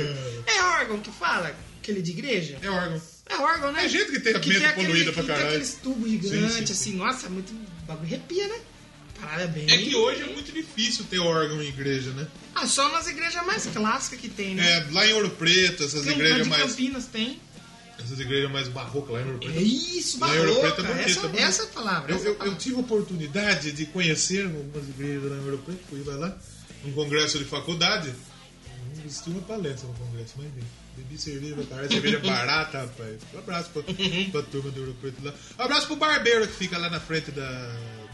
Speaker 1: É órgão que fala? Aquele de igreja?
Speaker 2: É órgão.
Speaker 1: É órgão, né?
Speaker 2: É gente que tem a
Speaker 1: tem
Speaker 2: mente
Speaker 1: aquele-
Speaker 2: poluída pra
Speaker 1: que tem
Speaker 2: caralho.
Speaker 1: aqueles tubos
Speaker 2: Sim, sim,
Speaker 1: gigantes,
Speaker 2: sim.
Speaker 1: assim, nossa, muito. O bagulho arrepia, né? Parada bem.
Speaker 2: É que hoje é muito difícil ter órgão em igreja, né?
Speaker 1: Ah, só nas igrejas mais clássicas que tem, né?
Speaker 2: É, lá em Ouro Preto, essas
Speaker 1: tem um
Speaker 2: igrejas
Speaker 1: de
Speaker 2: mais.
Speaker 1: Campinas tem.
Speaker 2: Essas igrejas mais barrocas lá em Ouro
Speaker 1: É
Speaker 2: Preto.
Speaker 1: isso,
Speaker 2: Lá em Ouro
Speaker 1: barroca.
Speaker 2: Preto é bonito,
Speaker 1: essa,
Speaker 2: é bonito.
Speaker 1: essa é a palavra.
Speaker 2: Eu,
Speaker 1: essa é a
Speaker 2: eu, eu
Speaker 1: palavra.
Speaker 2: tive a oportunidade de conhecer algumas igrejas lá em Ouro Preto, fui lá, lá num congresso de faculdade. Não assisti uma palestra no congresso, mas bem. Bebi cerveja pra caralho, cerveja barata, rapaz. Um abraço pra, pra turma do Ouro Preto lá. Um abraço pro barbeiro que fica lá na frente da,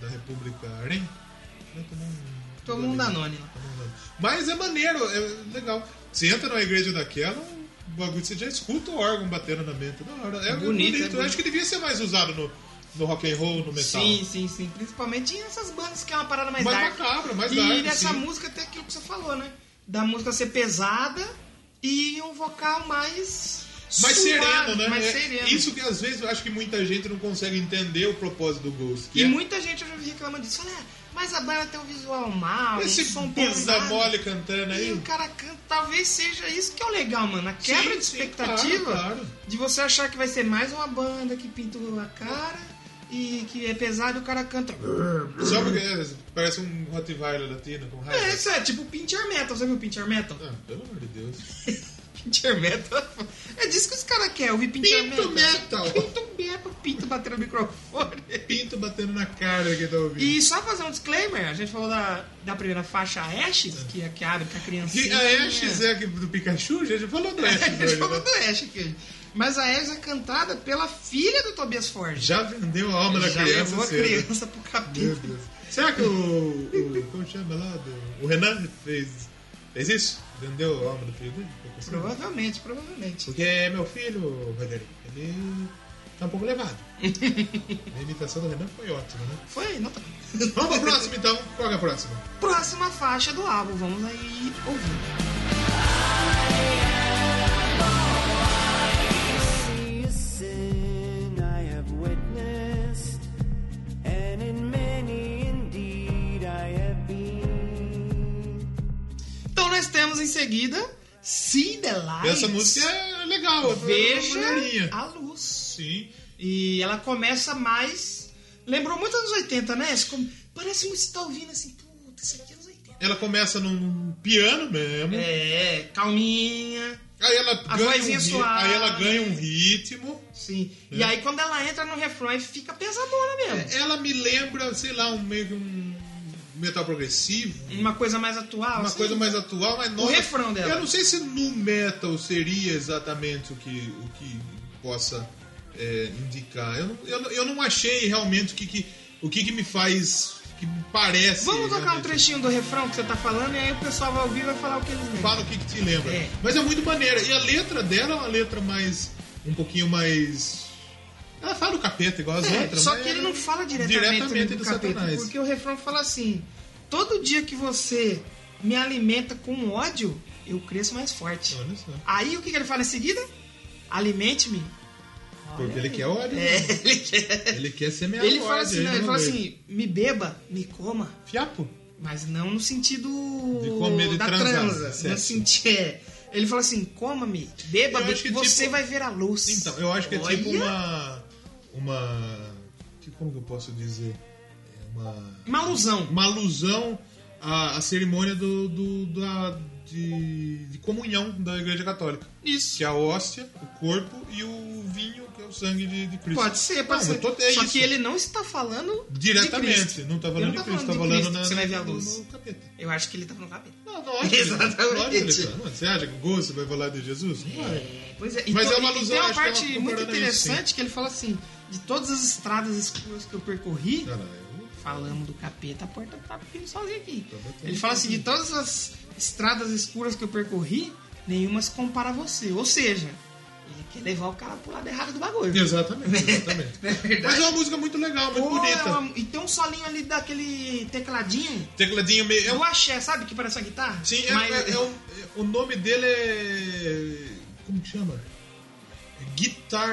Speaker 2: da República é Arém.
Speaker 1: Tomou um Danone lá.
Speaker 2: Mas é maneiro, é legal. Você entra numa igreja daquela, o bagulho você já escuta o órgão batendo na mente. Da hora. É
Speaker 1: Bonito,
Speaker 2: bonito,
Speaker 1: é
Speaker 2: Eu
Speaker 1: bonito.
Speaker 2: acho que devia ser mais usado no, no rock and roll, no metal.
Speaker 1: Sim, sim, sim. Principalmente nessas bandas que é uma parada mais,
Speaker 2: Mais
Speaker 1: dark.
Speaker 2: macabra, É mais
Speaker 1: e
Speaker 2: dark,
Speaker 1: nessa
Speaker 2: sim.
Speaker 1: é música tem aquilo que você falou, né? Da música ser pesada e um vocal mais.
Speaker 2: Mais
Speaker 1: suave,
Speaker 2: sereno, né?
Speaker 1: Mais
Speaker 2: É
Speaker 1: sereno.
Speaker 2: Isso que às vezes eu acho que muita gente não consegue entender o propósito do Ghost. que
Speaker 1: E
Speaker 2: é
Speaker 1: muita gente eu já vi reclamando disso. Fala, "Ah, mas a banda tem um visual mal,
Speaker 2: esse
Speaker 1: um som
Speaker 2: bunda
Speaker 1: pesado.
Speaker 2: mole cantando
Speaker 1: E
Speaker 2: aí.
Speaker 1: o cara canta, talvez seja isso que é o legal, mano. A quebra
Speaker 2: Sim,
Speaker 1: de
Speaker 2: sim,
Speaker 1: expectativa
Speaker 2: claro, claro.
Speaker 1: de você achar que vai ser mais uma banda que pintou a cara e que é pesado e o cara canta.
Speaker 2: Só porque é, parece um Rottweiler latino com raiva.
Speaker 1: É, isso é tipo Pinter Metal. Você viu Pinter Metal?
Speaker 2: Ah, pelo amor de Deus.
Speaker 1: Pinter Metal. É disso que os caras querem, ouvir Pinter
Speaker 2: Pinto
Speaker 1: é Metal.
Speaker 2: metal.
Speaker 1: Pinto Metal. Pinto batendo no microfone.
Speaker 2: Pinto batendo na cara que tá ouvindo.
Speaker 1: E só fazer um disclaimer, a gente falou da, da primeira faixa Ashes, que é a que abre com a
Speaker 2: Que
Speaker 1: criancinha.
Speaker 2: a Ashes é aqui do Pikachu? Já já falou do Ashes
Speaker 1: A gente
Speaker 2: hoje,
Speaker 1: É, falou
Speaker 2: né?
Speaker 1: do Ashes aqui hoje. Mas a Ashes é cantada pela filha do Tobias Forge.
Speaker 2: Já vendeu a alma da
Speaker 1: Já
Speaker 2: criança
Speaker 1: levou a
Speaker 2: cedo.
Speaker 1: criança pro
Speaker 2: Meu
Speaker 1: capítulo.
Speaker 2: Deus. Será que o, o- Como chama lá? do- o Renan fez, fez isso? Vendeu a alma do filho dele?
Speaker 1: Provavelmente, provavelmente.
Speaker 2: Porque é meu filho, Rogério, ele tá um pouco levado. a imitação do Renan foi ótima, né?
Speaker 1: Foi, não tá.
Speaker 2: Vamos pra próxima então. Qual que é a próxima?
Speaker 1: Próxima faixa do álbum, vamos aí ouvir.
Speaker 6: see a sin I have witnessed, and in many indeed I have been.
Speaker 1: Então nós temos em seguida See the Light.
Speaker 2: Essa música é legal. é maneirinha.
Speaker 1: Veja a luz.
Speaker 2: Sim.
Speaker 1: E ela começa mais. Lembrou muito anos 80, né? Esse com- Parece que você tá ouvindo assim, puta, isso aqui é anos 80.
Speaker 2: Ela começa num piano mesmo.
Speaker 1: É, calminha.
Speaker 2: Aí ela,
Speaker 1: A
Speaker 2: ganha um,
Speaker 1: vozinha
Speaker 2: ri-
Speaker 1: suave.
Speaker 2: aí ela ganha um ritmo.
Speaker 1: Sim. E
Speaker 2: É.
Speaker 1: aí quando ela entra no refrão, aí fica pesadona mesmo.
Speaker 2: Ela me lembra, sei lá, um meio que um metal progressivo.
Speaker 1: Uma coisa mais atual.
Speaker 2: é. Uma
Speaker 1: assim.
Speaker 2: coisa mais atual, mas nova.
Speaker 1: refrão dela.
Speaker 2: Eu não sei se no metal seria exatamente o que, o que possa é, indicar. Eu não, eu, não- eu não achei realmente o que, que- o que, que me faz. que me parece.
Speaker 1: Vamos tocar um
Speaker 2: realmente.
Speaker 1: trechinho do refrão que você tá falando e aí o pessoal vai ouvir e vai falar o que eles lembram.
Speaker 2: fala o que, que te lembra.
Speaker 1: É.
Speaker 2: Mas é muito maneira. E a letra dela é uma letra mais. um pouquinho mais. Ela fala o capeta igual as
Speaker 1: É,
Speaker 2: outras.
Speaker 1: só
Speaker 2: mas
Speaker 1: que ele
Speaker 2: é
Speaker 1: não fala diretamente,
Speaker 2: diretamente
Speaker 1: do,
Speaker 2: do
Speaker 1: capeta,
Speaker 2: Satanás.
Speaker 1: porque o refrão fala assim: todo dia que você me alimenta com ódio, eu cresço mais forte.
Speaker 2: Olha só.
Speaker 1: Aí o que, que ele fala em seguida? Alimente-me.
Speaker 2: Porque ele quer ódio.
Speaker 1: É,
Speaker 2: né?
Speaker 1: ele quer.
Speaker 2: Ele quer semear
Speaker 1: Ele
Speaker 2: ódio
Speaker 1: fala assim,
Speaker 2: aí
Speaker 1: não,
Speaker 2: no
Speaker 1: ele fala
Speaker 2: meio.
Speaker 1: assim, me beba, me coma,
Speaker 2: Fiapo.
Speaker 1: mas não no sentido
Speaker 2: De comer, de
Speaker 1: da
Speaker 2: transar,
Speaker 1: transa. No
Speaker 2: certo.
Speaker 1: sentido, é. Ele fala assim, coma-me, beba,
Speaker 2: Eu acho que,
Speaker 1: você
Speaker 2: tipo,
Speaker 1: vai ver a luz.
Speaker 2: Então, eu acho que é tipo
Speaker 1: Olha!
Speaker 2: uma. Uma. que- como que eu posso dizer? É uma.
Speaker 1: Uma alusão.
Speaker 2: Uma alusão a, a cerimônia do, do- da, de, de comunhão da Igreja Católica.
Speaker 1: Isso.
Speaker 2: Que é a hóstia, o corpo e o vinho, que é o sangue de, de Cristo.
Speaker 1: Pode ser, pode
Speaker 2: Não,
Speaker 1: ser.
Speaker 2: eu tô- é
Speaker 1: Só
Speaker 2: isso.
Speaker 1: que ele não está falando de Cristo.
Speaker 2: Diretamente, não tá falando
Speaker 1: Ele não
Speaker 2: de Cristo,
Speaker 1: tá
Speaker 2: tá
Speaker 1: falando de Cristo,
Speaker 2: falando na,
Speaker 1: que você vai ver a
Speaker 2: no-
Speaker 1: luz.
Speaker 2: no capeta.
Speaker 1: Eu acho que ele tá falando capeta.
Speaker 2: Não, não acho que ele tá.
Speaker 7: Exatamente.
Speaker 2: Lógico que ele tá. Mano, Você acha que o Ghost vai falar de Jesus? Não vai.
Speaker 1: Pois é,
Speaker 2: Mas
Speaker 1: então,
Speaker 2: é uma
Speaker 1: e
Speaker 2: alusão,
Speaker 1: tem uma
Speaker 2: acho que é uma
Speaker 1: parte muito
Speaker 2: comparada a isso,
Speaker 1: interessante que ele fala assim: de todas as estradas escuras que eu
Speaker 2: É.
Speaker 1: percorri,
Speaker 2: Caralho.
Speaker 1: falando do capeta, a porta tá abrindo sozinha aqui.
Speaker 2: Tá batendo
Speaker 1: Ele fala assim: de todas as estradas escuras que eu percorri, nenhuma se compara a você. Ou seja, ele quer levar o cara pro lado errado do bagulho.
Speaker 2: Exatamente, exatamente.
Speaker 1: Não é verdade?
Speaker 2: Mas é uma música muito legal, muito
Speaker 1: Pô,
Speaker 2: bonita.
Speaker 1: é uma- E tem um solinho ali daquele tecladinho.
Speaker 2: Tecladinho meio. É
Speaker 1: Eu
Speaker 2: um...
Speaker 1: achei, sabe que parece uma guitarra?
Speaker 2: Sim, é,
Speaker 1: Mas-
Speaker 2: é- é um- é- o nome dele é. Como que chama? É Guitar.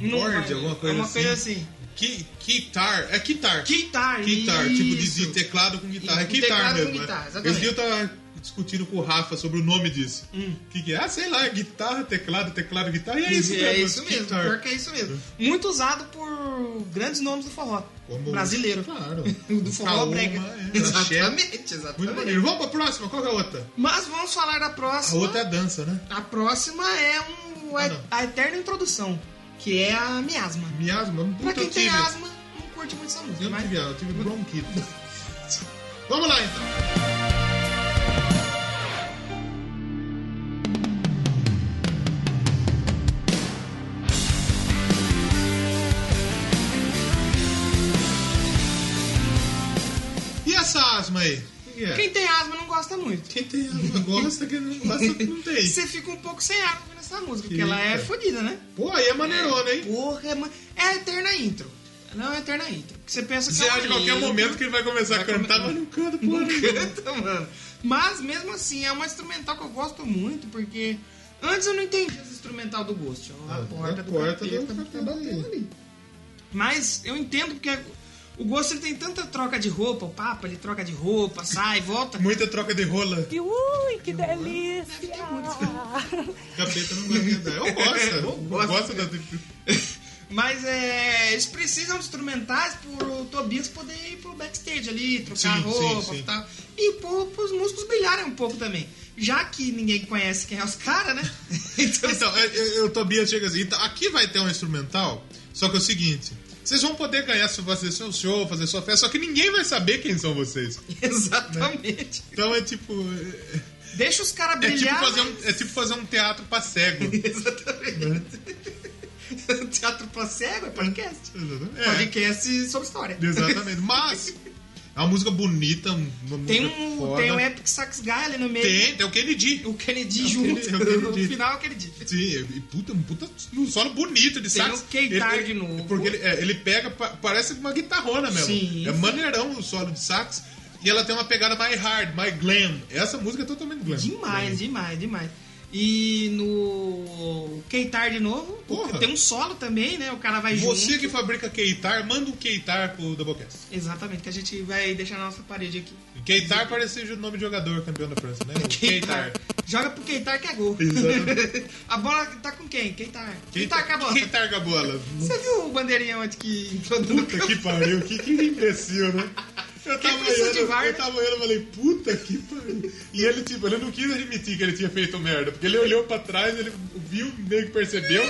Speaker 1: não
Speaker 2: Lord,
Speaker 1: vai-
Speaker 2: alguma coisa
Speaker 1: é uma coisa
Speaker 2: assim.
Speaker 1: assim.
Speaker 2: Ki, guitar. É guitar.
Speaker 1: Guitar,
Speaker 2: Guitar,
Speaker 1: isso.
Speaker 2: tipo de, de teclado com guitarra. É
Speaker 1: Com
Speaker 2: guitar
Speaker 1: teclado com
Speaker 2: mesmo. né?
Speaker 1: guitarra, exatamente.
Speaker 2: Esse dia eu tava discutindo com o Rafa sobre o nome disso.
Speaker 1: Hum.
Speaker 2: Que, que é? Ah, sei lá, é guitarra, teclado, teclado, guitarra. E é isso mesmo.
Speaker 1: é isso mesmo,
Speaker 2: guitar.
Speaker 1: pior que é isso mesmo. Muito usado por grandes nomes do forró
Speaker 2: Como-
Speaker 1: brasileiro.
Speaker 2: Claro.
Speaker 1: Do forró
Speaker 2: Kaoma,
Speaker 1: brega.
Speaker 2: é, axé.
Speaker 1: Exatamente,
Speaker 2: Muito
Speaker 1: exatamente.
Speaker 2: maneiro. Vamos pra próxima? Qual que é a outra?
Speaker 1: Mas vamos falar da
Speaker 2: A
Speaker 1: próxima.
Speaker 2: outra é a dança, né?
Speaker 1: A próxima é um,
Speaker 2: Ah, não.
Speaker 1: a eterna introdução, que é a miasma.
Speaker 2: Miasma. Puta,
Speaker 1: Pra quem
Speaker 2: eu
Speaker 1: tem
Speaker 2: tive.
Speaker 1: asma, não curte muito essa música,
Speaker 2: Eu não
Speaker 1: mas
Speaker 2: tive asma, eu tive bronquite. Vamos lá, então. E essa asma aí? O que que é?
Speaker 1: quem tem asma não gosta muito.
Speaker 2: Quem tem asma gosta, quem não gosta não tem.
Speaker 1: Você fica um pouco sem ar ouvindo essa música, porque ela é
Speaker 2: Eita.
Speaker 1: fodida, né?
Speaker 2: Pô, aí é maneirona, hein?
Speaker 1: Porra, mano. É a eterna intro. Não é a eterna intro. que Você pensa que
Speaker 2: Você
Speaker 1: é uma
Speaker 2: acha que a qualquer
Speaker 1: intro.
Speaker 2: momento que ele vai começar a
Speaker 1: Vai
Speaker 2: cantar,
Speaker 1: come-
Speaker 2: mas não canta, porra
Speaker 1: Não
Speaker 2: nenhuma.
Speaker 1: canta, mano. Mas mesmo assim, é uma instrumental que eu gosto muito, porque antes eu não entendi essa instrumental do Ghost. ó,
Speaker 2: Ah,
Speaker 1: a porta
Speaker 2: a
Speaker 1: do
Speaker 2: porta
Speaker 1: capeta,
Speaker 2: do
Speaker 1: tá
Speaker 2: capeta
Speaker 1: batendo
Speaker 2: aí.
Speaker 1: ali. Mas eu entendo porque o Ghost ele tem tanta troca de roupa, o Papa ele troca de roupa, sai, volta.
Speaker 2: Muita troca de rola.
Speaker 8: Ui, que delícia!
Speaker 1: Deve ter muitos, né?
Speaker 2: Capeta não gosta de andar. Eu gosto.
Speaker 1: Eu
Speaker 2: Eu
Speaker 1: gosto.
Speaker 2: gosto da.
Speaker 1: Mas é, eles precisam de instrumentais pro Tobias poder ir pro backstage ali, trocar
Speaker 2: Sim,
Speaker 1: roupa
Speaker 2: sim, sim.
Speaker 1: e tal. E pro, pros músicos brilharem um pouco também. Já que ninguém conhece quem é os caras, né? Então,
Speaker 2: Então, eu- eu- o Tobias chega assim. Então, aqui vai ter um instrumental, só que é o seguinte. Vocês vão poder ganhar se fazer seu show, fazer sua festa, só que ninguém vai saber quem são vocês.
Speaker 1: exatamente.
Speaker 2: Então é tipo.
Speaker 1: Deixa os caras
Speaker 2: É, é tipo,
Speaker 1: brilhar. né?
Speaker 2: fazer um, Né? é tipo fazer um teatro pra cego.
Speaker 1: um... Teatro pra cego é podcast.
Speaker 2: É,
Speaker 1: Podcast sobre história.
Speaker 2: exatamente. Mas é uma música bonita, uma
Speaker 1: Tem
Speaker 2: música
Speaker 1: um,
Speaker 2: É foda.
Speaker 1: tem um Epic Sax Guy ali no meio.
Speaker 2: Tem, tem o Kennedy.
Speaker 1: O Kennedy
Speaker 2: É o
Speaker 1: junto.
Speaker 2: Kennedy, é o Kennedy.
Speaker 1: No final é o Kennedy.
Speaker 2: Sim, e puta, um puta um solo bonito de
Speaker 1: Tem
Speaker 2: sax.
Speaker 1: o Keitar de novo.
Speaker 2: Porque ele, é, ele pega, pa- parece uma guitarrona mesmo.
Speaker 1: Sim.
Speaker 2: É maneirão o solo de sax. E ela tem uma pegada mais hard, mais glam. Essa música é totalmente glam.
Speaker 1: Demais, demais, demais. E no Keitar de novo,
Speaker 2: Porra.
Speaker 1: tem um solo também, né? O cara vai
Speaker 2: Você
Speaker 1: junto.
Speaker 2: que fabrica Keitar, manda um Keitar pro Doublecast.
Speaker 1: Exatamente, que a gente vai deixar na nossa parede aqui.
Speaker 2: Keitar parece o nome de jogador campeão da França, né? O
Speaker 1: Keitar.
Speaker 2: Keitar.
Speaker 1: Joga pro Keitar que é gol.
Speaker 2: Exatamente.
Speaker 1: a bola tá com quem? Keitar. Keitar com a bola.
Speaker 2: Keitar com a bola.
Speaker 1: Você viu o bandeirinha antes que entrou no
Speaker 2: Puta que pariu, que, que imbecil, né? Eu
Speaker 1: Quem
Speaker 2: tava,
Speaker 1: precisa
Speaker 2: olhando,
Speaker 1: de VAR,
Speaker 2: eu
Speaker 1: né?
Speaker 2: tava olhando e falei, puta que pariu. E ele, tipo, ele não quis admitir que ele tinha feito merda, porque ele olhou pra trás, ele viu, meio que percebeu,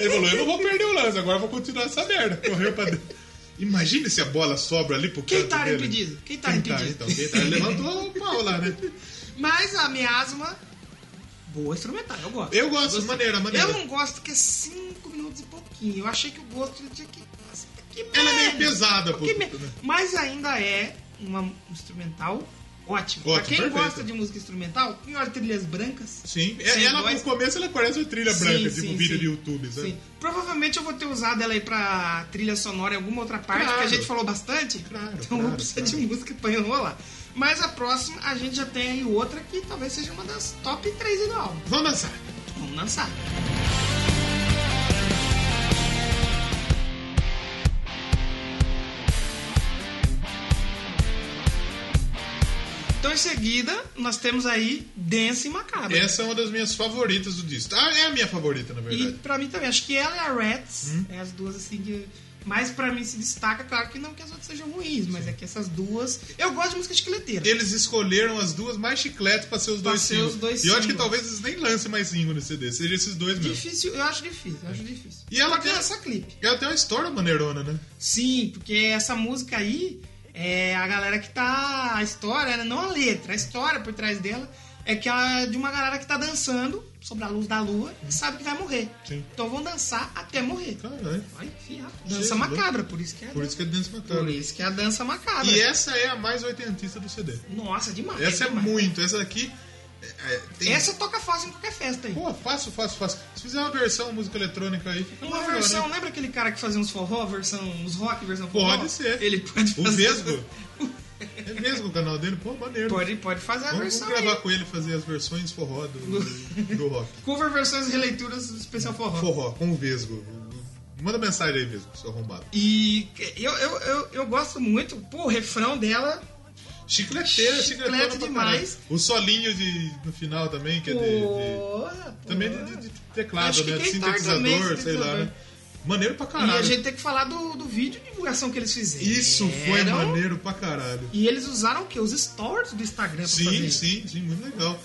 Speaker 2: ele falou, eu não vou perder o lance, agora eu vou continuar essa merda. Correu pra dentro. Imagina se a bola sobra ali pro
Speaker 1: Quem
Speaker 2: canto
Speaker 1: tá
Speaker 2: dele.
Speaker 1: impedido? Quem tá impedido?
Speaker 2: Então, quem tá? Ele levantou o pau lá, né?
Speaker 1: Mas a miasma, boa instrumental, eu gosto.
Speaker 2: Eu gosto, maneira, maneira.
Speaker 1: Eu não gosto que é 5 minutos e pouquinho. Eu achei que o gosto ele tinha que. Nossa, que
Speaker 2: Ela é meio
Speaker 1: merda.
Speaker 2: pesada, pô. né?
Speaker 1: Que merda. Mas ainda é uma instrumental ótima. pra
Speaker 2: Ótimo,
Speaker 1: quem
Speaker 2: perfeito.
Speaker 1: gosta de música instrumental, tem umas trilhas brancas.
Speaker 2: Sim, é,
Speaker 1: Sim,
Speaker 2: ela
Speaker 1: voz-
Speaker 2: no começo ela parece uma trilha
Speaker 1: Sim,
Speaker 2: branca, tipo
Speaker 1: sim,
Speaker 2: vídeo
Speaker 1: sim.
Speaker 2: de YouTube, sabe?
Speaker 1: Sim. Provavelmente eu vou ter usado ela aí pra trilha sonora em alguma outra parte,
Speaker 2: Claro.
Speaker 1: que a gente falou bastante.
Speaker 2: Claro,
Speaker 1: então eu
Speaker 2: claro,
Speaker 1: vou precisar
Speaker 2: claro.
Speaker 1: de música pra enrolar. Mas a próxima a gente já tem aí outra que talvez seja uma das top 3 aí do álbum.
Speaker 2: Vamos dançar.
Speaker 1: Vamos lançar. Então em seguida nós temos aí Dance Macabra.
Speaker 2: Essa é uma das minhas favoritas do disco. Ah, é a minha favorita, na
Speaker 1: E
Speaker 2: verdade. Hum?
Speaker 1: pra mim também, acho que ela e a Rats, é as duas assim que Mas pra mim se destaca, claro que não que as outras sejam ruins, mas é que essas duas. Eu gosto de música chicleteira.
Speaker 2: Eles escolheram as duas mais chicletes pra ser os
Speaker 1: Pra
Speaker 2: dois
Speaker 1: ser os
Speaker 2: singles.
Speaker 1: dois
Speaker 2: E eu acho que
Speaker 1: singles.
Speaker 2: talvez eles nem lancem mais single no CD, seja esses dois mesmo.
Speaker 1: Difícil, eu acho difícil, eu acho difícil.
Speaker 2: E ela
Speaker 1: Porque
Speaker 2: tem-
Speaker 1: essa clipe.
Speaker 2: Ela tem uma história maneirona, né?
Speaker 1: Sim, porque essa música aí é a galera que tá. A história, né? não a letra, a história por trás dela é que ela é de uma galera que tá dançando sobre a luz da lua e sabe que vai morrer.
Speaker 2: Sim.
Speaker 1: Então vão dançar até morrer.
Speaker 2: Caralho.
Speaker 1: Vai, fiado. Dança
Speaker 2: Jesus.
Speaker 1: macabra, por isso que é a
Speaker 2: Por
Speaker 1: dança-
Speaker 2: isso que é Dance
Speaker 1: por
Speaker 2: Macabre.
Speaker 1: isso que é a dança macabra.
Speaker 2: E essa é a mais oitentista do CD.
Speaker 1: Nossa, demais.
Speaker 2: Essa é
Speaker 1: demais.
Speaker 2: muito, essa aqui. é, é, tem...
Speaker 1: Essa toca fácil em qualquer festa aí.
Speaker 2: Pô, fácil, fácil, fácil. Se fizer uma versão música eletrônica aí, fica
Speaker 1: Uma
Speaker 2: maneiro,
Speaker 1: versão,
Speaker 2: né?
Speaker 1: lembra aquele cara que fazia uns forró, versão, uns rock, versão forró?
Speaker 2: Pode ser.
Speaker 1: Ele pode
Speaker 2: O
Speaker 1: fazer.
Speaker 2: Vesgo. É mesmo o canal dele? Pô, maneiro.
Speaker 1: Pode, pode fazer é a
Speaker 2: Vamos,
Speaker 1: versão
Speaker 2: vamos gravar
Speaker 1: aí.
Speaker 2: com ele fazer as versões forró do, do rock.
Speaker 1: Cover versões e releituras do especial forró.
Speaker 2: Forró, com o Vesgo. Manda mensagem aí, Vesgo, seu arrombado.
Speaker 1: E eu, eu, eu, eu gosto muito, pô, o refrão dela,
Speaker 2: Chicleteira, chicletona
Speaker 1: Chiclete
Speaker 2: pra
Speaker 1: demais.
Speaker 2: caralho. O solinho de, no final também, que é de- de...
Speaker 1: porra,
Speaker 2: Também
Speaker 1: porra.
Speaker 2: de, de- de teclado,
Speaker 1: Acho que
Speaker 2: né?
Speaker 1: tem
Speaker 2: De sintetizador,
Speaker 1: também,
Speaker 2: sei lá,
Speaker 1: sintetizador.
Speaker 2: né? Maneiro pra
Speaker 1: E a
Speaker 2: caralho.
Speaker 1: gente tem que falar do, do vídeo de divulgação que eles fizeram. um-
Speaker 2: Isso foi maneiro pra caralho.
Speaker 1: E eles usaram o quê? Os stories do Instagram pra fazer
Speaker 2: Sim,
Speaker 1: isso.
Speaker 2: sim, sim, muito legal.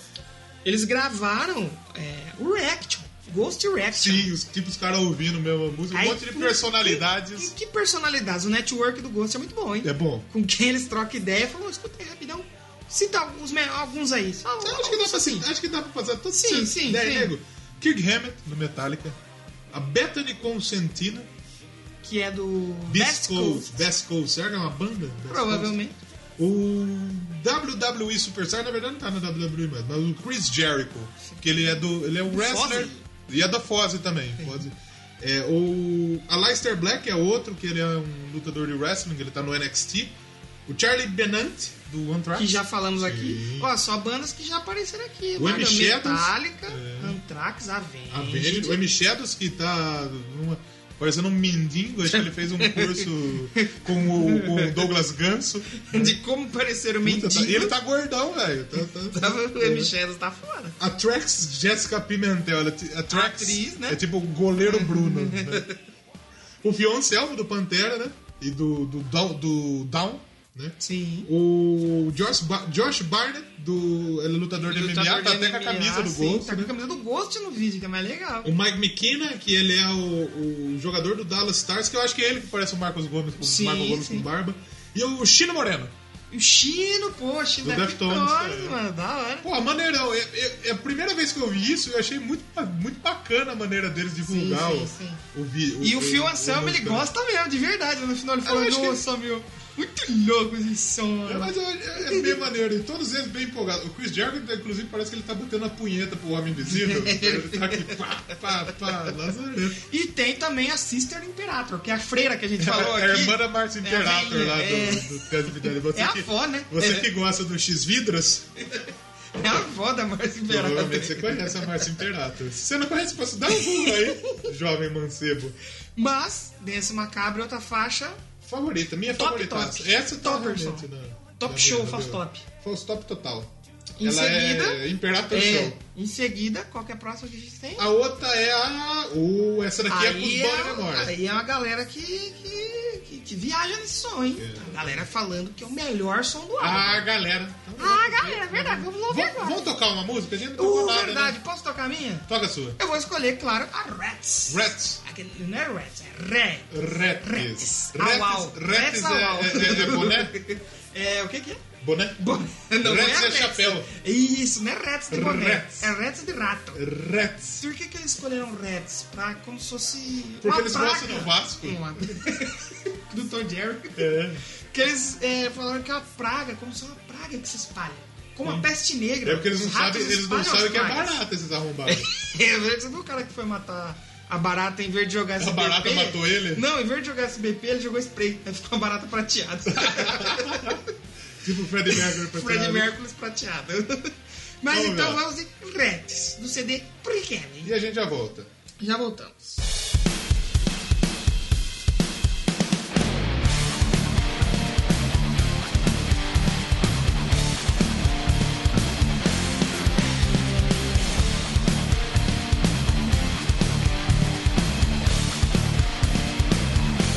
Speaker 1: Eles gravaram é, o Reaction, Ghost Reaction.
Speaker 2: Sim, os, tipo os caras ouvindo mesmo a música, um
Speaker 1: Aí,
Speaker 2: monte de
Speaker 1: que-
Speaker 2: personalidades.
Speaker 1: Que, que personalidades? O network do Ghost é muito bom, hein?
Speaker 2: É bom.
Speaker 1: Com quem eles trocam ideia, falou, escuta aí rapidão. Cita alguns, me- alguns aí. Só,
Speaker 2: Eu acho que dá pra assim, acho que dá pra fazer todo
Speaker 1: Sim,
Speaker 2: esse-
Speaker 1: sim,
Speaker 2: né,
Speaker 1: sim.
Speaker 2: nego? Kirk Hammett, no Metallica. A Bethany Constantina,
Speaker 1: Que é do
Speaker 2: Best Coast.
Speaker 1: Coast,
Speaker 2: Best Coast, será que é uma banda? Best
Speaker 1: Provavelmente.
Speaker 2: Coast. O WWE Superstar, na verdade, não tá na WWE mais, mas o Chris Jericho, que ele é do. Ele é o wrestler.
Speaker 1: Fozzy.
Speaker 2: E é da Fozzy também. Fozzy. É, o Aleister Black é outro, que ele é um lutador de wrestling, ele tá no NXT. O Charlie Benante, do Anthrax.
Speaker 1: Que já falamos aqui.
Speaker 2: Tá? Sim.
Speaker 1: Ó, só bandas que já apareceram aqui.
Speaker 2: O M.
Speaker 1: Maga
Speaker 2: Shadows.
Speaker 1: Metallica,
Speaker 2: É.
Speaker 1: Anthrax, Avenged.
Speaker 2: A Verde, o M. Shadows, que tá numa- parecendo um mendigo, acho que ele fez um curso com o, com o Douglas Ganso.
Speaker 1: De como parecer o
Speaker 2: Puta, tá-
Speaker 1: mendigo.
Speaker 2: e ele tá gordão, velho. Tá- tá-
Speaker 1: O M. Shadows tá fora.
Speaker 2: A Trex Jessica Pimentel. ela ti- A Trex
Speaker 1: Atriz, né?
Speaker 2: é tipo o goleiro Bruno. né? O Fion Selvo, do Pantera, né? E do, do, Down- do Down, né?
Speaker 1: Sim.
Speaker 2: O Josh, ba Josh Barnett, do, ele é lutador de MMA,
Speaker 1: Lutador
Speaker 2: tá
Speaker 1: de
Speaker 2: até com a
Speaker 1: MMA,
Speaker 2: camisa do
Speaker 1: sim,
Speaker 2: Ghost,
Speaker 1: Tá com
Speaker 2: né?
Speaker 1: a camisa do Ghost no vídeo, que é mais legal.
Speaker 2: O Mike McKenna, que ele é o, o jogador do Dallas Stars, que eu acho que é ele que parece o Marcos Gomes com,
Speaker 1: Sim,
Speaker 2: Marco Gomes
Speaker 1: sim.
Speaker 2: com barba. E o Chino Moreno.
Speaker 1: E o Chino, pô, o Chino
Speaker 2: Do
Speaker 1: da
Speaker 2: Deftones,
Speaker 1: Deftones,
Speaker 2: é.
Speaker 1: mano. Da hora.
Speaker 2: Pô, maneirão. É, é- é a primeira vez que eu vi isso, eu achei muito, ba- muito bacana a maneira deles divulgar
Speaker 1: sim,
Speaker 2: o,
Speaker 1: sim.
Speaker 2: o vi-
Speaker 1: E o Phil
Speaker 2: o-
Speaker 1: Anselmo,
Speaker 2: o-
Speaker 1: ele gosta mesmo, de verdade. No final ele falou,
Speaker 2: Eu acho que-
Speaker 1: nossa, meu, muito louco esse som.
Speaker 2: É, mas é, é bem maneiro. E todos eles bem empolgados. O Chris Jericho, inclusive, parece que ele tá botando a punheta pro Homem Invisível. ele tá aqui, pá, pá, pá, lazarento.
Speaker 1: E tem também a Sister Imperator, que é a freira que a gente falou
Speaker 2: A
Speaker 1: aqui.
Speaker 2: irmã da Marcia
Speaker 1: É a
Speaker 2: Imperator
Speaker 1: rainha,
Speaker 2: lá
Speaker 1: é.
Speaker 2: do, do Casa de Vidal. Você
Speaker 1: É a
Speaker 2: que-
Speaker 1: avó, né?
Speaker 2: Você que gosta do X-Vidras,
Speaker 1: É a avó da Márcia Imperator.
Speaker 2: Provavelmente você conhece a Márcia Imperato. Se você não conhece, posso dar um Google aí, jovem mancebo.
Speaker 1: Mas, Dance Macabre, outra faixa,
Speaker 2: Favorita, minha
Speaker 1: Top,
Speaker 2: favorita.
Speaker 1: top.
Speaker 2: Essa tá
Speaker 1: Top,
Speaker 2: realmente
Speaker 1: Anderson.
Speaker 2: na-
Speaker 1: Top
Speaker 2: na
Speaker 1: show,
Speaker 2: minha- na
Speaker 1: faz
Speaker 2: minha-
Speaker 1: top.
Speaker 2: Faz top total.
Speaker 1: Em
Speaker 2: Ela
Speaker 1: seguida-
Speaker 2: é Imperator
Speaker 1: é,
Speaker 2: Show.
Speaker 1: em seguida, qual que é a próxima que a gente tem?
Speaker 2: A outra é a. Uh, essa daqui é com os Bora Memória.
Speaker 1: aí é uma galera que, que, que- que viaja nesse som, hein? A galera falando que é o melhor som do álbum.
Speaker 2: Ah, galera. Então,
Speaker 4: Ah, galera, é verdade, vamos ouvir
Speaker 2: vamos,
Speaker 4: agora.
Speaker 2: vamos tocar uma música? A gente não tocou
Speaker 1: Uh,
Speaker 2: nada, né?
Speaker 1: verdade, posso tocar a minha?
Speaker 2: Toca a sua.
Speaker 1: Eu vou escolher, claro, a Rats.
Speaker 2: Rats.
Speaker 1: Aquele, não é Rats, é Rats.
Speaker 2: Retes.
Speaker 1: Retes.
Speaker 2: Retes,
Speaker 1: Au, au.
Speaker 2: Retes
Speaker 1: Retes, au, au.
Speaker 2: é, é, é boné?
Speaker 1: É, o que que é?
Speaker 2: Boné?
Speaker 1: Boné. Não, não
Speaker 2: Rats é
Speaker 1: Rats.
Speaker 2: chapéu.
Speaker 1: Isso, não é Rats de boné.
Speaker 2: Rats.
Speaker 1: É Rats de rato.
Speaker 2: Retes.
Speaker 1: Por que, que eles escolheram Rats? Pra, como se fosse. uma
Speaker 2: Porque eles
Speaker 1: praga.
Speaker 2: gostam do Vasco.
Speaker 1: Uma- do Tom Jerry.
Speaker 2: É.
Speaker 1: Que eles é, falaram que é uma praga, como se fosse uma praga que se espalha. Como a peste negra.
Speaker 2: É porque eles não
Speaker 1: Os ratos
Speaker 2: sabem, eles não
Speaker 1: espalham
Speaker 2: sabem
Speaker 1: as
Speaker 2: que é
Speaker 1: pragas.
Speaker 2: barata esses arrombados.
Speaker 1: É, Você viu o cara que foi matar a barata em vez de jogar SBP?
Speaker 2: barata matou ele?
Speaker 1: Não, em vez de jogar SBP, ele jogou spray. Aí ficou a barata prateada.
Speaker 2: tipo o Fred Mercury pra
Speaker 1: Fred
Speaker 2: trás.
Speaker 1: Mercules prateado. é Mas
Speaker 2: Vamos
Speaker 1: então
Speaker 2: lá.
Speaker 1: vamos em Retes, do CD Precamem.
Speaker 2: E a gente já volta.
Speaker 1: Já voltamos.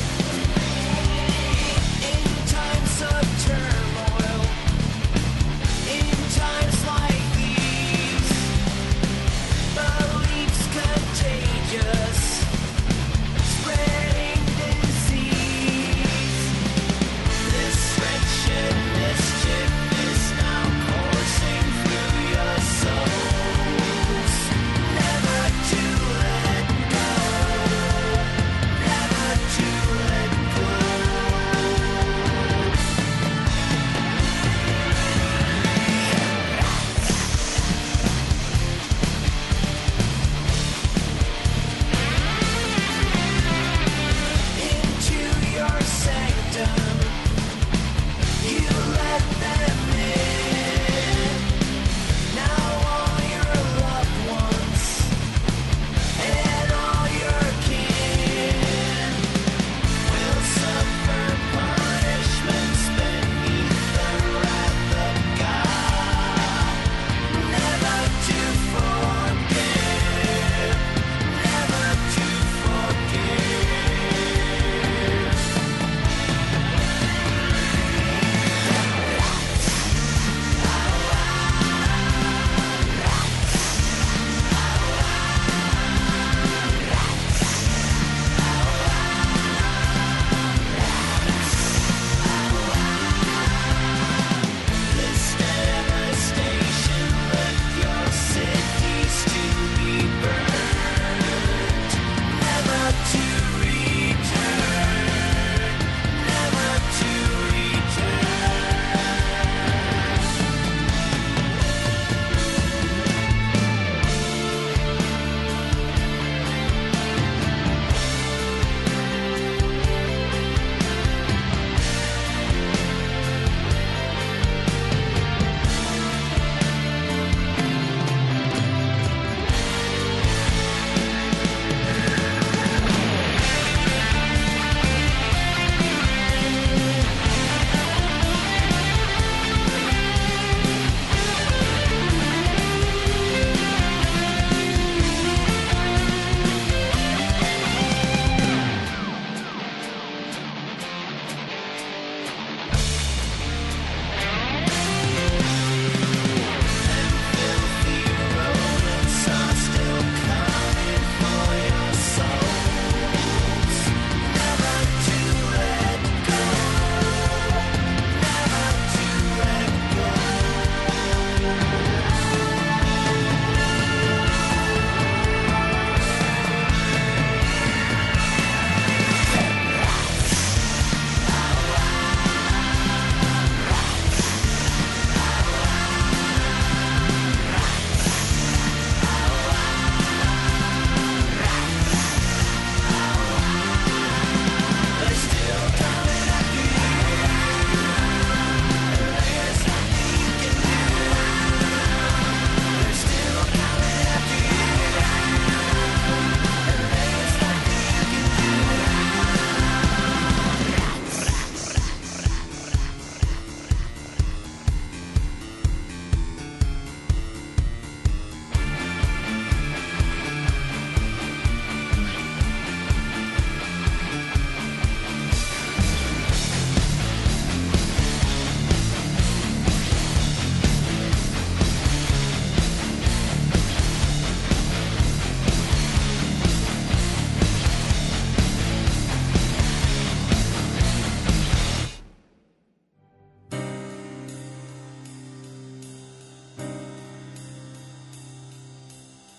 Speaker 7: Thank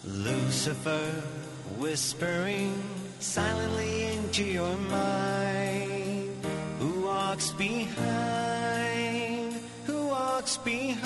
Speaker 6: Lucifer whispering silently into your mind. Who walks behind? Who walks behind?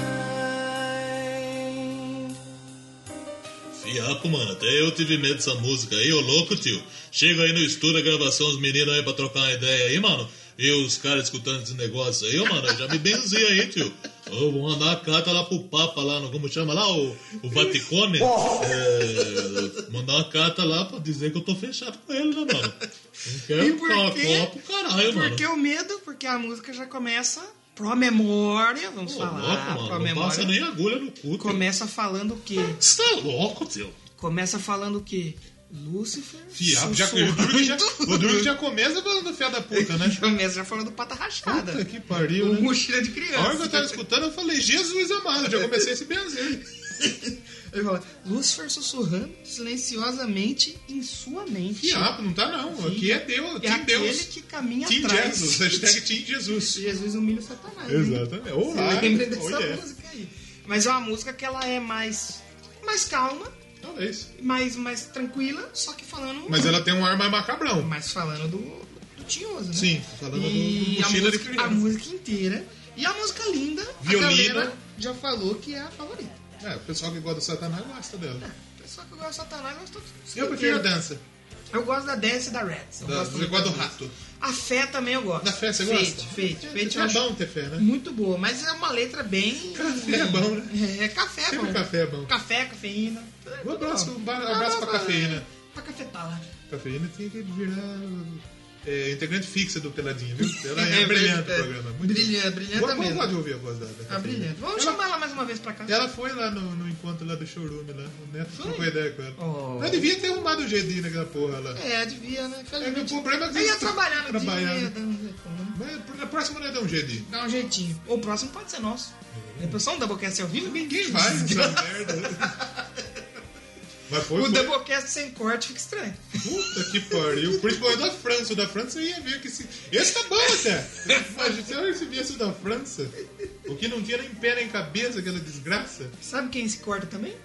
Speaker 5: Fiaco, ah, mano, até eu tive medo dessa música aí, ô louco, tio. Chega aí no estúdio, a gravação, os meninos aí pra trocar uma ideia aí, mano. E os caras escutando esse negócio aí, ô, mano, eu já me benzi aí, tio. Eu vou mandar a carta lá pro Papa, lá no, como chama lá, o, o Vaticone. É, mandar uma carta lá pra dizer que eu tô fechado com ele, né, mano? Não quero
Speaker 1: E por
Speaker 5: falar
Speaker 1: quê?
Speaker 5: copo, caralho, mano.
Speaker 1: Porque o medo, porque a música já começa pro memória, vamos
Speaker 5: Ô,
Speaker 1: falar,
Speaker 5: louco,
Speaker 1: pro
Speaker 2: tá
Speaker 5: mano, não passa
Speaker 1: memória.
Speaker 5: nem agulha no cu, tio.
Speaker 1: Começa falando o quê?
Speaker 5: Você tá louco, tio?
Speaker 1: Começa falando o quê? Lúcifer.
Speaker 2: Fiado, já, o
Speaker 1: sussurrando.
Speaker 2: Druid já, o Druid já começa falando fiado da puta, né?
Speaker 1: Começa já falando pata rachada.
Speaker 2: Puta que pariu,
Speaker 1: o
Speaker 2: né?
Speaker 1: mochila de
Speaker 2: A hora que eu
Speaker 1: criança.
Speaker 2: tava escutando, eu falei, Jesus amado, já comecei esse benzinho.
Speaker 1: Ele fala, Lúcifer sussurrando silenciosamente em sua mente.
Speaker 2: Fiapo, não tá não. Aqui é Deus,
Speaker 1: é
Speaker 2: Team
Speaker 1: aquele
Speaker 2: Deus.
Speaker 1: que caminha
Speaker 2: Team
Speaker 1: atrás.
Speaker 2: Jesus, né? hashtag Team Jesus.
Speaker 1: Jesus humilha o Satanás. hein?
Speaker 2: Exatamente. Olá,
Speaker 1: Você lembra dessa
Speaker 2: olha.
Speaker 1: música aí. Mas é uma música que ela é mais, mais calma,
Speaker 2: Talvez.
Speaker 1: mais, mais tranquila, só que falando.
Speaker 2: Então é Mas ela tem um ar mais macabrão.
Speaker 1: mas falando do, do tinhoso, né?
Speaker 2: Sim, falando
Speaker 1: e
Speaker 2: do
Speaker 1: a
Speaker 2: mochila de
Speaker 1: música-
Speaker 2: criança.
Speaker 1: A música inteira. E a música linda,
Speaker 2: Violino.
Speaker 1: a galera já falou que é a favorita.
Speaker 2: É, o pessoal que gosta do Satanás gosta dela.
Speaker 1: Pessoal que gosta de Satanás, eu gosto de-
Speaker 2: Eu prefiro dança.
Speaker 1: Eu gosto da Dance e da Reds. Eu
Speaker 2: Da-
Speaker 1: gosto
Speaker 2: Você
Speaker 1: muito
Speaker 2: gosta do
Speaker 1: da
Speaker 2: rato.
Speaker 1: A fé também eu gosto.
Speaker 2: Da fé, você
Speaker 1: Fate,
Speaker 2: gosta?
Speaker 1: Fate,
Speaker 2: É,
Speaker 1: Fate eu
Speaker 2: é
Speaker 1: acho
Speaker 2: bom ter fé, né?
Speaker 1: muito boa, mas é uma letra bem...
Speaker 2: Café é bom, né?
Speaker 1: É, café é
Speaker 2: Sempre
Speaker 1: bom.
Speaker 2: café é bom.
Speaker 1: Café, cafeína.
Speaker 2: Um abraço, um ba-
Speaker 1: Ah,
Speaker 2: abraço pra
Speaker 1: mas-
Speaker 2: cafeína.
Speaker 1: Pra cafetala.
Speaker 2: Cafeína tem que virar é, integrante fixa do Peladinho, viu? Ela
Speaker 1: É,
Speaker 2: é,
Speaker 1: é,
Speaker 2: brilhante
Speaker 1: é.
Speaker 2: o programa. Muito
Speaker 1: Brilhante,
Speaker 2: bom.
Speaker 1: brilhante
Speaker 2: Boa- boa
Speaker 1: mesmo.
Speaker 2: vontade de ouvir a voz dela. da
Speaker 1: Ah,
Speaker 2: Cafeína.
Speaker 1: brilhante. Vamos
Speaker 2: Ela-
Speaker 1: chamar ela mais uma vez pra cá.
Speaker 2: Ela foi lá no, no encontro lá do showroom lá. O Neto trocou ideia com ela.
Speaker 1: Oh.
Speaker 2: Ela devia ter arrumado o jeitinho naquela porra lá.
Speaker 1: É, devia, né?
Speaker 2: É que o
Speaker 1: Infelizmente.
Speaker 2: problema é que
Speaker 1: Eu ia trabalhar no
Speaker 2: Trabalhar.
Speaker 1: dia, ia dar um jeito, né?
Speaker 2: Mas na próxima não é dar um jeitinho.
Speaker 1: Dá um jeitinho. O próximo pode ser nosso.
Speaker 2: É.
Speaker 1: Depois só um Doublecast ao vivo?
Speaker 2: Ninguém vai nessa merda. Mas foi
Speaker 1: O
Speaker 2: foi-
Speaker 1: Doublecast sem corte fica estranho.
Speaker 2: Puta que pariu. Principalmente da França. O da França eu ia ver que esse. Esse tá bom até. Imagina se eu recebesse o da França. O que não tinha nem pé nem cabeça, aquela desgraça.
Speaker 1: Sabe quem se corta também?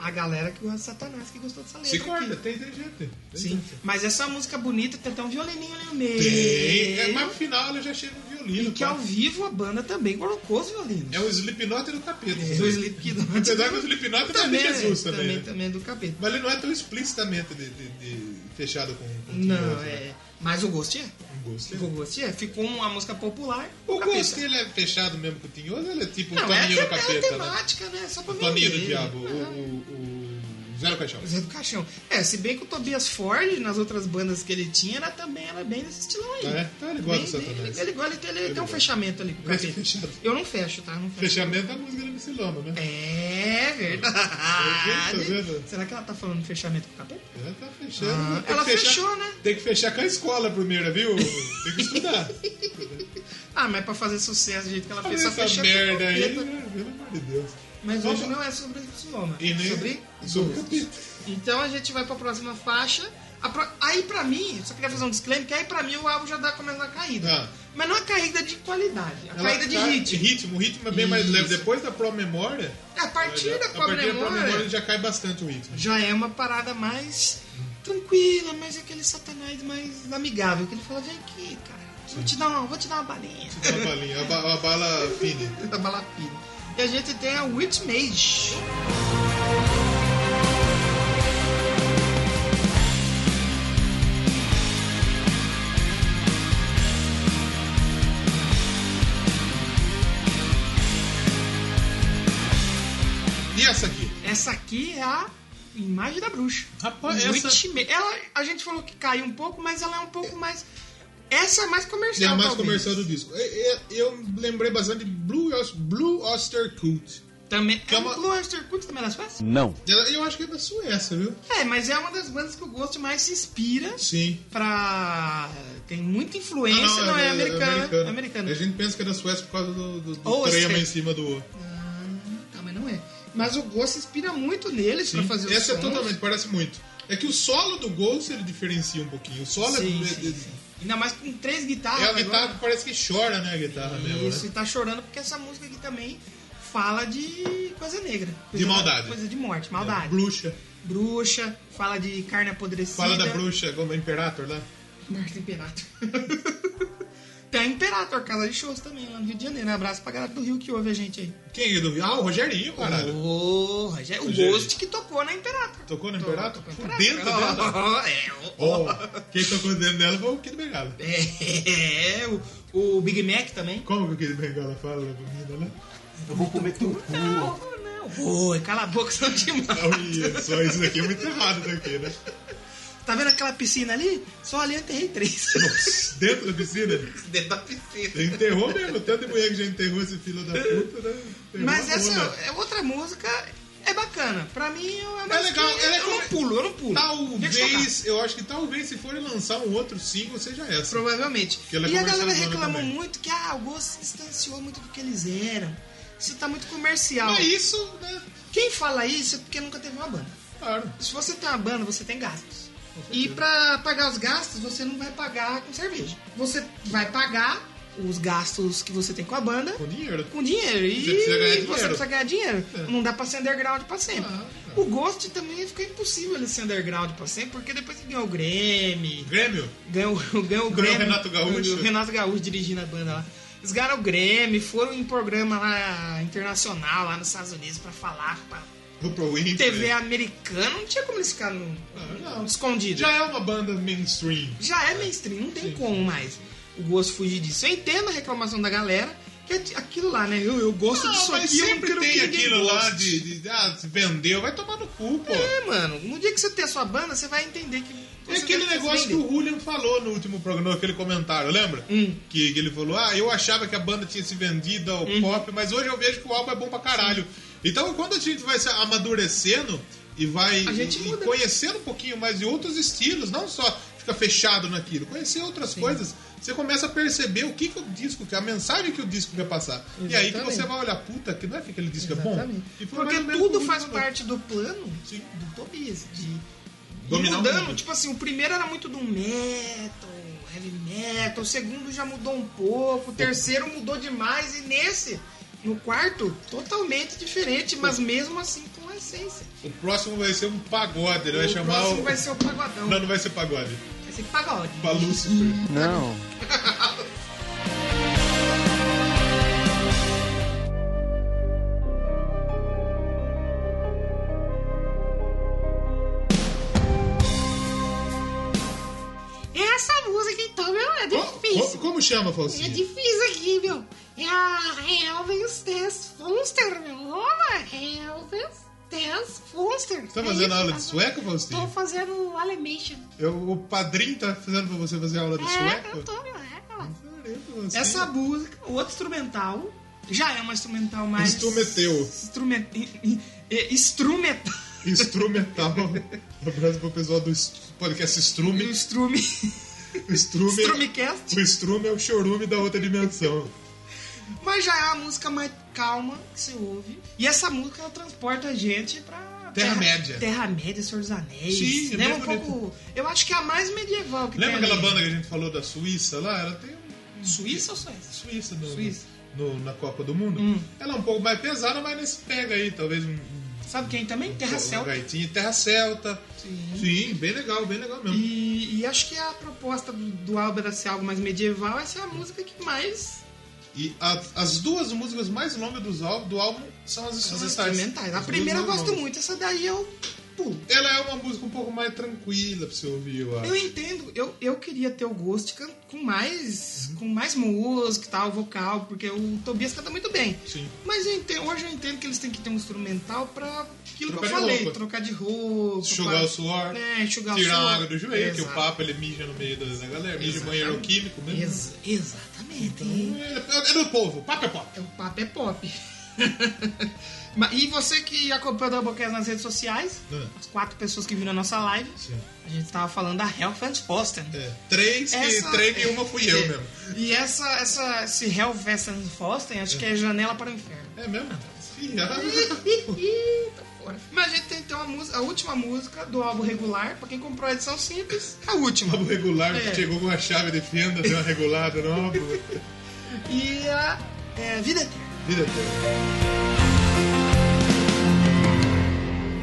Speaker 1: A galera que gosta de Satanás, que gostou dessa letra.
Speaker 2: Se
Speaker 1: aqui.
Speaker 2: corta, tem, tem gente. Tem
Speaker 1: Sim,
Speaker 2: gente.
Speaker 1: mas essa música bonita tem até um violininho ali no meio.
Speaker 2: Tem. É, mas no final ela já chega no violino.
Speaker 1: E que é um- ao vivo a banda também colocou os violinos.
Speaker 2: É o Slipknot do capeta.
Speaker 1: Do Slipknot.
Speaker 2: Apesar que o Slipknot também é de Jesus também.
Speaker 1: É. também,
Speaker 2: né?
Speaker 1: também é do capeta.
Speaker 2: Mas ele não é tão explicitamente de, de- de- fechado com, com
Speaker 1: Não,
Speaker 2: Deus, né?
Speaker 1: é. Mas o Ghost é.
Speaker 2: Um gosto.
Speaker 1: O Ghost é. Ficou uma música popular.
Speaker 2: O
Speaker 1: capeta.
Speaker 2: gosto ele é fechado mesmo com o Tinhoso, ele é tipo o
Speaker 1: Não, é, tem-
Speaker 2: Toninho do
Speaker 1: é
Speaker 2: capeta, né?
Speaker 1: temática, né? Só pra
Speaker 2: O Toninho do
Speaker 1: vender.
Speaker 2: Diabo,
Speaker 1: Ah,
Speaker 2: o, o- o Zero Caixão.
Speaker 1: Zé do Caixão. É, se bem que o Tobias Ford, nas outras bandas que ele tinha, era também era bem desse estilão aí.
Speaker 2: É, então ele gosta
Speaker 1: Bem-
Speaker 2: do
Speaker 1: bem-
Speaker 2: Satanás.
Speaker 1: Ele, ele, gosta, ele, ele tem um fechamento ali com o
Speaker 2: Mas
Speaker 1: capeta.
Speaker 2: fechado.
Speaker 1: Eu não fecho, tá? Eu Não fecho.
Speaker 2: Fechamento da música do MC Loma, né?
Speaker 1: É
Speaker 2: Eu vi, tá
Speaker 1: verdade.
Speaker 2: vendo?
Speaker 1: Será que ela tá falando fechamento com o capeta?
Speaker 2: Ela tá fechando.
Speaker 1: Ah,
Speaker 2: né? Tem
Speaker 1: ela
Speaker 2: que fechar-
Speaker 1: fechou, né?
Speaker 2: Tem que fechar com a escola primeiro, viu? Tem que estudar.
Speaker 1: Ah, mas pra fazer sucesso do jeito que ela
Speaker 2: Olha
Speaker 1: fez, só
Speaker 2: essa
Speaker 1: fechando
Speaker 2: merda
Speaker 1: com o
Speaker 2: aí,
Speaker 1: capeta.
Speaker 2: né? pelo amor de Deus.
Speaker 1: Mas hoje
Speaker 2: Vamos-
Speaker 1: não é sobre esse homem,
Speaker 2: E
Speaker 1: é
Speaker 2: nem
Speaker 1: sobre
Speaker 2: sobre
Speaker 1: Ghost.
Speaker 2: capeta.
Speaker 1: Então a gente vai pra próxima faixa. A pro- Aí pra mim, só queria fazer um disclaimer, que aí pra mim o álbum já dá começa a caída.
Speaker 2: Ah.
Speaker 1: Mas não a caída de qualidade, a
Speaker 2: Ela
Speaker 1: caída de
Speaker 2: tá-
Speaker 1: ritmo.
Speaker 2: ritmo. O ritmo é bem mais
Speaker 1: Isso.
Speaker 2: leve. Depois da Pro Memória,
Speaker 1: A partir da
Speaker 2: É, a partir da Pro Memória
Speaker 1: memória
Speaker 2: já cai bastante o ritmo.
Speaker 1: já é uma parada mais tranquila, mais aquele satanás mais amigável, que ele fala, vem aqui, cara, vou te dar uma, vou te dar uma balinha.
Speaker 2: Uma balinha, uma, ba- uma bala fine.
Speaker 1: da balafina. E a gente tem a Witch Mage.
Speaker 2: E essa aqui?
Speaker 1: Essa aqui é a imagem da bruxa.
Speaker 2: Rapaz,
Speaker 1: Witch
Speaker 2: essa
Speaker 1: Ma- Ela, a gente falou que caiu um pouco, mas ela é um pouco mais. Essa é mais
Speaker 2: é
Speaker 1: comercial.
Speaker 2: a mais
Speaker 1: talvez.
Speaker 2: comercial do disco. E- e- Eu, lembrei bastante de Blue, Os- Blue Oyster Cult.
Speaker 1: Também.
Speaker 2: é uma-
Speaker 1: O Blue Oyster Cult também é da Suécia?
Speaker 6: Não.
Speaker 2: Ela- Eu acho que é da Suécia, viu?
Speaker 1: É, mas é uma das bandas que o gosto mais se inspira
Speaker 2: Sim.
Speaker 1: pra. Tem muita
Speaker 2: Ah,
Speaker 1: influência, não, é, americana. Americana.
Speaker 2: A gente pensa que é da Suécia por causa do, do, do
Speaker 1: Oyster.
Speaker 2: trema em cima do O.
Speaker 1: Ah, tá, mas não é. Mas o gosto se inspira muito neles pra fazer os
Speaker 2: Essa é
Speaker 1: sons.
Speaker 2: totalmente, parece muito. É que o solo do Ghost ele diferencia um pouquinho. O solo é-
Speaker 1: Sim,
Speaker 2: é,
Speaker 1: sim, sim. Ainda mais com três guitarras.
Speaker 2: é a
Speaker 1: agora.
Speaker 2: guitarra que parece que chora, né? A guitarra mesmo.
Speaker 1: Isso, e
Speaker 2: né?
Speaker 1: tá chorando porque essa música aqui também fala de coisa negra. Coisa
Speaker 2: maldade.
Speaker 1: Coisa de morte, maldade.
Speaker 2: Bruxa.
Speaker 1: bruxa, fala de carne apodrecida.
Speaker 2: Fala da bruxa como Imperator lá.
Speaker 1: Marta Imperator. Tem a Imperator, casa de shows também lá no Rio de Janeiro. Um abraço pra galera do Rio que ouve a gente aí.
Speaker 2: Quem é do Rio? Ah, o Rogerinho, caralho.
Speaker 1: Ô, Rogério, o
Speaker 2: Rogério.
Speaker 1: Ghost que tocou na Imperator.
Speaker 2: Tocou no
Speaker 1: Tô-
Speaker 2: Imperator?
Speaker 1: tocou na
Speaker 2: Fudendo
Speaker 1: Imperator.
Speaker 2: dela.
Speaker 1: É, o-
Speaker 2: Ó, quem tocou dentro dela foi o Kid Bengala.
Speaker 1: É, o, o Big Mac também.
Speaker 2: Como que o Kid Bengala fala né? da menina lá?
Speaker 7: Eu vou comer teu cu.
Speaker 1: Oi, cala a boca, são demais.
Speaker 2: Olha só, isso daqui é muito errado daqui, né?
Speaker 1: Tá vendo aquela piscina ali? Só ali eu enterrei três.
Speaker 2: Dentro da piscina?
Speaker 1: Dentro da piscina.
Speaker 2: Ele enterrou mesmo, tanto de mulher que já enterrou esse filho da puta, né? Enterrou
Speaker 1: Mas
Speaker 2: a
Speaker 1: essa
Speaker 2: bunda.
Speaker 1: é outra música é bacana. Pra mim é uma
Speaker 2: É
Speaker 1: música
Speaker 2: legal,
Speaker 1: que
Speaker 2: ela é
Speaker 1: eu não
Speaker 2: come-
Speaker 1: pulo, eu não pulo. Tem que
Speaker 2: Talvez, eu acho que talvez se forem lançar um outro single, seja essa.
Speaker 1: Provavelmente.
Speaker 2: ela é
Speaker 1: E a galera
Speaker 2: comercial
Speaker 1: reclamou
Speaker 2: também.
Speaker 1: muito que ah, o Ghost se distanciou muito do que eles eram. Isso tá muito comercial.
Speaker 2: Mas isso, né?
Speaker 1: Quem fala isso é porque nunca teve uma banda.
Speaker 2: Claro.
Speaker 1: Se você tem uma banda, você tem gastos. E pra pagar os gastos, você não vai pagar com cerveja. Você vai pagar os gastos que você tem com a banda
Speaker 2: Com dinheiro.
Speaker 1: com dinheiro. E
Speaker 2: Você precisa ganhar dinheiro.
Speaker 1: você precisa ganhar dinheiro.
Speaker 2: É.
Speaker 1: Não dá pra ser underground pra sempre.
Speaker 2: Ah,
Speaker 1: O Ghost também fica impossível ele ser underground pra sempre, porque depois que ganhou o Grammy,
Speaker 2: Grêmio?
Speaker 1: ganhou, ganhou o Grammy.
Speaker 2: Renato Gaúcho.
Speaker 1: O Renato Gaúcho dirigindo a banda lá. Eles ganharam o Grammy, foram em programa lá internacional, lá nos Estados Unidos, pra falar, pra
Speaker 2: Oprah Winfrey.
Speaker 1: TV americana, não tinha como eles ficarem no-
Speaker 2: Ah, não.
Speaker 1: escondidos. Já,
Speaker 2: Já é uma banda mainstream.
Speaker 1: é mainstream, não tem como mais o gosto fugir disso. Eu entendo a reclamação da galera, que é aquilo lá, né? Eu, eu gosto
Speaker 2: Ah,
Speaker 1: disso
Speaker 2: mas
Speaker 1: aqui, eu não
Speaker 2: sempre
Speaker 1: quero
Speaker 2: tem
Speaker 1: que ninguém
Speaker 2: aquilo lá
Speaker 1: goste.
Speaker 2: de, de- ah, se vendeu, vai tomar no cu, pô.
Speaker 1: É, mano, no dia que você ter a sua banda, você vai entender que.
Speaker 2: É
Speaker 1: você
Speaker 2: aquele
Speaker 1: deve se
Speaker 2: negócio que
Speaker 1: vender.
Speaker 2: o Julian falou no último programa, aquele comentário, lembra?
Speaker 1: Hum.
Speaker 2: Que, que ele falou: Ah, eu achava que a banda tinha se vendido ao
Speaker 1: Uhum.
Speaker 2: pop, mas hoje eu vejo que o álbum é bom pra caralho. Então, quando a gente vai se amadurecendo e vai
Speaker 1: A gente
Speaker 2: e- e
Speaker 1: muda, né?
Speaker 2: conhecendo um pouquinho mais de outros estilos, não só ficar fechado naquilo, conhecer outras coisas, você começa a perceber o que, que o disco, quer, a mensagem que o disco quer passar. E aí que
Speaker 1: Exatamente.
Speaker 2: você vai olhar, puta, que não é que aquele disco é bom.
Speaker 1: Exatamente.
Speaker 2: E foi mais
Speaker 1: Porque
Speaker 2: ou menos
Speaker 1: tudo
Speaker 2: como
Speaker 1: faz
Speaker 2: falou.
Speaker 1: parte do plano
Speaker 2: Sim.
Speaker 1: do Tobias. De ir
Speaker 2: Dominar o
Speaker 1: mudando.
Speaker 2: mundo.
Speaker 1: Tipo assim, o primeiro era muito do metal, heavy metal, o segundo já mudou um pouco, o terceiro mudou demais, e nesse, no quarto, totalmente diferente, mas mesmo assim com a essência.
Speaker 2: O próximo vai ser um pagode, ele vai
Speaker 1: o
Speaker 2: chamar
Speaker 1: próximo
Speaker 2: o.
Speaker 1: vai ser um o pagodão.
Speaker 2: Não, não vai ser pagode.
Speaker 1: Vai ser pagode.
Speaker 2: Pra Lúcifer.
Speaker 4: Hum,
Speaker 7: Não.
Speaker 4: Essa música, então, meu, é
Speaker 2: Co-
Speaker 4: difícil.
Speaker 2: Como, como chama,
Speaker 4: É
Speaker 2: Falsinho?
Speaker 4: difícil aqui, meu. É a Helvens Tess Funster, meu. é Olha, Helvens Tess Funster.
Speaker 2: Você tá
Speaker 4: É
Speaker 2: fazendo
Speaker 4: isso,
Speaker 2: aula
Speaker 4: tá?
Speaker 2: de sueco,
Speaker 4: Tô
Speaker 2: Faustinho?
Speaker 4: fazendo animation.
Speaker 2: Eu, o padrinho tá fazendo pra você fazer aula de
Speaker 4: É, eu
Speaker 2: sueco?
Speaker 4: tô, meu. É, ó.
Speaker 2: Faustinho.
Speaker 1: Essa música, o outro instrumental, já é uma instrumental mais.
Speaker 2: Instrumeteu.
Speaker 1: Instrument... Instrumental.
Speaker 2: Instrumental. Um abraço pro pessoal do est- podcast Strume.
Speaker 1: Instrume.
Speaker 2: O Strume,
Speaker 1: Strumecast.
Speaker 2: o Strume é o chorume da outra dimensão.
Speaker 1: Mas já é uma música mais calma que você ouve. E essa música ela transporta a gente pra.
Speaker 2: Terra-média.
Speaker 1: Terra-média, Senhor dos Anéis.
Speaker 2: Sim, é
Speaker 1: né?
Speaker 2: bem
Speaker 1: um
Speaker 2: bonito.
Speaker 1: pouco. Eu acho que é a mais medieval que
Speaker 2: Lembra
Speaker 1: tem.
Speaker 2: aquela
Speaker 1: ali.
Speaker 2: banda que a gente falou da Suíça lá? Ela tem um...
Speaker 1: Suíça ou Suécia?
Speaker 2: Suíça, no,
Speaker 1: Suíça.
Speaker 2: no- na Copa do Mundo.
Speaker 4: Hum.
Speaker 2: Ela é um pouco mais pesada, mas nesse pega aí, talvez um. um-
Speaker 1: Sabe quem também? Terra Celta.
Speaker 2: Gaitinha, Terra Celta.
Speaker 1: Sim.
Speaker 2: Sim, bem legal, bem legal mesmo.
Speaker 1: E, e acho que a proposta do, do álbum era ser algo mais medieval, essa é a música que mais.
Speaker 2: E a- as duas músicas mais longas dos ál- do álbum, são as
Speaker 1: As
Speaker 2: instrumentais.
Speaker 1: instrumentais. A
Speaker 2: As
Speaker 1: primeira eu
Speaker 2: duas mais
Speaker 1: gosto
Speaker 2: longas.
Speaker 1: muito, essa daí eu pulo.
Speaker 2: Ela é uma música um pouco mais tranquila pra você ouvir, eu acho.
Speaker 1: Eu entendo, eu, eu queria ter o Ghost can- com mais com mais música e tal, vocal, porque o Tobias canta muito bem.
Speaker 2: Sim.
Speaker 1: Mas eu entendo- hoje eu entendo que eles têm que ter um instrumental pra aquilo que
Speaker 2: Trocar de
Speaker 1: eu falei,
Speaker 2: roupa.
Speaker 1: trocar de roupa,
Speaker 2: Enxugar
Speaker 1: pra-
Speaker 2: o suor,
Speaker 1: é, enxugar o
Speaker 2: tirar
Speaker 1: suor.
Speaker 2: a água do joelho, que o né?
Speaker 1: Exato.
Speaker 2: Papa ele mija no meio da da galera, mija em banheiro
Speaker 1: Exatamente.
Speaker 2: químico mesmo.
Speaker 1: Ex- exatamente.
Speaker 2: É, é do povo, Papa é pop.
Speaker 1: É, O papo é pop. Ma- e você que acompanha o Doublecast nas redes sociais,
Speaker 2: É.
Speaker 1: as quatro pessoas que viram a nossa live,
Speaker 2: Sim.
Speaker 1: a gente tava falando da Health and Posten.
Speaker 2: É, três que treme e uma fui eu
Speaker 1: né? é.
Speaker 2: mesmo.
Speaker 1: E essa, essa, esse Hellfest and Fosten, acho que é Janela para o Inferno.
Speaker 2: É mesmo? Fiado.
Speaker 1: Tá fora. Mas a gente tem então a, música, a última música do álbum regular, pra quem comprou a edição simples, a última.
Speaker 2: Álbum regular,
Speaker 1: É.
Speaker 2: chegou com uma chave de fenda, deu uma regulada nova. Vida
Speaker 1: E a é, Vida Eterna.
Speaker 2: toda.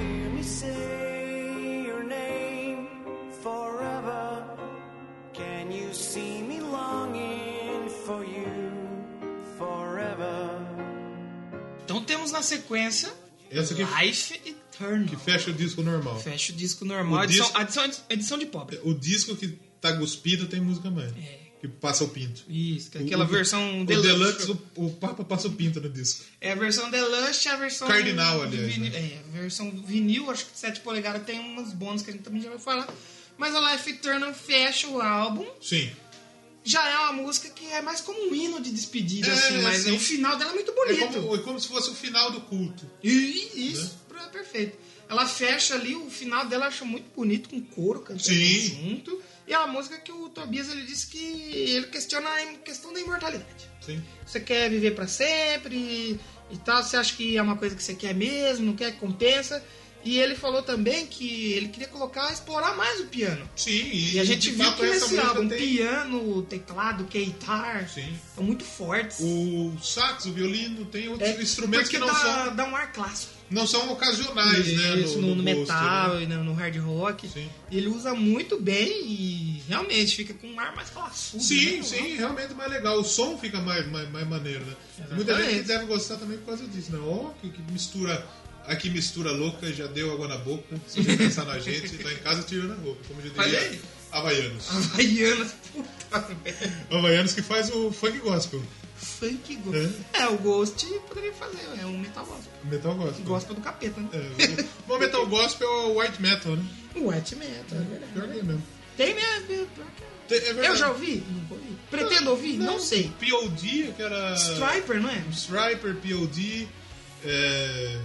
Speaker 6: Hear me say
Speaker 1: Então sequência,
Speaker 2: Essa aqui
Speaker 1: Life Eternal.
Speaker 2: que fecha o disco normal.
Speaker 1: Fecha o disco normal.
Speaker 2: O
Speaker 1: edição,
Speaker 2: disco-
Speaker 1: edição- edição de pobre.
Speaker 2: O disco que tá cuspido tem música mãe.
Speaker 1: É.
Speaker 2: Que passa o pinto.
Speaker 1: Isso, que é aquela
Speaker 2: O- o-
Speaker 1: versão
Speaker 2: o
Speaker 1: deluxe.
Speaker 2: deluxe. o, o Papa passa o pinto no disco.
Speaker 1: É a versão deluxe, a versão.
Speaker 2: Cardinal, aliás, né?
Speaker 1: vinil- É, a versão vinil, acho que de 7 polegadas tem umas bônus que a gente também já vai falar. Mas a Life Eternal fecha o álbum.
Speaker 2: Sim.
Speaker 1: Já é uma música que é mais como um hino de despedida,
Speaker 2: É,
Speaker 1: assim, mas
Speaker 2: sim.
Speaker 1: o final dela é muito
Speaker 2: É
Speaker 1: bonito.
Speaker 2: como, é como se fosse o Né? final do culto.
Speaker 1: E isso, pra- perfeito. Ela fecha ali, o final dela eu acho muito bonito, com couro cantando
Speaker 2: Sim.
Speaker 1: junto. E é uma música que o Tobias ele disse que ele questiona a im- questão da imortalidade.
Speaker 2: Sim.
Speaker 1: Você quer viver pra sempre e tal, você acha que é uma coisa que você quer mesmo, não quer que compensa. E ele falou também que ele queria colocar, explorar mais o piano.
Speaker 2: Sim.
Speaker 1: E a gente
Speaker 2: de
Speaker 1: viu
Speaker 2: fato,
Speaker 1: que nesse álbum,
Speaker 2: tem-
Speaker 1: piano, teclado, guitar,
Speaker 2: Sim.
Speaker 1: são muito fortes.
Speaker 2: O sax, o violino, tem outros
Speaker 1: É,
Speaker 2: instrumentos
Speaker 1: porque
Speaker 2: que não,
Speaker 1: dá,
Speaker 2: são,
Speaker 1: dá um ar clássico.
Speaker 2: não são ocasionais, né?
Speaker 1: Isso, no, no
Speaker 2: posto,
Speaker 1: metal
Speaker 2: né?
Speaker 1: e no, no hard rock.
Speaker 2: Sim.
Speaker 1: Ele usa muito bem e realmente fica com um ar mais classudo.
Speaker 2: Sim,
Speaker 1: né?
Speaker 2: sim, realmente mais legal. O som fica mais, mais, mais maneiro, né? E Muita
Speaker 1: Exatamente.
Speaker 2: gente deve gostar também por causa disso, né? Ó, que, que mistura. Aqui mistura louca, já deu água na boca. Se você pensar na gente, tá em casa tirando a roupa, como eu já
Speaker 1: Olha
Speaker 2: diria.
Speaker 1: aí.
Speaker 2: Havaianos.
Speaker 1: Havaianas, puta merda.
Speaker 2: Havaianos que faz o funk gospel.
Speaker 1: Funk gospel. É. o Ghost poderia fazer, é um metal gospel.
Speaker 2: Metal gospel.
Speaker 1: Gospel do capeta, né?
Speaker 2: É, o- o metal gospel é o white metal, né?
Speaker 1: O White Metal, é verdade.
Speaker 2: Pior que é mesmo.
Speaker 1: Tem mesmo, é pior que é.
Speaker 2: Tem- é verdade.
Speaker 1: Eu já ouvi? Nunca ouvi.
Speaker 2: Ah,
Speaker 1: Pretendo ouvir? Não, sei.
Speaker 2: POD, que era.
Speaker 1: Striper, não é?
Speaker 2: Striper, POD. É...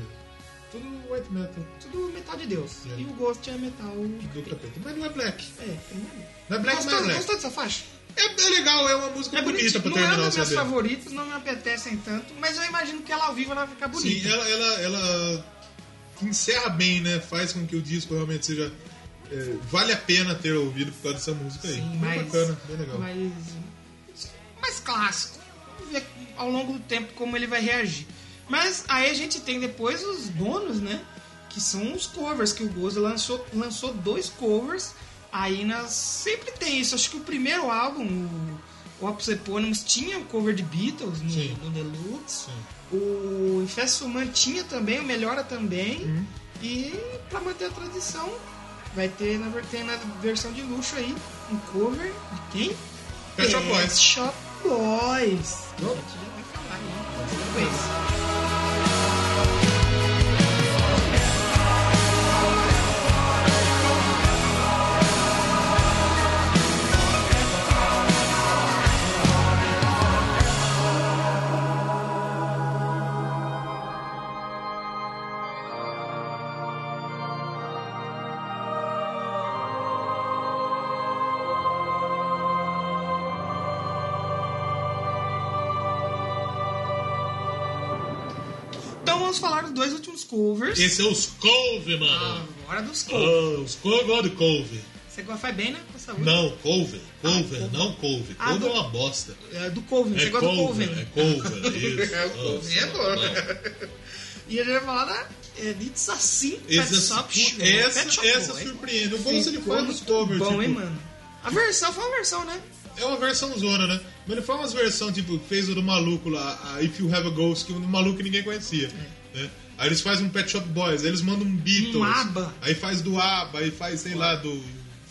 Speaker 2: Tudo white metal
Speaker 1: Tudo metal de Deus.
Speaker 2: É.
Speaker 1: E o Ghost é metal.
Speaker 2: do capeta. Mas não é black.
Speaker 1: É, tem mesmo.
Speaker 2: Não é black, mas é
Speaker 1: Gostou,
Speaker 2: black.
Speaker 1: gostou dessa faixa?
Speaker 2: É, é legal, é uma música
Speaker 1: tá- É
Speaker 2: bonita
Speaker 1: bonita,
Speaker 2: pra
Speaker 1: não é
Speaker 2: terminar
Speaker 1: uma
Speaker 2: o
Speaker 1: das minhas
Speaker 2: CD.
Speaker 1: favoritas, não me apetecem tanto, mas eu imagino que ela ao vivo ela vai ficar
Speaker 2: Sim, é,
Speaker 1: bonita.
Speaker 2: ela, ela, ela encerra bem, né? Faz com que o disco realmente seja. é, vale a pena ter ouvido por causa dessa música aí.
Speaker 1: Sim,
Speaker 2: Bem
Speaker 1: mas,
Speaker 2: bacana, bem legal.
Speaker 1: mas mais clássico. Vamos ver ao longo do tempo como ele vai reagir. Mas aí a gente tem depois os bônus, né? Que são os covers que o Gozo lançou, lançou dois covers. Aí nas sempre tem isso. Acho que o primeiro álbum, o Opus Eponymous, tinha o cover de Beatles no,
Speaker 2: Sim.
Speaker 1: no Deluxe.
Speaker 2: Sim.
Speaker 1: O Infesto Human tinha também, o Melhora também. E pra manter a tradição, vai ter na, ver- tem na versão de luxo aí um cover de quem?
Speaker 2: Pet Shop Boys.
Speaker 1: Pet Shop Boys. A gente já vai falar né? aí na sequência. Então vamos falar dos dois últimos covers.
Speaker 5: Esse é os couve, mano.
Speaker 1: Agora dos covers.
Speaker 5: Ah, os couve, eu gosto de couve.
Speaker 1: Você gosta faz bem, né? Com saúde.
Speaker 5: Não, couve. Couve,
Speaker 1: couve.
Speaker 5: não couve.
Speaker 1: Ah,
Speaker 5: Couve é
Speaker 1: do-
Speaker 5: uma bosta.
Speaker 1: É do cover, você
Speaker 5: É
Speaker 1: gosta do
Speaker 5: couve,
Speaker 1: cover.
Speaker 5: é
Speaker 1: né?
Speaker 5: couve, é isso.
Speaker 1: É o couve, é bom.
Speaker 5: Nossa, não.
Speaker 1: E ele vai falar da é, It's Assim, Pet
Speaker 2: Essa,
Speaker 1: Shop Boys. né? Pet
Speaker 2: essa,
Speaker 1: Shop é
Speaker 2: essa
Speaker 1: Boys.
Speaker 2: surpreende. O bom se ele
Speaker 1: Ficou
Speaker 2: faz os
Speaker 1: muito
Speaker 2: covers.
Speaker 1: Bom,
Speaker 2: tipo,
Speaker 1: hein, mano? A versão foi uma versão, né?
Speaker 2: É uma versão zona, né? Mas ele faz umas versões, tipo, fez o do maluco lá, a If You Have a Ghost, que o do maluco ninguém conhecia.
Speaker 1: É.
Speaker 2: Né? Aí eles fazem um Pet Shop Boys, aí eles mandam um Beatles.
Speaker 1: Um ABBA.
Speaker 2: Aí faz do ABBA, aí faz, sei lá, do.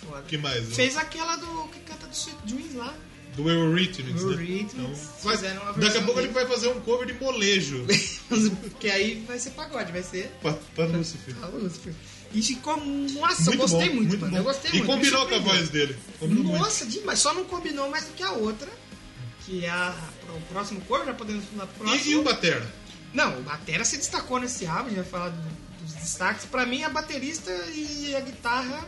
Speaker 1: Foda.
Speaker 2: que mais? né?
Speaker 1: Fez aquela do que canta do Sweet Dreams lá.
Speaker 2: Do Eurythmics, né?
Speaker 1: Eurythmics,
Speaker 2: faz,
Speaker 1: fizeram uma
Speaker 2: daqui
Speaker 1: é,
Speaker 2: a
Speaker 1: versão
Speaker 2: pouco ele
Speaker 1: dele.
Speaker 2: vai fazer um cover de molejo
Speaker 1: Porque aí vai ser pagode, vai ser
Speaker 2: pra, pra Lucifer.
Speaker 1: a Lucifer. E ficou. Nossa, eu gostei muito, mano. Eu gostei
Speaker 2: e
Speaker 1: muito. me
Speaker 2: combinou com a
Speaker 1: surpreendeu.
Speaker 2: voz dele. Combinou muito.
Speaker 1: Nossa, demais. Só não combinou mais do que a outra. Que é a, o próximo cor, já podemos falar pro próximo.
Speaker 2: E, e o Batera?
Speaker 1: Não, o Batera se destacou nesse álbum, a gente vai falar do- dos destaques. Pra mim, a baterista e a guitarra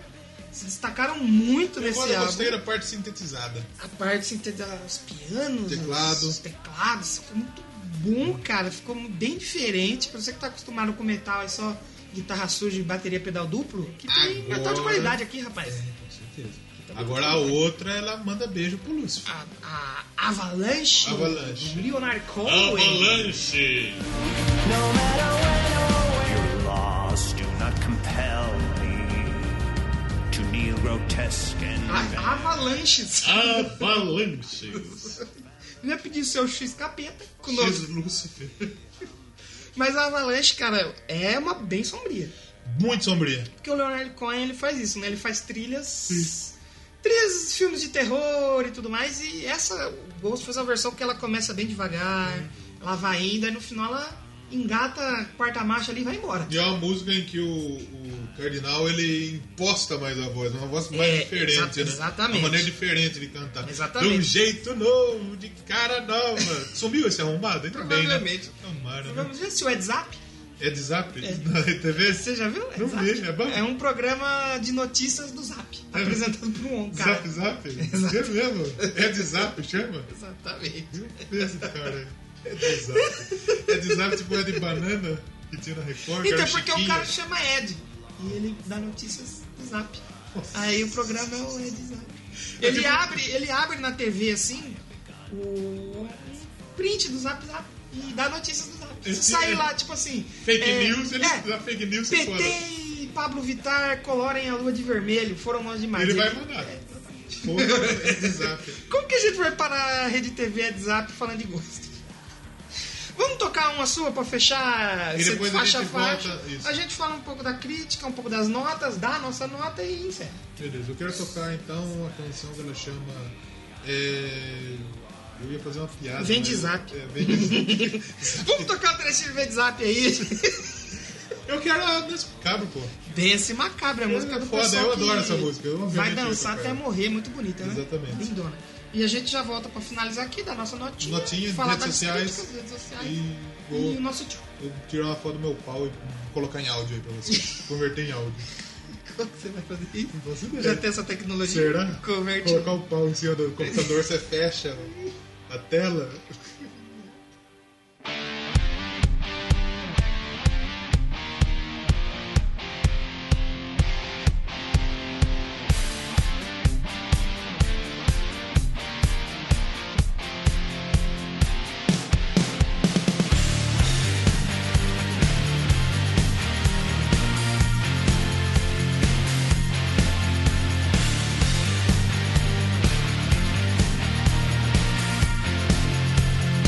Speaker 1: se destacaram muito nesse
Speaker 2: Agora eu
Speaker 1: álbum.
Speaker 2: gostei da parte sintetizada.
Speaker 1: a parte assim, tem da- os pianos,
Speaker 2: Teclado.
Speaker 1: os teclados, ficou muito bom, cara. Ficou mu- bem diferente. Pra você que tá acostumado com metal, é só guitarra suja e bateria pedal duplo, que tem
Speaker 2: Agora- é.
Speaker 1: metal de qualidade aqui, rapaz.
Speaker 2: Com certeza. Agora a outra, ela manda beijo pro Lúcifer.
Speaker 1: A, a Avalanche,
Speaker 2: Avalanche.
Speaker 1: o Leonard Cohen.
Speaker 5: Avalanche.
Speaker 6: No matter when or you're lost, do not compel me to kneel grotesque and
Speaker 1: A- Avalanche.
Speaker 5: Avalanche.
Speaker 1: Eu ia pedir o seu X capeta com o nome
Speaker 2: Jesus Lúcifer.
Speaker 1: Mas a Avalanche, cara, é uma bem sombria.
Speaker 2: Muito sombria.
Speaker 1: Porque o Leonard Cohen, ele faz isso, né? Ele faz
Speaker 2: Hum.
Speaker 1: trilhas... Trilhas, filmes de terror e tudo mais. E essa, o Ghost fez a versão que ela começa bem devagar.
Speaker 2: Hum.
Speaker 1: Ela vai indo e no final ela engata a quarta marcha ali e vai embora.
Speaker 2: E é uma música em que o, o Cardinal ele imposta mais a voz, uma voz mais
Speaker 1: É,
Speaker 2: diferente,
Speaker 1: exa-
Speaker 2: né?
Speaker 1: exatamente.
Speaker 2: Uma maneira diferente de cantar.
Speaker 1: Exatamente.
Speaker 2: De um jeito novo, de cara nova. Sumiu esse arrombado? Ainda bem, né?
Speaker 1: Provavelmente.
Speaker 2: Tomara, né?
Speaker 1: Vamos ver se o Ed Zap,
Speaker 2: É de zap? tá Na TV?
Speaker 1: você já viu? o Ed
Speaker 2: Não
Speaker 1: Zap?
Speaker 2: vi, é bom? É.
Speaker 1: um programa de notícias do Zap, apresentado por um cara.
Speaker 2: Zap Zap? É mesmo? É de zap, chama?
Speaker 1: Exatamente.
Speaker 2: Esse cara é de zap. É de zap tipo é de banana que tinha na Record. que
Speaker 1: Então,
Speaker 2: era
Speaker 1: porque o
Speaker 2: é Chiquinha.
Speaker 1: cara chama Ed e ele dá notícias do Zap. Aí o programa é o Ed Zap. Ele abre, ele abre na TV assim o um print do Zap Zap e dá notícias do Zap. Se sair lá, tipo assim.
Speaker 2: é Fake
Speaker 1: é,
Speaker 2: news, ele
Speaker 1: é,
Speaker 2: dá fake news e foda.
Speaker 1: PT e Pablo Vittar colorem a lua de vermelho, foram longe demais.
Speaker 2: Ele vai mandar. Porra, é de zap.
Speaker 1: Como que a gente vai parar a Rede TV Ed Zap falando de gosto? Vamos tocar uma sua pra fechar
Speaker 2: E
Speaker 1: esse
Speaker 2: depois a
Speaker 1: faixa
Speaker 2: gente
Speaker 1: faixa.
Speaker 2: volta, isso.
Speaker 1: A gente fala um pouco da crítica, um pouco das notas, dá a nossa nota e encerra.
Speaker 2: Beleza, eu quero tocar então a canção que ela chama. É... Eu ia fazer uma piada.
Speaker 1: Vem de
Speaker 2: mas-
Speaker 1: zap.
Speaker 2: É, vem de zap.
Speaker 1: Vamos tocar o trechinho de Ed Zap aí.
Speaker 2: Eu quero a Dance Cabra, pô.
Speaker 1: Dance macabra, é a música do
Speaker 2: É foda,
Speaker 1: pessoal
Speaker 2: eu adoro
Speaker 1: que
Speaker 2: essa música, eu amo ver
Speaker 1: Vai
Speaker 2: gente
Speaker 1: dançar
Speaker 2: tocar.
Speaker 1: até morrer, muito bonita, né?
Speaker 2: Exatamente.
Speaker 1: Lindona. E a gente já volta pra finalizar aqui da nossa notinha.
Speaker 2: Notinha,
Speaker 1: falar
Speaker 2: redes
Speaker 1: das
Speaker 2: sociais.
Speaker 1: críticas, redes sociais
Speaker 2: E
Speaker 1: e,
Speaker 2: vou
Speaker 1: o nosso tio.
Speaker 2: eu tirar uma foto do meu pau e colocar em áudio aí pra você. Converter em áudio.
Speaker 1: Como você vai fazer isso?
Speaker 2: Não faço ideia.
Speaker 1: Já tem essa tecnologia?
Speaker 2: Será?
Speaker 1: Converte.
Speaker 2: Colocar o pau em cima do computador, você fecha a tela.
Speaker 7: Thank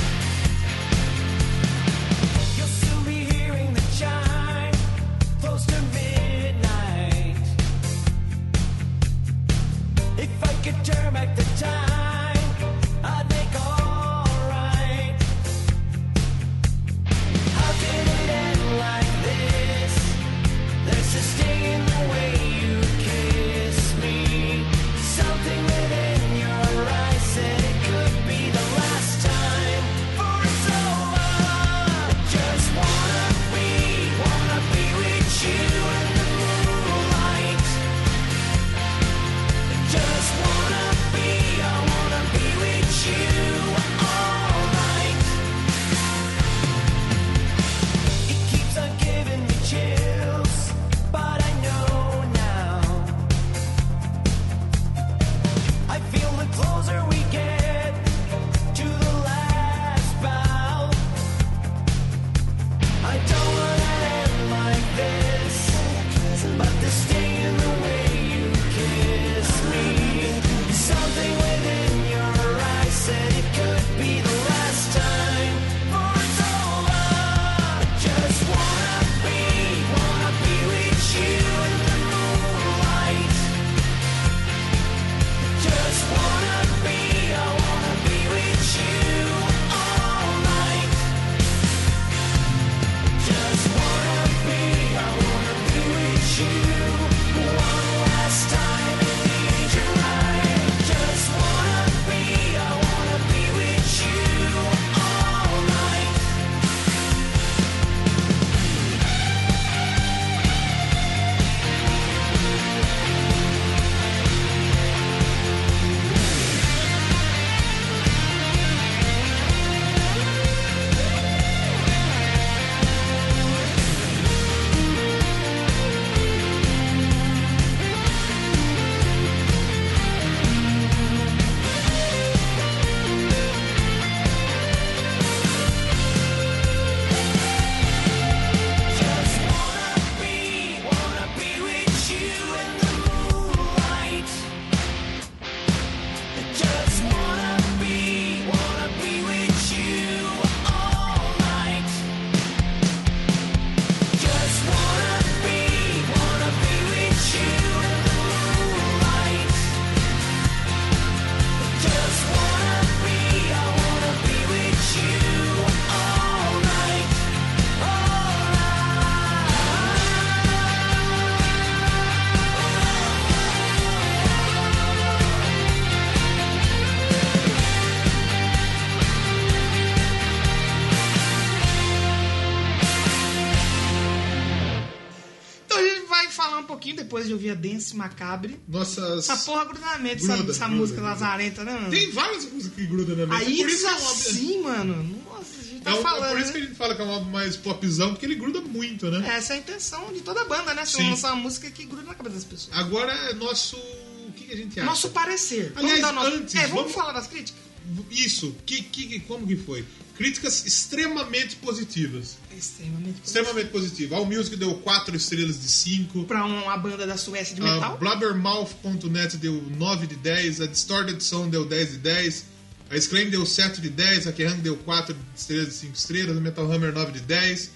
Speaker 1: Então um pouquinho depois de ouvir a Dance Macabre.
Speaker 2: Nossas.
Speaker 1: Essa porra gruda na mente,
Speaker 2: Gruda,
Speaker 1: essa, essa
Speaker 2: gruda,
Speaker 1: música
Speaker 2: gruda.
Speaker 1: lazarenta, né, mano?
Speaker 2: Tem várias músicas que grudam na mente.
Speaker 1: Aí
Speaker 2: é por isso que é um álbum-
Speaker 1: assim, mano. Nossa, a gente tá
Speaker 2: é um- é
Speaker 1: falando.
Speaker 2: por isso que
Speaker 1: né?
Speaker 2: a gente fala que é um álbum mais popzão, porque ele gruda muito, né?
Speaker 1: Essa é a intenção de toda banda, né? Você
Speaker 2: Sim.
Speaker 1: lançar uma música que gruda na cabeça das pessoas.
Speaker 2: Agora é nosso. O que, que a gente acha?
Speaker 1: Nosso parecer.
Speaker 2: é.
Speaker 1: vamos
Speaker 2: Aliás,
Speaker 1: dar nosso...
Speaker 2: antes,
Speaker 1: é, vamos,
Speaker 2: vamos-
Speaker 1: falar das críticas?
Speaker 2: Isso. Que, que, como que foi? Críticas extremamente positivas.
Speaker 1: É Extremamente.
Speaker 2: Extremamente positivas. All Music deu 4 estrelas de ah, 5.
Speaker 1: Pra um, uma banda da Suécia de
Speaker 2: A
Speaker 1: metal.
Speaker 2: Blabbermouth.net deu 9 de 10. A Distorted Sound deu 10 de 10. A Scream deu 7 de 10. A Kerrang deu 4 estrelas de 5 estrelas. A Metal Hammer 9 de 10.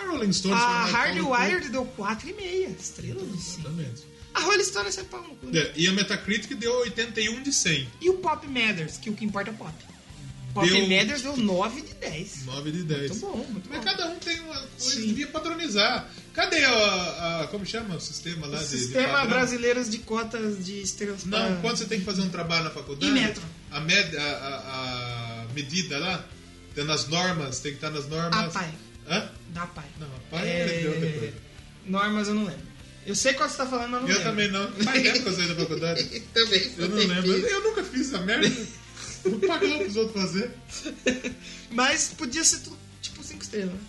Speaker 2: A Rolling Stones
Speaker 1: A
Speaker 2: foi mais pau no cu.
Speaker 1: Hardwired deu 4,5 estrelas do 5.
Speaker 2: Exatamente.
Speaker 1: A Rolling Stones é pau no cu. né?
Speaker 2: É, E a Metacritic deu 81 de 100.
Speaker 1: E o Pop Matters, que o que importa é pop. Pop
Speaker 2: Deu-
Speaker 1: Matters deu 9 de 10.
Speaker 2: 9 de 10.
Speaker 1: Muito bom, muito
Speaker 2: Mas
Speaker 1: bom.
Speaker 2: cada um tem uma coisa,
Speaker 1: Sim.
Speaker 2: devia padronizar. Cadê a, a- Como chama o sistema lá um, né, de- de.
Speaker 1: Sistema
Speaker 2: padrão?
Speaker 1: brasileiro de cotas de Ah, estrelas
Speaker 2: Não,
Speaker 1: pra-
Speaker 2: quando você tem que fazer um trabalho na faculdade.
Speaker 1: E metro.
Speaker 2: A, med, a, a- a medida lá, tem nas normas, tem que estar nas normas.
Speaker 1: Ah, pai.
Speaker 2: Hã?
Speaker 1: Da pai.
Speaker 2: Não, a pai é... de outra coisa.
Speaker 1: Normas eu não lembro. Eu sei qual você tá falando, mas não
Speaker 2: Eu
Speaker 1: lembro.
Speaker 2: também não. Faz tempo que eu saí da faculdade.
Speaker 1: também.
Speaker 2: Eu não lembro. Eu, eu nunca fiz essa merda. Vou pagar pros outros fazer.
Speaker 1: Mas podia ser tu- tipo 5 estrelas. né?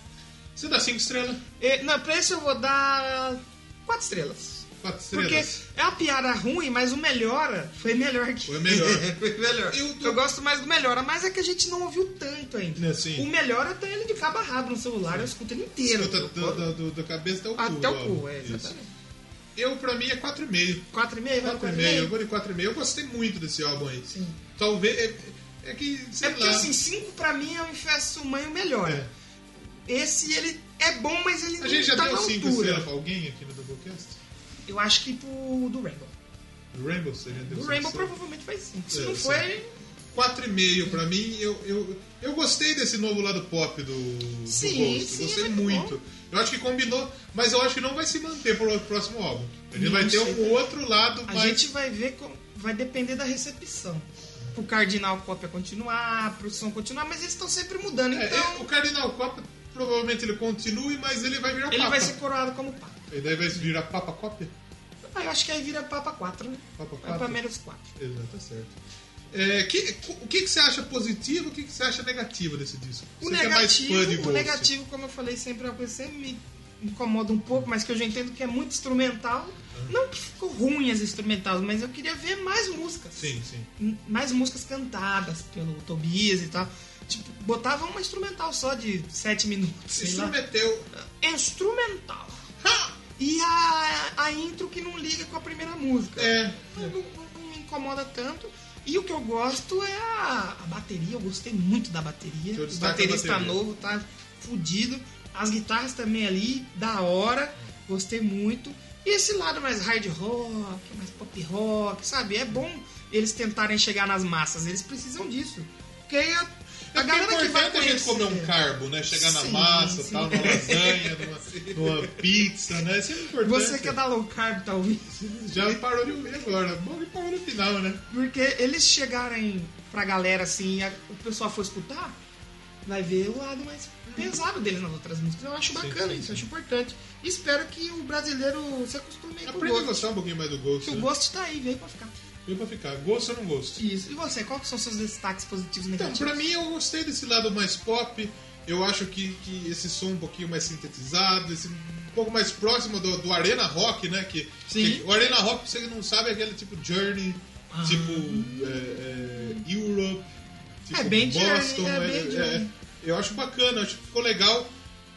Speaker 2: Você dá 5 estrelas,
Speaker 1: E, não, pra esse eu vou dar 4 estrelas.
Speaker 2: 4 estrelas.
Speaker 1: Porque é uma piada ruim, mas o Melhora foi melhor que.
Speaker 2: Foi melhor.
Speaker 1: foi melhor.
Speaker 2: Eu
Speaker 1: Eu,
Speaker 2: tô-
Speaker 1: gosto mais do Melhora, mas é que a gente não ouviu tanto ainda.
Speaker 2: É, sim.
Speaker 1: O Melhora tem ele de cabo a rabo no celular, eu escuto ele inteiro.
Speaker 2: Escuta do, do, do, da cabeça até o cu.
Speaker 1: Até o
Speaker 2: logo.
Speaker 1: cu, é,
Speaker 2: Isso.
Speaker 1: exatamente.
Speaker 2: Eu, pra mim, é 4,5.
Speaker 1: 4,5, vai
Speaker 2: 4,5,
Speaker 1: 4,5.
Speaker 2: eu vou de 4,5. Eu gostei muito desse álbum aí.
Speaker 1: Sim.
Speaker 2: Talvez. É, é que. Sei
Speaker 1: É porque
Speaker 2: lá.
Speaker 1: assim, 5 pra mim é um infesto humano melhor.
Speaker 2: É.
Speaker 1: Esse ele é bom, mas ele
Speaker 2: a gente já
Speaker 1: não tá
Speaker 2: deu
Speaker 1: na
Speaker 2: 5
Speaker 1: altura.
Speaker 2: estrelas pra alguém aqui no Doublecast?
Speaker 1: Eu acho que pro do Rainbow.
Speaker 2: Do Rainbow, você já deu
Speaker 1: Do
Speaker 2: 5
Speaker 1: Rainbow provavelmente vai 5. Se
Speaker 2: É,
Speaker 1: não
Speaker 2: sim.
Speaker 1: foi,
Speaker 2: 4,5 pra mim. Eu, eu, eu gostei desse novo lado pop do, do
Speaker 1: Sim,
Speaker 2: Ghost.
Speaker 1: sim,
Speaker 2: eu gostei
Speaker 1: é muito
Speaker 2: muito. Eu acho que combinou, mas eu acho que não vai se manter pro próximo álbum. A gente
Speaker 1: Não
Speaker 2: vai ter
Speaker 1: sei.
Speaker 2: um outro lado
Speaker 1: a
Speaker 2: mais.
Speaker 1: gente vai ver como. Vai depender da recepção. Pro Cardinal Cópia continuar, pro som continuar, mas eles estão sempre mudando.
Speaker 2: É,
Speaker 1: Então,
Speaker 2: é, o Cardinal Copa provavelmente ele continue, mas ele vai virar
Speaker 1: ele
Speaker 2: é, Papa.
Speaker 1: vai ser coroado como Papa.
Speaker 2: E daí vai virar Papa Cópia?
Speaker 1: Ah, eu acho que aí vira Papa 4, né?
Speaker 2: Papa
Speaker 1: Vai pra
Speaker 2: 4.
Speaker 1: menos 4.
Speaker 2: Exato, tá certo. É, que- o que, que você acha positivo e o que, que você acha negativo desse disco?
Speaker 1: O
Speaker 2: você que é
Speaker 1: negativo,
Speaker 2: de
Speaker 1: o
Speaker 2: Ghost.
Speaker 1: negativo, como eu falei, sempre é uma coisa que sempre me incomoda um pouco, mas que eu já entendo que é muito instrumental. Não que ficou ruim as instrumentais, mas eu queria ver mais músicas.
Speaker 2: Sim, sim.
Speaker 1: M- Mais músicas cantadas pelo Tobias e tal. Tipo, botava uma instrumental só de 7 minutos. sei lá.
Speaker 2: Instrumental.
Speaker 1: Instrumental. E a, a intro que não liga com a primeira música.
Speaker 2: É.
Speaker 1: Não, não- não me incomoda tanto. E o que eu gosto é a, a bateria. Eu gostei muito da bateria.
Speaker 2: Teu
Speaker 1: O
Speaker 2: destaque é a
Speaker 1: baterista
Speaker 2: bateria.
Speaker 1: novo tá fudido. As guitarras também ali, da hora. Gostei muito. E esse lado mais hard rock, mais pop rock, sabe? É bom eles tentarem chegar nas massas. Eles precisam disso. Porque aí a,
Speaker 2: É
Speaker 1: a galera que vai
Speaker 2: a gente
Speaker 1: conhecer...
Speaker 2: comer um carbo, né? Chegar na
Speaker 1: Sim,
Speaker 2: massa,
Speaker 1: sim.
Speaker 2: tal, numa lasanha, numa, numa pizza, né? Isso é importante.
Speaker 1: Você que é da low carb, talvez.
Speaker 2: Já parou de ouvir agora. Bom que parou no final, né?
Speaker 1: Porque eles chegarem pra galera assim e a- o pessoal for escutar, vai ver o lado mais pesado deles nas outras músicas. Eu acho bacana
Speaker 2: sim,
Speaker 1: isso, acho importante. E espero que o brasileiro se acostume aí com o
Speaker 2: Aprende a
Speaker 1: gosto.
Speaker 2: gostar um pouquinho mais do Ghost.
Speaker 1: Que o
Speaker 2: Né?
Speaker 1: gosto tá aí, veio pra ficar.
Speaker 2: Veio pra ficar. Gosto ou não gosto?
Speaker 1: Isso. E você, qual que são seus destaques positivos e
Speaker 2: Então,
Speaker 1: negativos?
Speaker 2: pra mim eu gostei desse lado mais pop. Eu acho que, que esse som um pouquinho mais sintetizado, esse um pouco mais próximo do, do Arena Rock, né? Que,
Speaker 1: Sim. Ah.
Speaker 2: que- o Arena Rock, pra você que não sabe, é aquele tipo Journey, tipo é, é, Europe, tipo
Speaker 1: É bem
Speaker 2: Boston.
Speaker 1: Journey, é bem Journey.
Speaker 2: eu acho bacana, eu acho que ficou legal.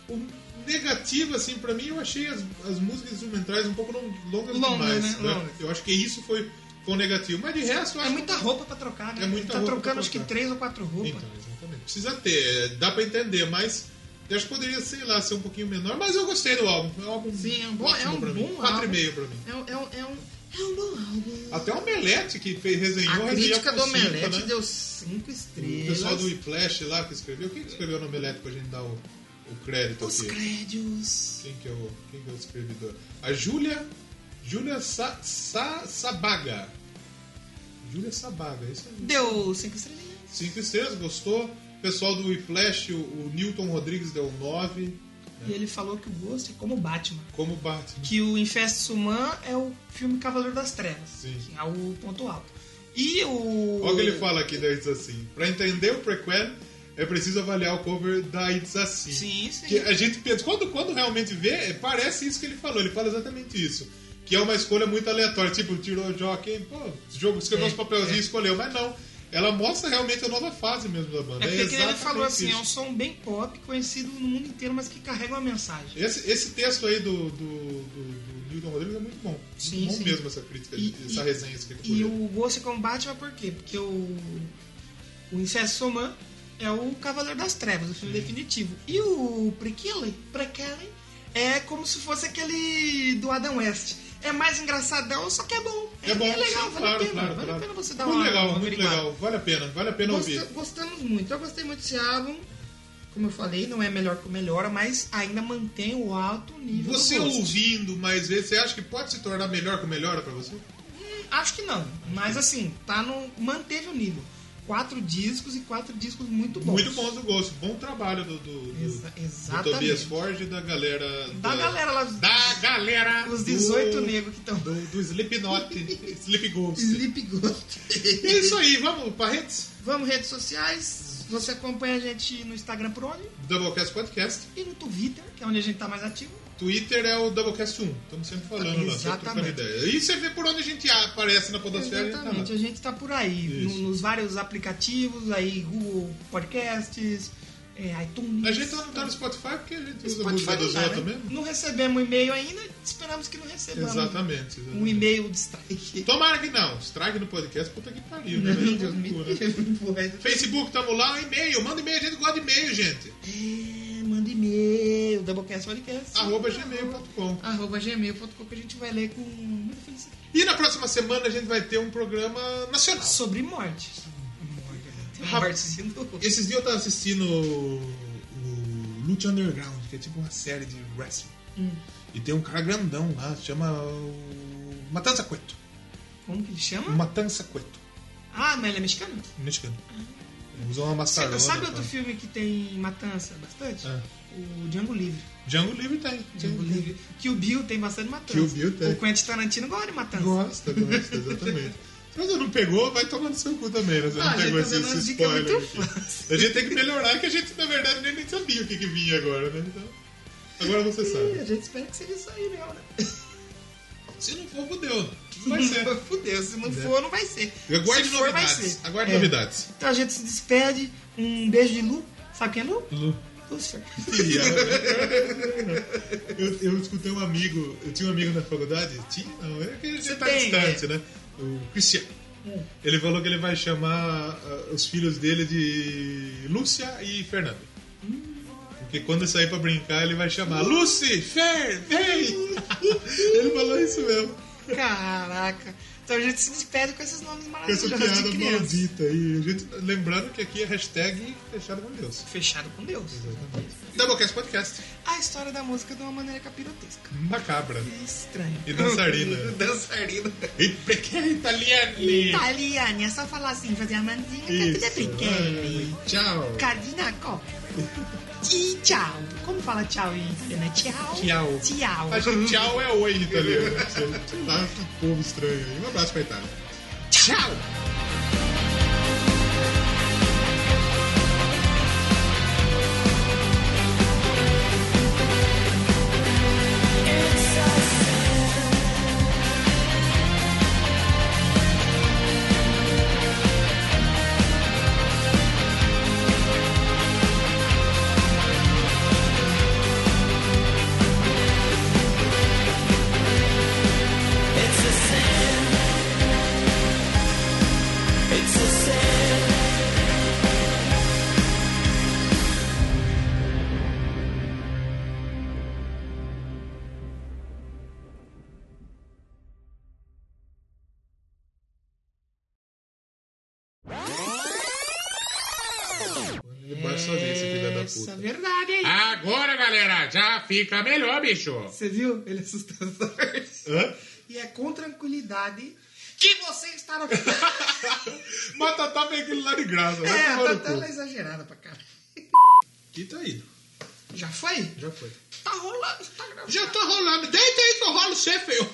Speaker 2: O negativo, assim, pra mim, eu achei as, as músicas instrumentais um pouco long- longas
Speaker 1: Longas,
Speaker 2: demais.
Speaker 1: né? Longas.
Speaker 2: Eu acho que isso foi, foi o negativo. Mas de resto, eu
Speaker 1: É
Speaker 2: acho
Speaker 1: muita roupa pra trocar, né?
Speaker 2: É muita
Speaker 1: tá
Speaker 2: roupa pra
Speaker 1: trocando acho que
Speaker 2: trocar.
Speaker 1: três ou quatro roupas.
Speaker 2: então, exatamente. Precisa ter, é, dá pra entender, mas eu acho que poderia, sei lá, ser um pouquinho menor, mas eu gostei do álbum. É um álbum
Speaker 1: Sim, é um bom-
Speaker 2: ótimo
Speaker 1: é um
Speaker 2: pra mim.
Speaker 1: bom
Speaker 2: 4,5 pra mim.
Speaker 1: É, um- é um- é um, é um bom álbum.
Speaker 2: Até o Omelete que fez resenhou
Speaker 1: A
Speaker 2: resenhou
Speaker 1: crítica
Speaker 2: com
Speaker 1: do
Speaker 2: cinco,
Speaker 1: Omelete
Speaker 2: né?
Speaker 1: deu cinco
Speaker 2: O
Speaker 1: estrelas.
Speaker 2: pessoal do Whiplash lá que escreveu. Quem que escreveu no Omelete pra gente dar o, o crédito
Speaker 1: Os
Speaker 2: aqui?
Speaker 1: créditos.
Speaker 2: Quem que é o, quem que é o escrevedor? A Júlia. Júlia Sa, Sa- Sabaga. Júlia Sabaga, é isso aí.
Speaker 1: Deu cinco estrelinhas.
Speaker 2: um Cinco estrelas, gostou. O pessoal do Whiplash, o, o Newton Rodrigues deu 9.
Speaker 1: E ele falou que o gosto é como o Batman.
Speaker 2: Como Batman.
Speaker 1: Que o Infestus Human é o filme Cavaleiro das Trevas.
Speaker 2: Sim.
Speaker 1: Que é o ponto alto. E o.
Speaker 2: Olha o que ele fala aqui da It's Assim. Pra entender o prequel, é preciso avaliar o cover da It's Assim.
Speaker 1: Sim, sim. É
Speaker 2: Que a gente pensa, quando, quando realmente vê, é, parece isso que ele falou. Ele fala exatamente isso. Que é uma escolha muito aleatória. Tipo, tirou o Joaquim, pô, jogo, escreveu
Speaker 1: É,
Speaker 2: uns papelzinhos
Speaker 1: é.
Speaker 2: e escolheu. Mas não. Ela mostra realmente a nova fase mesmo da banda.
Speaker 1: É porque que ele
Speaker 2: exatamente
Speaker 1: falou assim,
Speaker 2: isso.
Speaker 1: é um som bem pop, conhecido no mundo inteiro, mas que carrega uma mensagem.
Speaker 2: Esse, esse texto aí do, do, do, do Newton Rodrigues é muito bom.
Speaker 1: Sim,
Speaker 2: muito bom
Speaker 1: sim.
Speaker 2: mesmo essa crítica,
Speaker 1: E-
Speaker 2: essa
Speaker 1: e-
Speaker 2: resenha escrita por
Speaker 1: E
Speaker 2: ele.
Speaker 1: o Ghost com Batman por quê? Porque o, o Incesto Soman é o Cavaleiro das Trevas, o filme definitivo. E o Prekelen, Prekelen é como se fosse aquele do Adam West. É mais engraçadão, só que é bom.
Speaker 2: É bom,
Speaker 1: legal,
Speaker 2: sim,
Speaker 1: vale a
Speaker 2: claro,
Speaker 1: pena.
Speaker 2: claro,
Speaker 1: vale
Speaker 2: claro.
Speaker 1: a pena você dar
Speaker 2: Muito
Speaker 1: uma
Speaker 2: legal,
Speaker 1: uma
Speaker 2: muito
Speaker 1: averiguada.
Speaker 2: legal. Vale a pena, vale a pena
Speaker 1: Gosta-
Speaker 2: ouvir.
Speaker 1: gostamos muito. Eu gostei muito desse álbum. Como eu falei, não é melhor que o melhor, mas ainda mantém o alto nível. do
Speaker 2: Você
Speaker 1: Ghost.
Speaker 2: ouvindo mais vezes, você acha que pode se tornar melhor que o melhora pra você?
Speaker 1: Acho que não. Mas assim, tá no. manteve o nível. Quatro discos e quatro discos muito bons.
Speaker 2: Muito bons do gosto, bom trabalho do, do, do-
Speaker 1: Exa-
Speaker 2: do
Speaker 1: exatamente.
Speaker 2: Tobias Forge e da galera.
Speaker 1: Da galera lá.
Speaker 2: é. Da galera!
Speaker 1: Os
Speaker 2: do-
Speaker 1: 18 negros que estão.
Speaker 2: Do, do Slipknot, Sleep Ghost.
Speaker 1: Sleep Ghost.
Speaker 2: É isso aí, vamos, Parretes?
Speaker 1: Vamos, redes sociais. Você acompanha a gente no Instagram por onde?
Speaker 2: Doublecast Podcast.
Speaker 1: E no Twitter, que é onde a gente tá mais ativo.
Speaker 2: Twitter é o Doublecast 1. Estamos sempre falando lá, sempre trocando
Speaker 1: Exatamente.
Speaker 2: ideia. E você vê por onde a gente aparece na Podosfera e tá lá.
Speaker 1: Exatamente, a gente tá por aí.
Speaker 2: Isso.
Speaker 1: no- nos vários aplicativos, aí Google Podcasts, é, iTunes.
Speaker 2: A gente não tá no Spotify porque a gente usa a
Speaker 1: Spotify
Speaker 2: música
Speaker 1: não
Speaker 2: dos
Speaker 1: dá,
Speaker 2: outros
Speaker 1: né?
Speaker 2: mesmo.
Speaker 1: Não recebemos e-mail ainda, esperamos que não recebamos.
Speaker 2: Exatamente.
Speaker 1: Um
Speaker 2: exatamente.
Speaker 1: e-mail de strike.
Speaker 2: Tomara que não. Strike no podcast, puta que pariu,
Speaker 1: Não,
Speaker 2: né? A gente faz
Speaker 1: Deus me
Speaker 2: tudo, né?
Speaker 1: livre.
Speaker 2: Facebook, tamo lá, e-mail, manda e-mail, a gente gosta de e-mail, gente.
Speaker 1: É, manda e-mail, Doublecast Podcast.
Speaker 2: Arroba gmail.com.
Speaker 1: Arroba gmail.com que a gente vai ler com muita felicidade.
Speaker 2: E na próxima semana a gente vai ter um programa nacional.
Speaker 1: Sobre morte. Tem
Speaker 2: Rap-
Speaker 1: morte de novo.
Speaker 2: Esses dias eu tava assistindo o o Lucha Underground, que é tipo uma série de wrestling. E tem um cara grandão lá, chama o Matanza Cueto.
Speaker 1: Como que ele
Speaker 2: Hum?
Speaker 1: chama?
Speaker 2: Matanza Cueto,
Speaker 1: Ah, mas ele é mexicano?
Speaker 2: mexicano. Ele usa uma
Speaker 1: Sabe,
Speaker 2: maçarola.
Speaker 1: sabe outro
Speaker 2: tá?
Speaker 1: filme que tem matança bastante?
Speaker 2: Ah.
Speaker 1: O Django Livre.
Speaker 2: Django Livre tá tem.
Speaker 1: Django Livre. Que o Bill tem bastante matança.
Speaker 2: Kill Bill tem.
Speaker 1: O Quentin Tarantino gosta de matança.
Speaker 2: Gosta, gosta, exatamente. Se você não pegou, vai tomar no seu cu também, né? Você
Speaker 1: Ah,
Speaker 2: não
Speaker 1: a gente
Speaker 2: pegou
Speaker 1: tá
Speaker 2: esse,
Speaker 1: dando
Speaker 2: esse
Speaker 1: umas dicas
Speaker 2: spoiler.
Speaker 1: muito
Speaker 2: aqui. A gente tem que melhorar, que a gente, na verdade, nem, nem sabia o que, que vinha agora, né? Então, agora você
Speaker 1: Ih,
Speaker 2: sabe.
Speaker 1: a gente espera que seja isso aí mesmo, né?
Speaker 2: Se não for, fudeu. Não vai ser.
Speaker 1: Fudeu, se não for, não vai ser.
Speaker 2: Aguarde
Speaker 1: se for, vai
Speaker 2: novidades.
Speaker 1: ser.
Speaker 2: Aguarde
Speaker 1: É.
Speaker 2: novidades.
Speaker 1: Então a gente se despede. Um beijo de Lu. Sabe quem é Lu?
Speaker 2: Lu.
Speaker 1: Lúcifer.
Speaker 2: eu, eu escutei um amigo, eu tinha um amigo na faculdade, tinha, não, é que ele já tá
Speaker 1: tem,
Speaker 2: distante, né? O Cristiano. Ele falou que ele vai chamar ah, os filhos dele de Lúcia e Fernando. Porque quando eu sair pra brincar, ele vai chamar Lucy, Fer, vem! ele falou isso mesmo.
Speaker 1: Caraca. Então a gente se despede com esses nomes
Speaker 2: Com essa
Speaker 1: maravilhosos de
Speaker 2: piada
Speaker 1: criança.
Speaker 2: maldita aí. A gente- lembrando que aqui é hashtag fechado com Deus.
Speaker 1: Fechado com Deus.
Speaker 2: Doublecast Podcast.
Speaker 1: A história da música de uma maneira capirotesca.
Speaker 2: Macabra.
Speaker 1: É estranho.
Speaker 2: E dançarina.
Speaker 1: dançarina.
Speaker 2: E perché italiani?
Speaker 1: Italiane, é só falar assim, fazer a mandinha, que é
Speaker 2: Isso.
Speaker 1: pequeno.
Speaker 2: Ah, Tchau.
Speaker 1: Cadina copo. E tchau. Como fala tchau em italiano? É Tchau.
Speaker 2: Tchau.
Speaker 1: Tchau.
Speaker 2: Acho que tchau é oi em italiano. Sei lá, que povo estranho aí. Um abraço pra Itália.
Speaker 1: Tchau.
Speaker 7: It's a sin. It's a sin.
Speaker 2: Ele bate sozinho, esse filho da
Speaker 1: Essa é
Speaker 2: puta.
Speaker 1: verdade, hein?
Speaker 2: Agora, galera, já fica melhor, bicho.
Speaker 1: Você viu? Ele assustou os dois.
Speaker 2: Hã?
Speaker 1: E é com tranquilidade que você está no. é,
Speaker 2: Mas tá, tá meio aquilo lá de graça. Vai
Speaker 1: a
Speaker 2: tomar no
Speaker 1: Tatá
Speaker 2: cu.
Speaker 1: é exagerada pra cá.
Speaker 2: E tá aí.
Speaker 1: Já foi?
Speaker 2: Já foi.
Speaker 1: tá rolando, tá gravando.
Speaker 2: Já tá rolando. Deita aí que eu rolo você, feio.